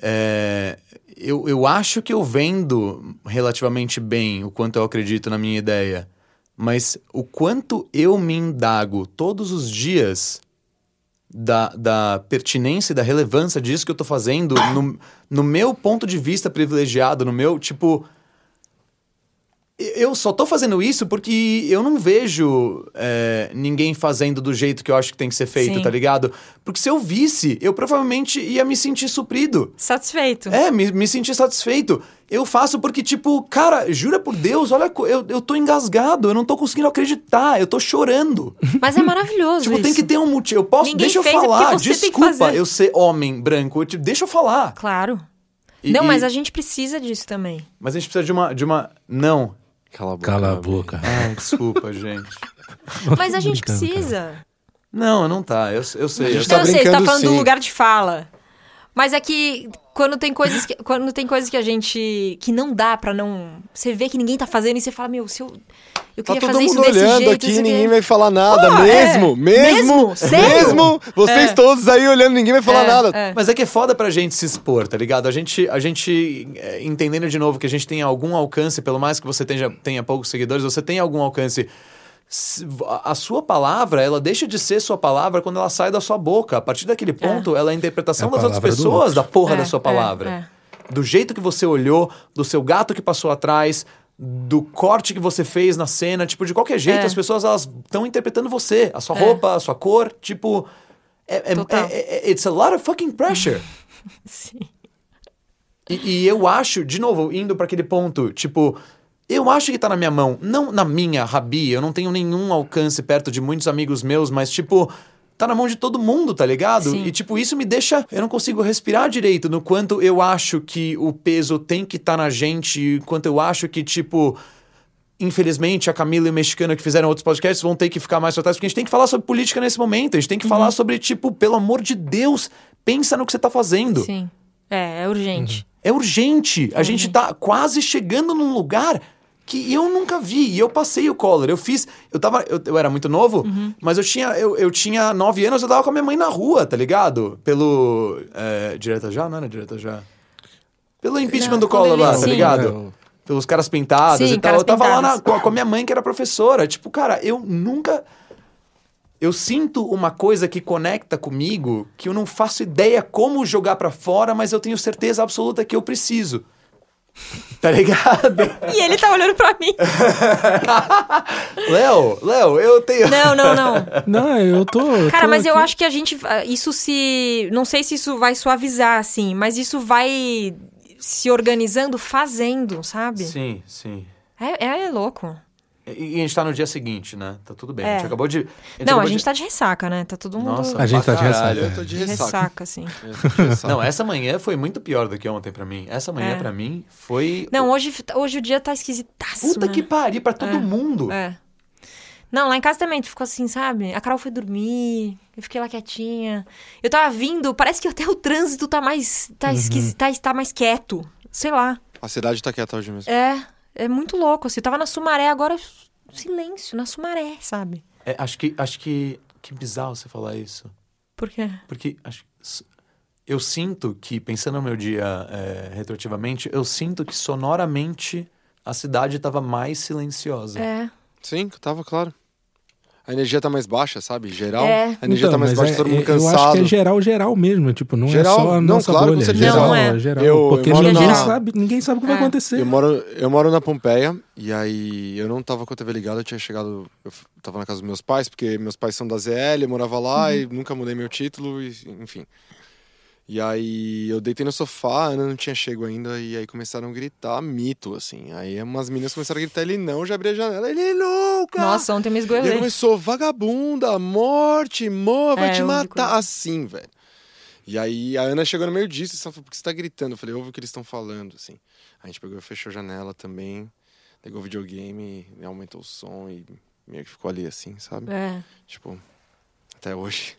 S1: é, eu, eu acho que eu vendo relativamente bem o quanto eu acredito na minha ideia, mas o quanto eu me indago todos os dias da, da pertinência e da relevância disso que eu tô fazendo no, no meu ponto de vista privilegiado, no meu, tipo, eu só tô fazendo isso porque eu não vejo é, ninguém fazendo do jeito que eu acho que tem que ser feito,
S3: Sim.
S1: tá ligado? Porque se eu visse, eu provavelmente ia me sentir suprido.
S3: Satisfeito.
S1: É, me, me sentir satisfeito. Eu faço porque, tipo, cara, jura por Deus, olha, co- eu, eu tô engasgado, eu não tô conseguindo acreditar, eu tô
S3: <laughs>
S1: chorando.
S3: Mas é
S1: <laughs>
S3: maravilhoso
S1: tipo,
S3: isso.
S1: tem que ter um motivo. Eu posso,
S3: Ninguém
S1: deixa eu
S3: fez, é porque
S1: falar,
S3: você tem que
S1: desculpa
S3: fazer.
S1: eu ser homem branco, eu, tipo, deixa eu falar.
S3: Claro.
S1: E-
S3: não,
S1: e-
S3: mas a gente precisa
S1: <laughs>
S3: disso também.
S1: Mas a gente precisa de uma. De uma... Não.
S5: Cala a boca.
S2: Cala a
S5: meu <laughs>
S2: boca.
S1: Ai, desculpa, <laughs> gente.
S3: Mas a gente
S2: brincando, cara.
S3: precisa.
S1: Não, não tá. Eu, eu sei. Eu
S5: gente tá
S3: eu sei, você tá
S5: brincando,
S3: falando do
S5: sim.
S3: lugar de fala. Mas é que quando tem coisas que, quando tem coisas que a gente que não dá pra não, você vê que ninguém tá fazendo e você fala, meu, se eu eu
S5: Tá
S3: queria
S5: todo
S3: fazer isso
S5: mundo
S3: desse
S5: olhando
S3: jeito,
S5: aqui,
S3: isso
S5: ninguém
S3: aqui.
S5: vai falar nada.
S3: Pô,
S5: mesmo,
S3: é.
S5: mesmo,
S3: Mesmo? Sério?
S5: mesmo. Vocês
S3: É.
S5: todos aí olhando, ninguém vai falar
S3: É,
S5: nada.
S3: é.
S1: Mas é que é foda pra gente se expor, tá ligado? A gente, a gente é, entendendo de novo que a gente tem algum alcance, pelo mais que você tenha, tenha poucos seguidores, você tem algum alcance. S- a- A sua palavra, ela deixa de ser sua palavra quando ela sai da sua boca. A partir daquele ponto, ela é a interpretação
S2: É a
S1: das outras
S2: palavra do
S1: pessoas
S2: outro.
S1: da porra
S3: É,
S1: da sua
S3: é,
S1: palavra. Do jeito que você olhou, do seu gato que passou atrás, do corte que você fez na cena. Tipo, de qualquer jeito,
S3: É.
S1: as pessoas elas estão interpretando você, a sua roupa, a sua cor. Tipo, é- é-
S3: Total.
S1: é- é- it's a lot of fucking pressure.
S3: Sim.
S1: E, e eu acho, de novo, indo pra aquele ponto, tipo, eu acho que tá na minha mão, não na minha, Rabi, eu não tenho nenhum alcance perto de muitos amigos meus, mas tipo, tá na mão de todo mundo, tá ligado?
S3: Sim.
S1: E tipo, isso me deixa, eu não consigo respirar direito no quanto eu acho que o peso tem que tá na gente, e quanto eu acho que tipo, Infelizmente, a Camila e o Mexicano que fizeram outros podcasts vão ter que ficar mais pra trás, porque a gente tem que falar sobre política nesse momento. A gente tem que falar sobre, tipo, pelo amor de Deus, pensa no que você tá fazendo.
S3: Sim. É, é urgente.
S1: É urgente. A gente tá quase chegando num lugar que eu nunca vi. E eu passei o Collor. Eu fiz. Eu tava. Eu, eu era muito novo, mas eu tinha. Eu, eu tinha nove anos, eu tava com a minha mãe na rua, tá ligado? Pelo. é, direta já? Não era direta já. Pelo impeachment
S3: Não,
S1: do
S3: quando
S1: Collor
S3: ele-
S1: lá, tá
S3: sim.
S1: ligado? Pelos caras pintados
S3: Sim,
S1: e tal.
S3: caras
S1: Ah, eu tava lá na-
S3: pintados.
S1: com, a- com a minha mãe, que era professora. Tipo, cara, eu nunca. Eu sinto uma coisa que conecta comigo que eu não faço ideia como jogar pra fora, mas eu tenho certeza absoluta que eu preciso. <laughs> Tá ligado? <laughs>
S3: E ele tá olhando pra mim.
S1: Léo, Léo, eu <laughs> tenho.
S3: Não, não, não.
S2: Não, eu tô.
S3: Cara,
S2: tô
S3: mas eu
S2: aqui.
S3: acho que a gente. ah, Isso se. Não sei se isso vai suavizar, assim, mas isso vai se organizando fazendo, sabe?
S1: Sim, sim.
S3: É, é, é louco.
S1: E, e a gente tá no dia seguinte, né? Tá tudo bem. A
S3: É.
S1: gente acabou de.
S3: não,
S1: acabou
S3: a
S1: de-
S3: gente tá de ressaca, né? Tá todo mundo.
S1: Nossa,
S2: A gente
S1: pra
S2: tá de é.
S1: caralho.
S5: Eu tô de
S3: de
S5: ressaca.
S3: ressaca, assim.
S5: Eu tô de ressaca.
S1: Não, essa manhã foi muito pior do que ontem pra mim. Essa manhã
S3: É.
S1: pra mim foi.
S3: Não, hoje, hoje o dia tá esquisitaço.
S1: Puta
S3: né?
S1: que pariu, pra todo mundo.
S3: É. Não, lá em casa também, tu ficou assim, sabe? A Carol foi dormir, eu fiquei lá quietinha. Eu tava vindo, parece que até o trânsito tá mais. tá esquisito, tá, tá mais quieto. Sei lá.
S5: A cidade tá quieta hoje mesmo.
S3: É, é muito louco. Assim. Eu tava na Sumaré, agora silêncio, na Sumaré, sabe?
S1: É, acho que. Acho que. Que bizarro você falar isso.
S3: Por quê?
S1: Porque acho, s- eu sinto que, pensando no meu dia é, retroativamente, eu sinto que sonoramente a cidade estava mais silenciosa.
S3: É.
S5: Sim, tava claro. A energia tá mais baixa, sabe? Geral.
S3: É.
S5: A energia
S2: Então,
S5: tá mais
S2: mas
S5: baixa,
S2: é-
S5: todo mundo
S2: é- Eu acho
S5: cansado.
S2: que é geral, geral mesmo. Tipo, não
S5: Geral?
S2: é só a
S5: Não,
S2: nossa
S5: claro, com
S2: bolha.
S5: certeza.
S2: Geral,
S3: Não, é.
S2: geral.
S5: Eu-
S2: porque
S5: eu
S3: moro
S2: ninguém,
S3: na-
S2: sabe, ninguém sabe o que vai
S3: É.
S2: acontecer.
S5: Eu moro, eu moro na Pompeia e aí eu não tava com a TV ligada, eu tinha chegado, eu f- tava na casa dos meus pais, porque meus pais são da ZL, eu morava lá e nunca mudei meu título, e, enfim. E aí eu deitei no sofá, a Ana não tinha chego ainda, e aí começaram a gritar mito, assim. Aí umas meninas começaram a gritar, ele não, eu já abri a janela, ele louca!
S3: Nossa, ontem eu me
S5: E aí
S3: esgoelei.
S5: começou, vagabunda, morte, mo, vai
S3: É,
S5: te
S3: eu ouvi
S5: matar.
S3: coisa.
S5: Assim, velho. E aí a Ana chegou no meio disso e ela falou, por que você tá gritando? Eu falei, ouve o que eles estão falando, assim. A gente pegou e fechou a janela também, pegou o videogame, e aumentou o som e meio que ficou ali, assim, sabe?
S3: É.
S5: Tipo, até hoje.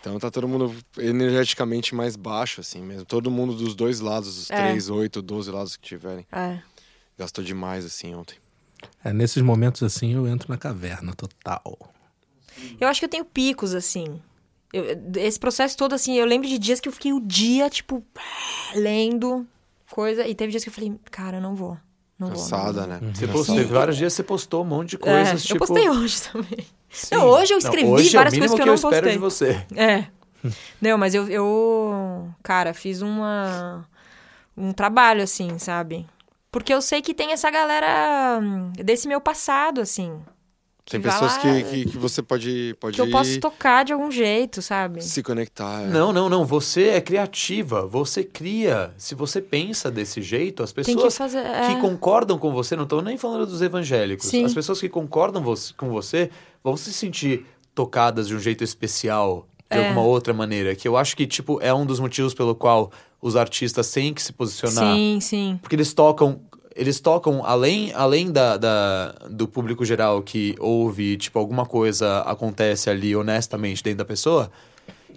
S5: Então tá todo mundo energeticamente mais baixo, assim mesmo. Todo mundo dos dois lados, dos
S3: É.
S5: três, oito, doze lados que tiverem.
S3: É.
S5: Gastou demais, assim, ontem.
S2: É, nesses momentos assim, eu entro na caverna total.
S3: Eu acho que eu tenho picos, assim. Eu- esse processo todo, assim, eu lembro de dias que eu fiquei o dia, tipo, lendo coisa. E teve dias que eu falei, cara, eu não vou. Não vou, não vou.
S5: Cansada, né?
S1: Você
S5: Cansada.
S1: postou, teve vários dias que você postou um monte de coisas,
S3: É,
S1: tipo...
S3: Eu postei hoje <laughs> também.
S1: Sim.
S3: Não, hoje eu escrevi
S1: hoje
S3: várias
S1: é o mínimo
S3: coisas que
S1: eu
S3: eu não
S1: espero
S3: postei.
S1: de você.
S3: É. Não, mas eu, eu, cara, fiz uma um trabalho assim, sabe? Porque eu sei que tem essa galera hum, desse meu passado assim, que
S5: Tem
S3: vai
S5: pessoas
S3: lá-
S5: que, que, que você pode, pode
S3: que eu posso tocar de algum jeito, sabe?
S5: se conectar. é.
S1: Não, não, não. Você é criativa. Você cria. Se você pensa desse jeito, as
S3: Tem que
S1: pessoas
S3: fazer.
S1: que,
S3: é.
S1: concordam com você, não estou nem falando dos evangélicos.
S3: Sim.
S1: As pessoas que concordam vo- com você vão se sentir tocadas de um jeito especial, de
S3: É.
S1: alguma outra maneira. Que eu acho que, tipo, é um dos motivos pelo qual os artistas têm que se posicionar.
S3: Sim, sim.
S1: Porque eles tocam. Eles tocam além, além da, da- do público geral que ouve, tipo, alguma coisa acontece ali honestamente dentro da pessoa.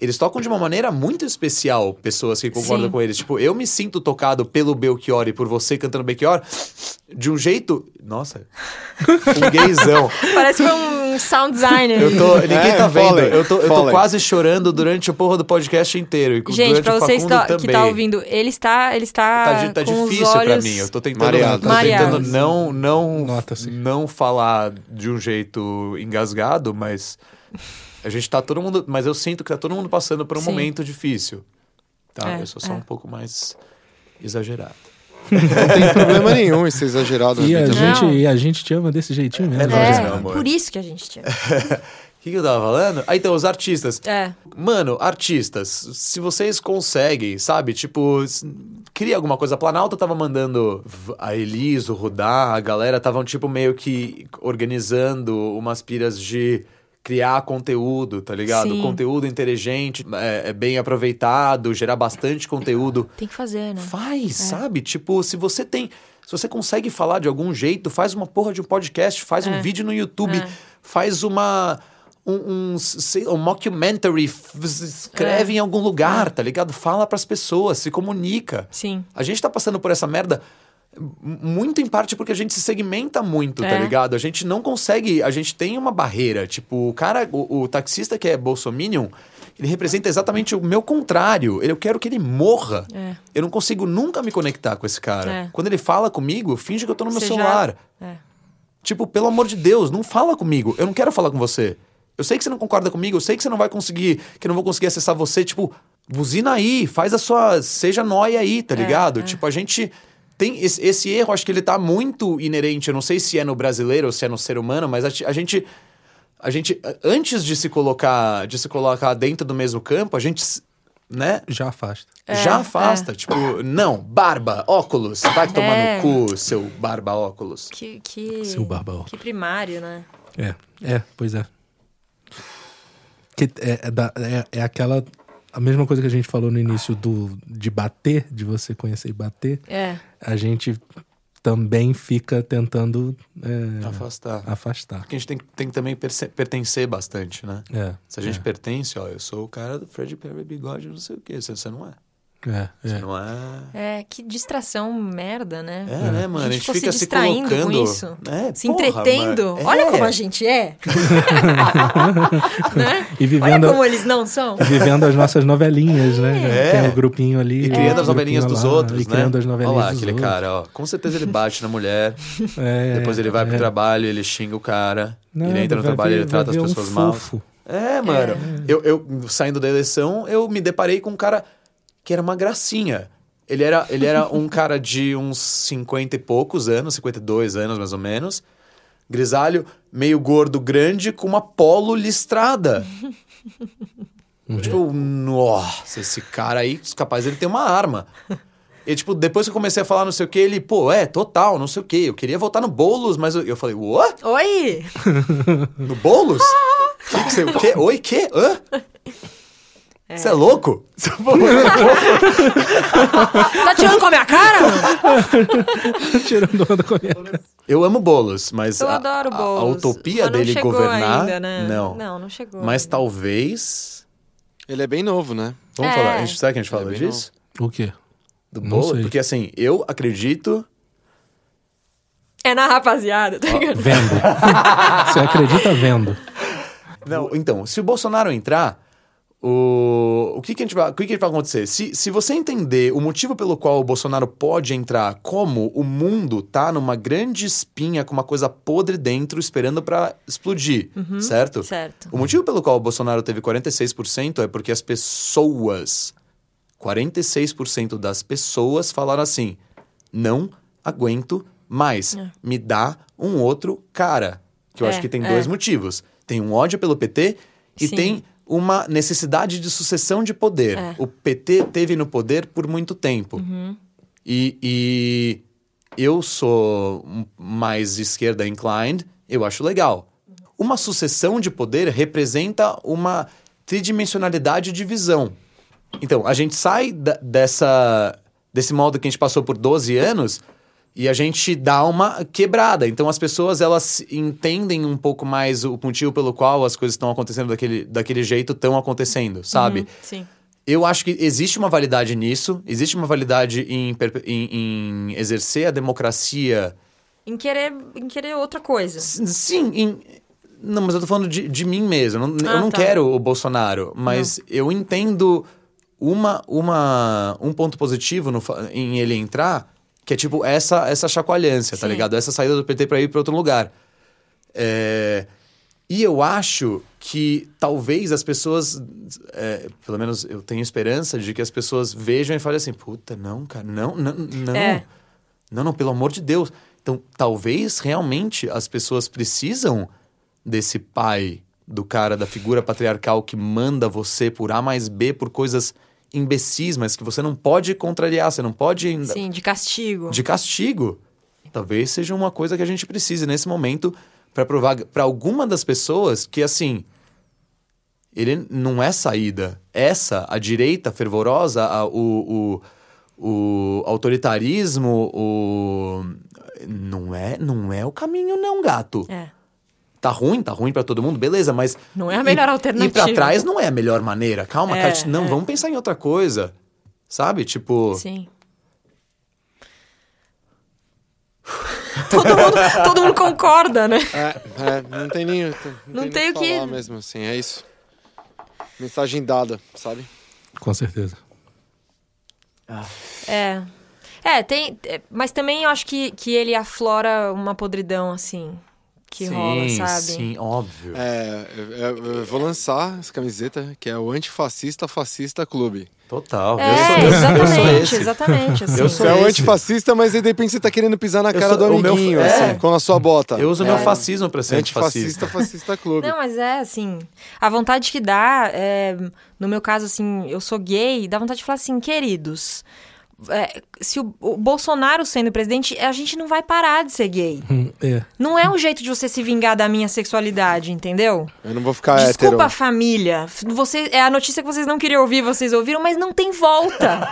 S1: Eles tocam de uma maneira muito especial pessoas que concordam
S3: Sim.
S1: com eles. Tipo, eu me sinto tocado pelo Belchior e por você cantando Belchior de um jeito.
S3: <laughs>
S1: Nossa, um gayzão.
S3: Parece que foi um sound designer.
S1: Eu tô, ninguém
S5: É,
S1: tá vendo.
S5: foley,
S1: eu tô, eu tô
S5: foley.
S1: quase chorando durante o porra do podcast inteiro. E
S3: Gente,
S1: durante
S3: pra
S1: o
S3: vocês
S1: Facundo
S3: to- que
S1: também.
S3: tá ouvindo, ele está ele está
S1: Tá, di- tá
S3: Ah, com os
S1: difícil
S3: olhos...
S1: pra mim. Eu tô tentando,
S5: Mareado.
S1: tô
S3: Mareado.
S1: tentando não, não,
S2: Nota-se.
S1: não falar de um jeito engasgado, mas a gente tá todo mundo. Mas eu sinto que tá todo mundo passando por um
S3: Sim.
S1: momento difícil. Tá?
S3: É,
S1: eu sou só
S3: é.
S1: um pouco mais exagerado.
S5: Não tem <laughs> problema nenhum isso é exagerado.
S2: E
S5: né?
S2: a,
S5: Então,
S2: gente,
S3: Não.
S2: e a gente te ama desse jeitinho mesmo. né?
S1: É, nóis,
S3: É,
S1: meu amor.
S3: por isso que a
S1: <laughs>
S3: gente tinha.
S1: O que, que eu tava falando? Ah, então, os artistas.
S3: É.
S1: Mano, artistas, se vocês conseguem, sabe? Tipo, s- cria alguma coisa. A Planalto tava mandando v- a Elis, o Rudá, a galera estavam, tipo, meio que organizando umas piras de criar conteúdo, tá ligado?
S3: Sim.
S1: Conteúdo inteligente, é, é bem aproveitado, gerar bastante conteúdo.
S3: Tem que fazer, né?
S1: Faz, sabe? Tipo, se você tem. Se você consegue falar de algum jeito, faz uma porra de um podcast, faz um vídeo no YouTube, faz uma. Um, um, sei- um mockumentary, f- escreve em algum lugar, tá ligado? Fala pras pessoas, se comunica.
S3: Sim.
S1: A gente tá passando por essa merda m- muito em parte porque a gente se segmenta muito, tá
S3: É.
S1: ligado? A gente não consegue, a gente tem uma barreira. Tipo, o cara, o, o taxista que é bolsominion, ele representa exatamente o meu contrário. Eu quero que ele morra.
S3: É.
S1: Eu não consigo nunca me conectar com esse cara.
S3: É.
S1: Quando ele fala comigo, finge que eu tô no meu
S3: Você já-
S1: celular.
S3: É.
S1: Tipo, pelo amor de Deus, não fala comigo. Eu não quero falar com você. Eu sei que você não concorda comigo, eu sei que você não vai conseguir, que eu não vou conseguir acessar você. Tipo, buzina aí, faz a sua. Seja nóia aí,
S3: É,
S1: tá ligado? Tipo, a gente tem. Esse, esse erro, acho que ele tá muito inerente. Eu não sei se é no brasileiro ou se é no ser humano, mas a, ti- a gente. A gente, a- antes de se colocar, de se colocar dentro do mesmo campo, a gente, s- né,
S2: Já afasta.
S3: É,
S1: já afasta. Tipo, não, barba, óculos, vai tomar
S3: É.
S1: no cu, seu barba óculos.
S3: Que, que...
S2: Seu barbão.
S3: Que primário, né?
S2: É, é, pois é. Que é, é da- é- é aquela. A mesma coisa que a gente falou no início do, de bater, de você conhecer e bater,
S3: É.
S2: a gente também fica tentando é,
S1: Afastar.
S2: afastar.
S1: Porque a gente tem, que- tem que também perce- pertencer bastante, né?
S2: É,
S1: Se a gente pertence, ó, eu sou o cara do Fred Perry Bigode, não sei o quê. Você, você não é.
S2: é,
S1: Você
S2: é.
S1: não é.
S3: É, que distração merda, né?
S1: É, né, mano? A gente,
S3: ficou
S1: fica
S3: se
S1: se,
S3: distraindo
S1: colocando.
S3: com isso.
S1: É,
S3: Se
S1: porra,
S3: entretendo.
S1: mano.
S3: Olha
S1: É.
S3: como a gente é. né?
S2: E
S3: Olha
S2: vivendo,
S3: como eles não
S1: <laughs>
S3: são.
S2: vivendo as nossas novelinhas, né?
S1: É.
S2: Tem o grupinho ali.
S1: E criando
S2: o
S1: as novelinhas
S2: grupinho
S1: dos
S2: lá,
S1: outros,
S2: E
S1: né?
S2: criando as novelinhas
S1: Olha lá,
S2: dos
S1: aquele
S2: outros.
S1: cara, ó. Com certeza ele bate na mulher,
S2: <laughs> É,
S1: depois ele vai pro
S2: é.
S1: trabalho, ele xinga o cara,
S2: Não,
S1: ele entra no
S2: vai
S1: trabalho,
S2: ver-
S1: ele trata as
S2: vai ver um
S1: pessoas mal.
S2: fofo. <laughs>
S1: É, mano. Eu, eu, saindo da eleição, eu me deparei com um cara que era uma gracinha. Ele era, ele era um cara de uns 50 e poucos anos, 52 anos mais ou menos. Grisalho, meio gordo, grande, com uma polo listrada. Tipo, nossa, esse cara aí, capaz ele tem uma arma. E, tipo, depois que eu comecei a falar não sei o que, ele, pô, é, total, não sei o que. Eu queria votar no Boulos, mas eu, eu falei, what?
S3: Oi!
S1: No Boulos?
S3: Ah.
S1: que que você, o quê? Oi, quê? Hã? Você é louco? <laughs> Você é louco?
S3: Tá tirando com a minha cara? mano?
S2: Tirando onda com ele.
S1: Eu amo Boulos, mas
S3: Eu
S1: a,
S3: adoro o
S1: a-
S3: Boulos.
S1: a utopia
S3: mas não
S1: dele
S3: chegou
S1: governar,
S3: ainda, né?
S1: não.
S3: Não, não chegou.
S1: Mas
S3: ainda.
S1: talvez...
S5: Ele é bem novo, né?
S1: Vamos
S3: É.
S1: falar, a gente, será que a gente fala
S5: bem
S1: disso?
S2: O quê?
S1: Do
S2: Não
S1: Boulos?
S2: sei.
S1: Porque assim, eu acredito...
S3: É na rapaziada,
S1: Ah,
S3: tá ligado?
S1: <laughs>
S2: Vendo. Você acredita vendo.
S1: Não, então, se o Bolsonaro entrar, O, o que, que, a gente vai, o que, que vai acontecer? Se, se você entender o motivo pelo qual o Bolsonaro pode entrar, como o mundo tá numa grande espinha com uma coisa podre dentro esperando para explodir, certo?
S3: Certo.
S1: O motivo pelo qual o Bolsonaro teve 46% é porque as pessoas, 46% das pessoas falaram assim: não aguento mais, me dá um outro cara. Que eu
S3: É,
S1: acho que tem
S3: é.
S1: dois motivos. Tem um ódio pelo PT e
S3: Sim.
S1: tem uma necessidade de sucessão de poder.
S3: É. Uhum.
S1: O PT teve no poder por muito tempo. E, e eu sou um- mais esquerda inclined, eu acho legal. Uma sucessão de poder representa uma tridimensionalidade de visão. Então, a gente sai da- dessa, desse modo que a gente passou por 12 anos e a gente dá uma quebrada. Então, as pessoas elas entendem um pouco mais o motivo pelo qual as coisas estão acontecendo daquele, daquele jeito, estão acontecendo, sabe?
S3: Hum, Sim.
S1: Eu acho que existe uma validade nisso, existe uma validade em, perpe- em- em exercer a democracia.
S3: Em querer, em querer outra coisa.
S1: S- Sim, em- não, mas eu tô falando de, de mim mesmo. Eu não, eu
S3: Ah,
S1: não
S3: tá.
S1: quero o Bolsonaro, mas eu entendo uma, uma, um ponto positivo no fa- em ele entrar, que é tipo essa, essa chacoalhância, tá
S3: Sim.
S1: ligado? Essa saída do PT pra ir pra outro lugar. É, E eu acho que talvez as pessoas, é, pelo menos eu tenho esperança de que as pessoas vejam e falem assim: puta, não, cara, não, não, não.
S3: É.
S1: Não, não, pelo amor de Deus. Então, talvez realmente as pessoas precisam desse pai, do cara, da figura patriarcal que manda você por A mais B por coisas imbecis, mas que você não pode contrariar, você não pode ainda
S3: Sim, de castigo.
S1: de castigo. Talvez seja uma coisa que a gente precise nesse momento para provar para alguma das pessoas que assim ele não é saída. Essa a direita fervorosa, a- o, o, o autoritarismo, o não é não é o caminho não, gato.
S3: É.
S1: Tá ruim, tá ruim para todo mundo, beleza, mas
S3: Não é a melhor
S1: e-
S3: alternativa.
S1: E para trás não é a melhor maneira. Calma,
S3: É,
S1: Kat, não,
S3: é.
S1: vamos pensar em outra coisa. Sabe? Tipo,
S3: Sim. <laughs> todo, mundo, todo mundo concorda, né?
S5: É, é, não tem nem.
S3: Não
S5: Não,
S3: tem o
S5: o
S3: que-
S5: falar mesmo, assim, é isso. Mensagem dada, sabe?
S2: Com certeza.
S3: É. É, tem. é, mas também eu acho que, que ele aflora uma podridão, assim. Que
S1: sim,
S3: rola, sabe?
S1: Sim, óbvio.
S5: É, eu, eu- eu vou lançar essa camiseta que é o Antifascista Fascista Clube.
S1: Total.
S3: É,
S1: eu sou, <laughs> eu sou
S3: exatamente,
S1: esse.
S3: exatamente. Assim.
S1: Eu
S5: Você
S1: sou
S5: é o
S1: esse.
S5: antifascista, mas aí de repente você tá querendo pisar na
S1: Eu
S5: cara
S1: sou-
S5: do
S1: o meu-
S5: amiguinho,
S1: é.
S5: assim, com a sua bota. É.
S1: Eu uso meu fascismo pra ser É antifascista.
S5: Antifascista Fascista Clube.
S3: Não, mas é assim, a vontade que dá, é, no meu caso, assim, eu sou gay, dá vontade de falar assim, queridos, é, se o, o Bolsonaro sendo presidente, a gente não vai parar de ser gay.
S5: <laughs>
S2: Hum, é.
S3: Não é um jeito de você se vingar da minha sexualidade, entendeu?
S5: Eu não vou ficar hétero.
S3: Desculpa, família. F- Você, é a notícia que vocês não queriam ouvir, vocês ouviram, mas não tem
S5: <laughs>
S3: volta.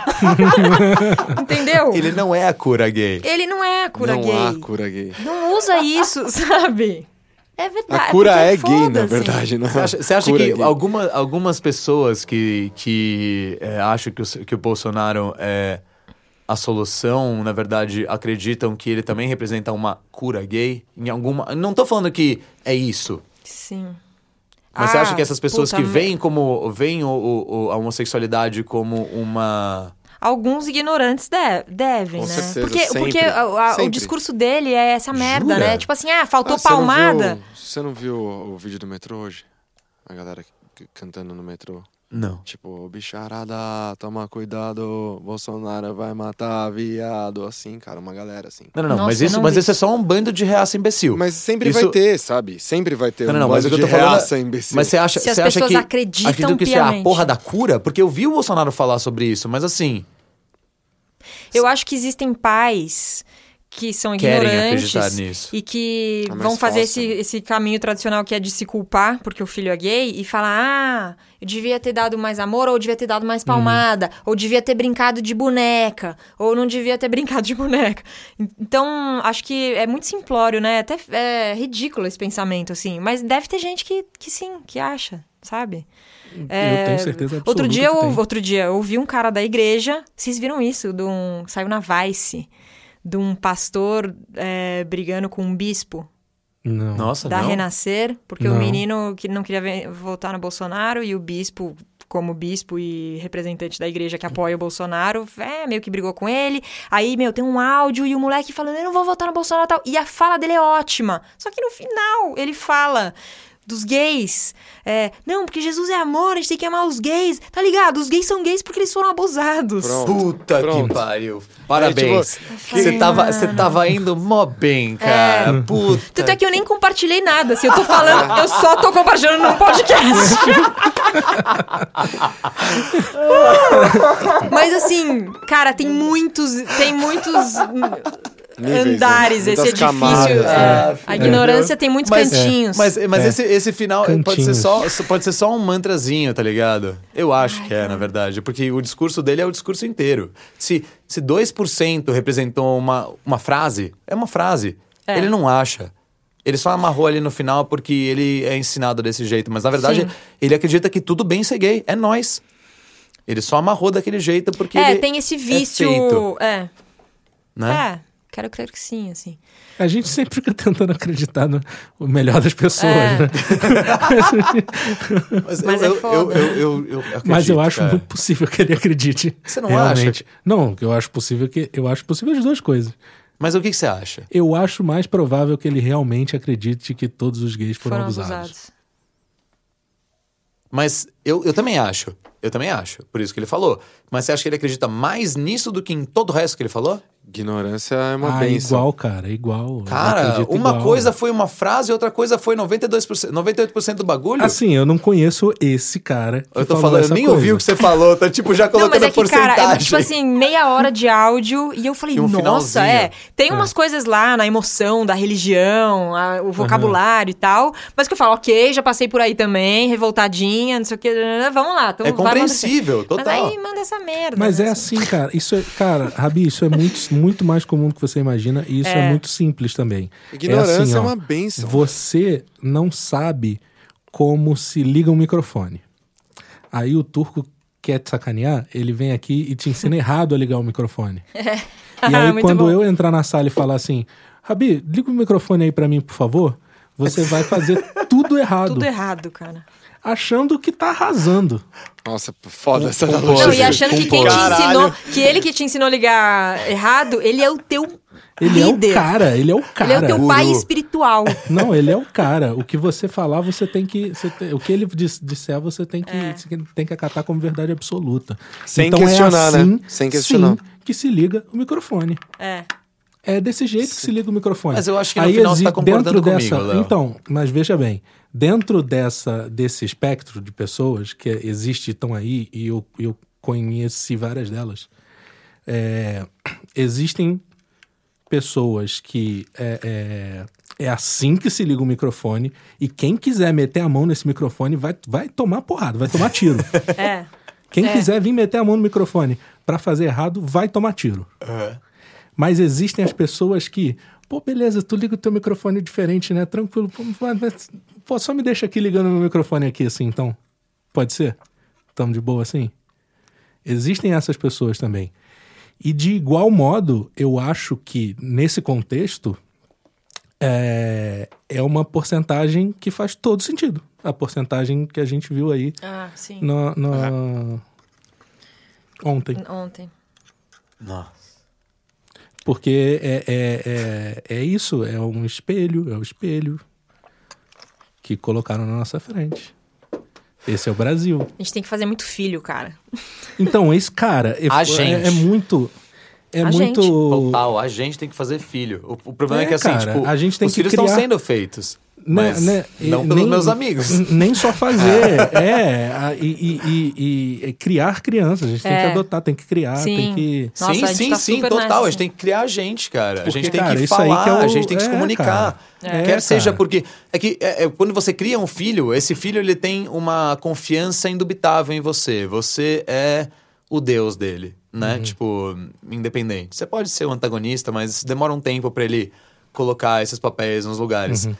S3: entendeu?
S1: Ele não é a cura gay.
S3: Ele não é a cura
S5: não
S3: gay.
S5: há cura gay.
S3: Não usa isso, <laughs> sabe? É assim. verdade.
S5: A
S3: porque
S5: cura é gay, na
S3: foda-se.
S5: verdade. Não
S1: Você acha, você acha
S5: Cura
S1: que
S5: gay.
S1: alguma, algumas pessoas que, que é, acham que o, que o Bolsonaro é a solução, na verdade, acreditam que ele também representa uma cura gay? Em alguma. Não tô falando que é isso.
S3: Sim.
S1: Mas você
S3: Ah,
S1: acha que essas pessoas
S3: puta
S1: que
S3: me-
S1: veem como. veem o- o- o- a homossexualidade como uma.
S3: Alguns ignorantes de- devem,
S5: Com
S3: né?
S5: certeza,
S3: porque
S5: sempre.
S3: porque a- a- o
S5: Sempre.
S3: discurso dele é essa merda,
S1: Jura?
S3: né? Tipo assim, ah, faltou
S5: Ah, você não
S3: palmada.
S5: viu- Você não viu o, o vídeo do metrô hoje? A galera c- cantando no metrô.
S1: Não.
S5: Tipo, bicharada, toma cuidado, Bolsonaro vai matar viado. Assim, cara, uma galera assim.
S1: Não, não, não.
S3: Nossa,
S1: mas
S3: eu
S1: isso,
S3: não
S1: mas
S3: vi.
S1: isso é só um bando de reaça imbecil.
S5: Mas sempre
S1: Isso-
S5: vai ter, sabe? Sempre vai ter
S1: Não, não,
S5: um
S1: não, mas
S5: bando
S1: o que eu
S5: de
S1: tô falando é-
S5: reaça imbecil.
S1: Mas você acha,
S3: Se as
S1: você acha
S3: pessoas
S1: que
S3: acreditam
S1: que isso é a
S3: piamente.
S1: porra da cura? Porque eu vi o Bolsonaro falar sobre isso, mas assim,
S3: Eu acho que existem pais que são
S1: Querem
S3: ignorantes
S1: acreditar nisso.
S3: e que
S5: É mais
S3: vão fazer esse,
S5: fácil, né?
S3: esse caminho tradicional que é de se culpar porque o filho é gay e falar: ah, eu devia ter dado mais amor, ou eu devia ter dado
S1: Uhum.
S3: mais palmada, ou devia ter brincado de boneca, ou não devia ter <laughs> brincado de boneca. En- Então, acho que é muito simplório, né? Até é ridículo esse pensamento, assim. Mas deve ter gente que, que sim, que acha, sabe?
S2: Eu tenho certeza absoluta.
S3: É. Outro dia,
S2: que
S3: eu,
S2: tem.
S3: outro dia eu ouvi um cara da igreja, vocês viram isso? De um, saiu na Vice, de um pastor é, brigando com um bispo
S2: Não.
S1: nossa,
S3: da
S1: não.
S3: Renascer, porque
S2: Não.
S3: o menino que não queria ve- votar no Bolsonaro e o bispo como bispo e representante da igreja que apoia o Bolsonaro, é, meio que brigou com ele. Aí, meu, tem um áudio e o moleque falando, eu não vou votar no Bolsonaro e tal. E a fala dele é ótima. Só que no final ele fala dos gays. É, não, porque Jesus é amor, a gente tem que amar os gays. Tá ligado? Os gays são gays porque eles foram abusados.
S5: Pronto.
S1: Puta que
S5: Pronto.
S1: pariu. Parabéns.
S3: Tá
S1: Você tava, você tava indo mó bem, cara. Puta.
S3: É. Tanto é que eu nem compartilhei nada. Assim, eu tô falando, eu só tô compartilhando
S1: <laughs>
S3: num podcast. Mas assim, cara, tem muitos. Tem muitos.
S5: Níveis, né?
S3: andares esse
S5: Muitas
S3: edifício.
S5: camadas,
S3: é.
S1: né?
S3: A ignorância tem muitos
S1: Mas-
S3: cantinhos.
S1: Mas, mas
S2: É.
S1: esse, esse final pode ser,
S2: Cantinhos.
S1: só, pode ser só um mantrazinho, tá ligado? Eu acho que é, na verdade. Porque o discurso dele é o discurso inteiro. Se, se 2% representou uma, uma frase, é uma frase.
S3: É.
S1: Ele não acha. Ele só amarrou ali no final porque ele é ensinado desse jeito. Mas, na verdade,
S3: Sim.
S1: ele acredita que tudo bem ser gay. É nós. Ele só amarrou daquele jeito porque
S3: é,
S1: ele
S3: tem esse
S1: é feito,
S3: vício. É,
S1: né?
S3: é. Quero crer que sim, assim.
S2: A gente sempre fica tentando acreditar no o melhor das pessoas,
S3: É.
S1: <laughs>
S2: né?
S3: Mas é foda.
S1: eu- eu- eu
S2: Mas
S1: acredito,
S2: eu acho
S1: cara.
S2: muito possível que ele acredite.
S1: Você não acha?
S2: Não, eu acho possível que eu acho possível as duas coisas.
S1: Mas o que que você acha?
S2: Eu acho mais provável que ele realmente acredite que todos os gays foram,
S3: Foram um
S2: abusados.
S3: abusados.
S1: Mas eu, eu também acho. Eu também acho. Por isso que ele falou. Mas você acha que ele acredita mais nisso do que em todo o resto que ele falou?
S5: Ignorância é uma
S2: ah,
S5: benção.
S2: igual, cara, igual. Eu
S1: Cara,
S2: acredito
S1: uma
S2: igual. né?
S1: coisa foi uma frase, outra coisa foi 92%, 98% do bagulho.
S2: Assim, eu não conheço esse cara. que
S1: eu tô
S2: falou
S1: falando, eu
S2: essa
S1: nem
S2: coisa.
S1: ouvi o que você falou, tá tipo já
S3: Não,
S1: colocando
S3: mas é que,
S1: porcentagem.
S3: cara, eu,
S1: <laughs>
S3: tipo assim, meia hora de áudio e eu falei,
S1: E um
S3: nossa,
S1: finalzinho.
S3: é. Tem umas coisas lá na emoção da religião, a- o vocabulário e tal, mas que eu falo, ok, já passei por aí também, revoltadinha, não sei o que, vamos lá. Então,
S1: é
S3: vai, manda
S1: compreensível,
S3: essa- Mas
S1: total.
S3: aí manda essa merda.
S2: Mas
S3: né?
S2: é assim, cara. Isso é, cara, Rabi, isso é muito, muito mais comum do que você imagina e isso é, muito simples também.
S5: Ignorância é,
S2: assim, ó,
S5: uma benção.
S2: Você não sabe como se liga um microfone. Aí o turco quer te sacanear, ele vem aqui e te
S3: <laughs>
S2: ensina errado a ligar o microfone. assim, E aí,
S3: Ah, Muito
S2: quando
S3: bom.
S2: eu entrar na sala e falar assim, Rabi, liga o microfone aí pra mim, por favor, você vai
S3: <laughs>
S2: fazer tudo errado,
S3: Tudo errado, cara.
S2: achando que tá arrasando.
S5: Nossa, foda essa
S2: Não,
S5: analogia.
S3: Não, e achando que quem te
S5: Caralho.
S3: ensinou, que ele que te ensinou a ligar errado, ele é o teu
S2: Ele
S3: líder.
S2: é o cara, ele é o cara.
S3: ele é o teu
S1: <laughs>
S3: pai espiritual.
S2: Não, ele é o cara. O que você falar, você tem que. você tem- o que ele dis- disser, você tem que, você tem que acatar como verdade absoluta.
S5: Sem
S2: então
S5: questionar,
S2: é
S5: né?
S2: assim,
S5: Sem questionar.
S2: sim, que se liga o microfone.
S3: É.
S2: É desse jeito que se liga o microfone.
S1: Mas eu acho que no final você
S2: exi-
S1: tá concordando
S2: dentro
S1: comigo,
S2: dessa,
S1: Léo.
S2: Então, mas veja bem, dentro dessa, desse espectro de pessoas que existe, estão aí, e eu, eu conheci várias delas, é, existem pessoas que é, é, é assim que se liga o microfone, e quem quiser meter a mão nesse microfone vai, vai tomar porrada, vai tomar tiro.
S3: É.
S2: Quem
S3: É.
S2: quiser vir meter a mão no microfone pra fazer errado, vai tomar tiro. Mas existem as pessoas que, pô, beleza, tu liga o teu microfone diferente, né? Tranquilo. Pô, mas- mas- pô, só me deixa aqui ligando meu microfone aqui, assim, então. Pode ser? Tamo de boa assim? Existem essas pessoas também. E de igual modo, eu acho que nesse contexto é, é uma porcentagem que faz todo sentido. A porcentagem que a gente viu aí
S3: Ah, sim.
S2: na, na- Ontem.
S3: Ontem.
S2: Porque é, é, é, é isso, é um espelho, é o espelho que colocaram na nossa frente. Esse é o Brasil.
S3: A gente tem que fazer muito filho, cara.
S2: Então, esse cara é,
S1: A
S2: é-
S1: gente.
S2: é muito. É
S3: A
S2: muito.
S3: gente.
S1: Total, a gente tem que fazer filho. O, o problema é,
S2: É,
S1: que assim,
S2: cara,
S1: tipo,
S2: a gente tem
S1: os
S2: que
S1: filhos
S2: criar-
S1: estão sendo feitos.
S2: Né,
S1: Mas
S2: né,
S1: não
S2: e
S1: pelos
S2: nem-
S1: meus
S2: <laughs>
S1: amigos.
S2: n- Nem
S1: <laughs>
S2: só fazer, é. a- e, e- e- e- e criar crianças. A gente tem
S3: É.
S2: que adotar, tem que criar, tem
S3: Sim.
S2: que.
S3: Nossa,
S1: sim,
S3: a gente
S1: sim,
S3: tá
S1: sim,
S3: super
S1: total.
S3: nessa,
S1: A
S3: sim.
S1: gente tem que criar a gente, cara. a
S2: Porque,
S1: gente tem
S2: cara,
S1: que
S2: isso aí
S1: falar,
S2: que é o-
S1: a gente tem que se
S2: é,
S1: comunicar.
S2: cara. É,
S1: Quer seja
S2: cara.
S1: porque. É que é, é, quando você cria um filho, esse filho ele tem uma confiança indubitável em você. Você é o Deus dele, né?
S2: Uhum.
S1: Tipo, independente. Você pode ser o antagonista, mas demora um tempo pra ele colocar esses papéis nos lugares.
S2: Uhum.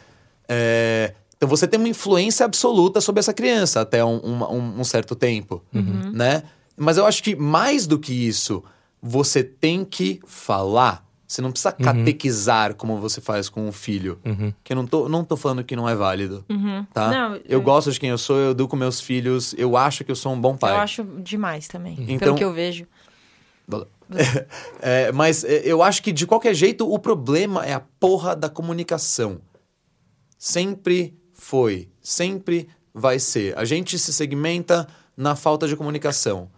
S1: É, Então você tem uma influência absoluta sobre essa criança até um, uma- um- um certo tempo, né? Mas eu acho que mais do que isso, você tem que falar. Você não precisa catequizar como você faz com um filho. Que eu não tô, não tô falando que não é válido. Tá?
S3: Não,
S1: eu
S3: é-
S1: gosto de quem eu sou, eu educo meus filhos, eu acho que eu sou um bom pai.
S3: Eu acho demais também,
S1: Então-
S3: pelo que eu vejo.
S1: É, mas é, eu acho que, de qualquer jeito, o problema é a porra da comunicação. Sempre foi. Sempre vai ser. A gente se segmenta na falta de comunicação.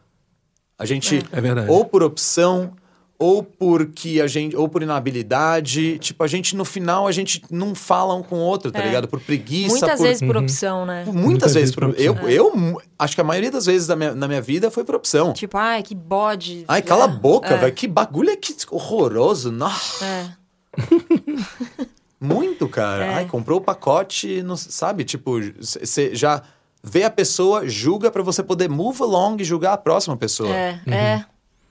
S1: A gente.
S2: É verdade.
S1: Ou por opção, ou porque a gente. Ou por inabilidade. Tipo, a gente, no final, a gente não fala um com o outro, tá ligado? Por preguiça.
S3: É. Muitas
S1: por... Uhum.
S3: vezes por opção, né?
S1: Muitas, vezes, por... eu, eu mu- acho que a maioria das vezes da minha- na minha vida foi por opção.
S3: Tipo, ai, que bode.
S1: Ai, cala a
S3: né?
S1: boca, velho. Que bagulho é que horroroso. Nossa.
S3: É.
S1: Muito, cara.
S3: É.
S1: Ai, comprou o pacote, não, sabe? Tipo, você já vê a pessoa, julga pra você poder move along e julgar a próxima pessoa.
S3: É, é.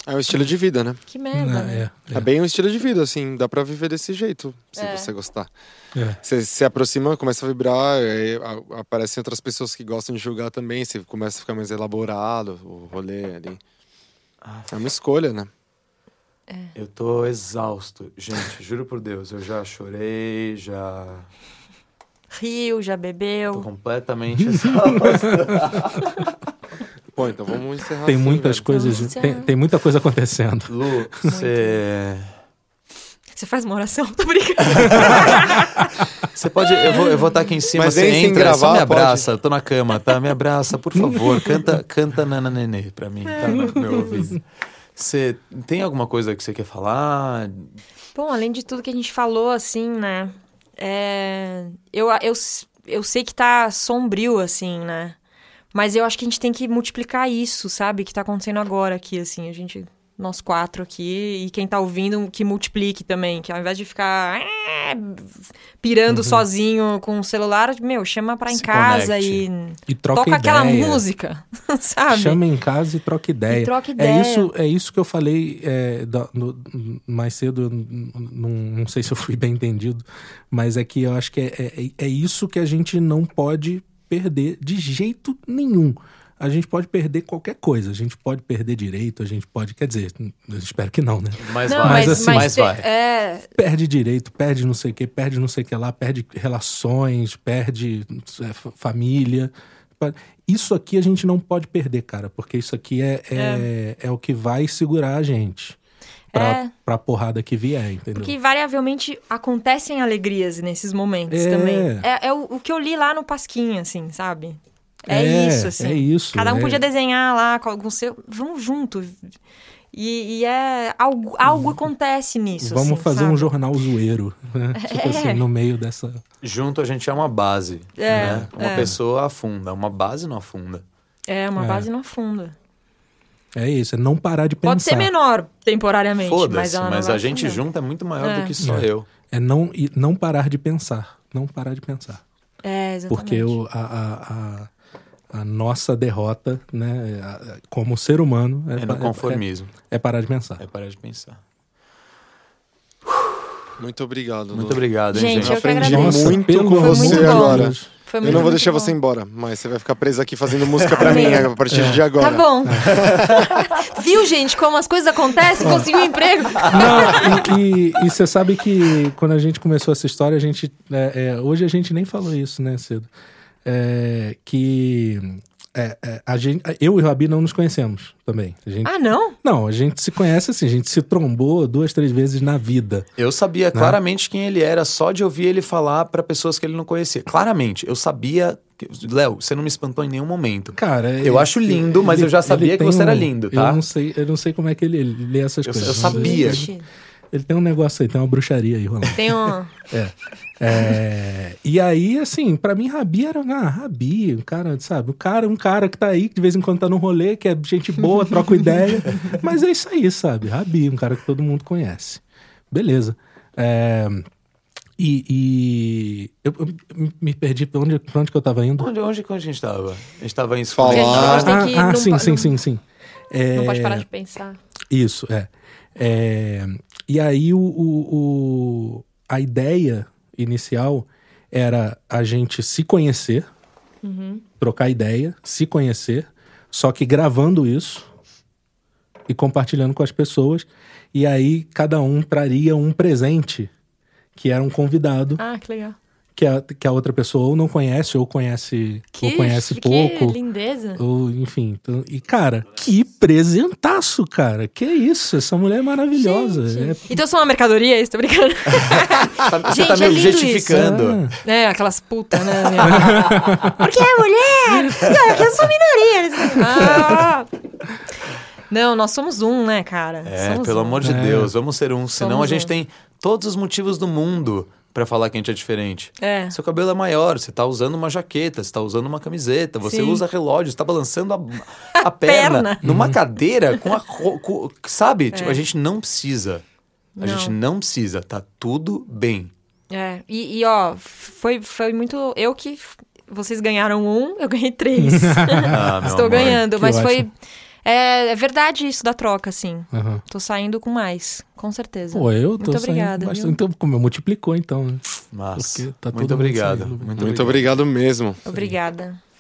S5: É um estilo de vida, né?
S3: Que merda, né?
S5: É. bem um estilo de vida, assim. Dá pra viver desse jeito, se você gostar.
S2: é, é.
S5: Você se aproxima, começa a vibrar, aí a- aparecem outras pessoas que gostam de julgar também. Você começa a ficar mais elaborado, o rolê ali. É uma escolha, né?
S1: Eu tô exausto. Gente, juro por Deus, eu já chorei, já
S3: Riu, já bebeu.
S1: completamente <laughs> exausto.
S5: Bom, então vamos encerrar.
S2: Tem
S5: assim,
S2: muitas
S1: Então,
S5: velho.
S2: coisas,
S3: Nossa.
S2: tem, tem muita coisa acontecendo.
S1: Lu, você.
S3: Você faz uma oração? <laughs> Tô brincando.
S1: Você pode. Eu vou estar eu vou tá aqui em cima,
S5: Mas
S1: você
S5: vem sem
S1: entra, só
S5: gravar,
S1: me
S5: pode?
S1: abraça. Eu tô na cama, tá? Me abraça, por favor. Canta, canta Nana Nenê pra mim, tá? No meu ouvido. Você tem alguma coisa que você quer falar?
S3: Bom, além de tudo que a gente falou, assim, né? É, Eu, eu, s- eu sei que tá sombrio, assim, né? Mas eu acho que a gente tem que multiplicar isso, sabe? Que tá acontecendo agora aqui, assim. A gente, nós quatro aqui, e quem tá ouvindo, que multiplique também. Que ao invés de ficar "Ah", pirando sozinho com o celular, meu, chama pra em
S1: Uhum. Se
S3: casa
S1: conecte.
S3: e
S2: E troca
S3: toca aquela
S2: ideia.
S3: música, <laughs> sabe?
S2: Chama em casa e troca ideia.
S3: E troca
S2: É
S3: ideia.
S2: isso, é isso que eu falei é, da- no- mais cedo, eu n- n- não, não sei <laughs> se eu fui bem entendido, mas é que eu acho que é, é- é isso que a gente não pode perder de jeito nenhum. A gente pode perder qualquer coisa, a gente pode perder direito, a gente pode. Quer dizer, eu espero que não, né?
S1: Mas
S3: Não,
S1: vai,
S2: mas
S1: mas,
S2: assim-
S3: te-
S1: vai.
S3: É,
S2: perde direito, perde não sei o que, perde não sei o que lá, perde relações, perde é, fa- família. Isso aqui a gente não pode perder, cara, porque isso aqui é, é, é. o que vai segurar a gente pra,
S3: É.
S2: pra porrada que vier, entendeu?
S3: Porque variavelmente acontecem alegrias nesses momentos
S2: É.
S3: também. É, é o, o que eu li lá no Pasquinha, assim, sabe? É, isso, assim.
S2: É isso.
S3: Cada um
S2: é.
S3: podia desenhar lá com algum seu. Vamos junto. E, e é. Algo, algo acontece nisso.
S2: Vamos
S3: assim,
S2: fazer
S3: sabe?
S2: um jornal zoeiro,
S3: <laughs>
S2: né? Tipo assim, no meio dessa.
S1: Junto a gente é uma base.
S3: É,
S1: né? Uma pessoa afunda, uma base não afunda.
S3: É, uma
S2: É.
S3: base não afunda.
S2: É isso, é não parar de pensar.
S3: Pode ser menor temporariamente, mas
S1: Foda-se,
S3: ela
S1: mas,
S3: não vai
S1: a gente
S3: afundar.
S1: junto é muito maior
S3: É.
S1: do que só
S2: É.
S1: eu.
S2: É não, e não parar de pensar. Não parar de pensar.
S3: É, exatamente.
S2: Porque o- a, a- a- a nossa derrota, né, a- a- como ser humano,
S1: É,
S2: pa-
S1: no conformismo.
S2: é- é parar de pensar.
S1: É, parar de pensar.
S5: Muito obrigado.
S1: Muito
S5: Lu.
S1: obrigado, hein,
S3: Gente,
S1: gente.
S5: Eu
S3: eu que
S5: aprendi
S3: agradeço.
S5: muito
S2: pelo
S5: com
S2: amor de
S5: você
S3: Foi muito bom.
S5: agora.
S3: Foi
S5: Eu
S3: muito,
S5: não vou
S3: muito
S5: deixar
S3: bom.
S5: você embora, mas você vai ficar preso aqui fazendo música pra mim a partir de
S1: É.
S5: agora.
S3: Tá bom. <laughs> Viu, gente, como as coisas acontecem? Conseguiu um emprego?
S2: Não, e você sabe que quando a gente começou essa história, a gente. é, é, hoje a gente nem falou isso, né, cedo? É, que é, é, a gente, eu e o Rabi não nos conhecemos também. A gente-
S3: Ah, não?
S2: Não, a gente se conhece assim, a gente se trombou duas, três vezes na vida.
S1: Eu sabia claramente quem ele era só de ouvir ele falar pra pessoas que ele não conhecia. Claramente, eu sabia. que- Léo, você não me espantou em nenhum momento.
S2: Cara,
S1: Eu acho lindo, mas eu já sabia
S2: ele
S1: que
S2: tem um-
S1: você era lindo, tá?
S2: Eu não sei, eu não sei como é que ele lê essas
S1: Eu- eu
S2: coisas.
S1: sabia.
S3: Gente,
S2: Ele tem um negócio aí, tem uma bruxaria aí rolando.
S3: Tem um.
S2: É, e aí, assim, pra mim, Rabi era. Ah, Rabi, um cara, sabe? Um cara, um cara que tá aí, que de vez em quando tá num rolê, que é gente boa, troca ideia.
S1: <laughs>
S2: Mas é isso aí, sabe? Rabi, um cara que todo mundo conhece. Beleza. É, e. e eu, eu me perdi pra onde, pra onde que eu tava indo?
S1: Onde, onde, onde a gente tava? A gente tava em
S5: Falar.
S3: A gente tem que
S2: ah,
S3: não
S2: sim,
S3: pa-
S2: sim,
S3: não-
S2: sim, sim.
S3: Não
S2: É,
S3: pode parar de pensar.
S2: Isso, é. É, e aí o, o- o- a ideia inicial era a gente se conhecer, trocar ideia, se conhecer, só que gravando isso e compartilhando com as pessoas. E aí cada um traria um presente, que era um convidado,
S3: Ah, que legal.
S2: que a, que a outra pessoa ou não conhece, ou conhece,
S3: Que,
S2: ou conhece
S3: que
S2: pouco.
S3: lindeza.
S2: Ou, enfim, então- e cara, que presentaço, cara. Que isso, essa mulher é maravilhosa. É,
S3: Gente. Então são uma mercadoria, isso, tô brincando. <laughs>
S1: Tá- Você
S3: Gente,
S1: tá me
S3: é lindo
S1: objetificando.
S3: É, aquelas putas, né?
S2: <laughs>
S3: Porque é mulher! Não, é eu sou minoria. eles- Ah. Não, nós somos um, né, cara?
S1: É,
S3: Somos
S1: pelo
S3: um.
S1: amor de
S2: É.
S1: Deus, vamos ser um. Senão
S3: Somos
S1: a gente
S3: um.
S1: tem todos os motivos do mundo pra falar que a gente é diferente.
S3: É.
S1: Seu cabelo é maior, você tá usando uma jaqueta, você tá usando uma camiseta, você
S3: Sim.
S1: usa relógio, você tá
S3: <laughs>
S1: balançando a, a perna,
S3: perna.
S2: Uhum.
S3: É.
S1: numa cadeira com a. ro- com- sabe? Tipo, a gente não precisa. A
S3: Não.
S1: gente não precisa, tá tudo
S3: <laughs>
S1: bem.
S3: É, e, e, ó, foi, foi muito. Eu que. Vocês ganharam um, eu ganhei três.
S2: <laughs>
S1: Ah, meu
S3: Estou
S1: amor.
S3: ganhando,
S2: que
S3: mas foi.
S2: ótimo.
S3: É, é verdade isso da troca, assim.
S2: É, Aham.
S3: Tô saindo com mais, com certeza.
S2: Pô, eu tô
S3: Muito
S2: saindo
S3: obrigada,
S2: bastante.
S3: viu?
S2: Então, como eu multiplicou, então. né?
S1: Massa.
S2: Porque tá todo
S1: muito
S2: mundo
S1: obrigado.
S2: saindo.
S1: Muito
S5: Muito obrigado mesmo.
S3: Obrigada.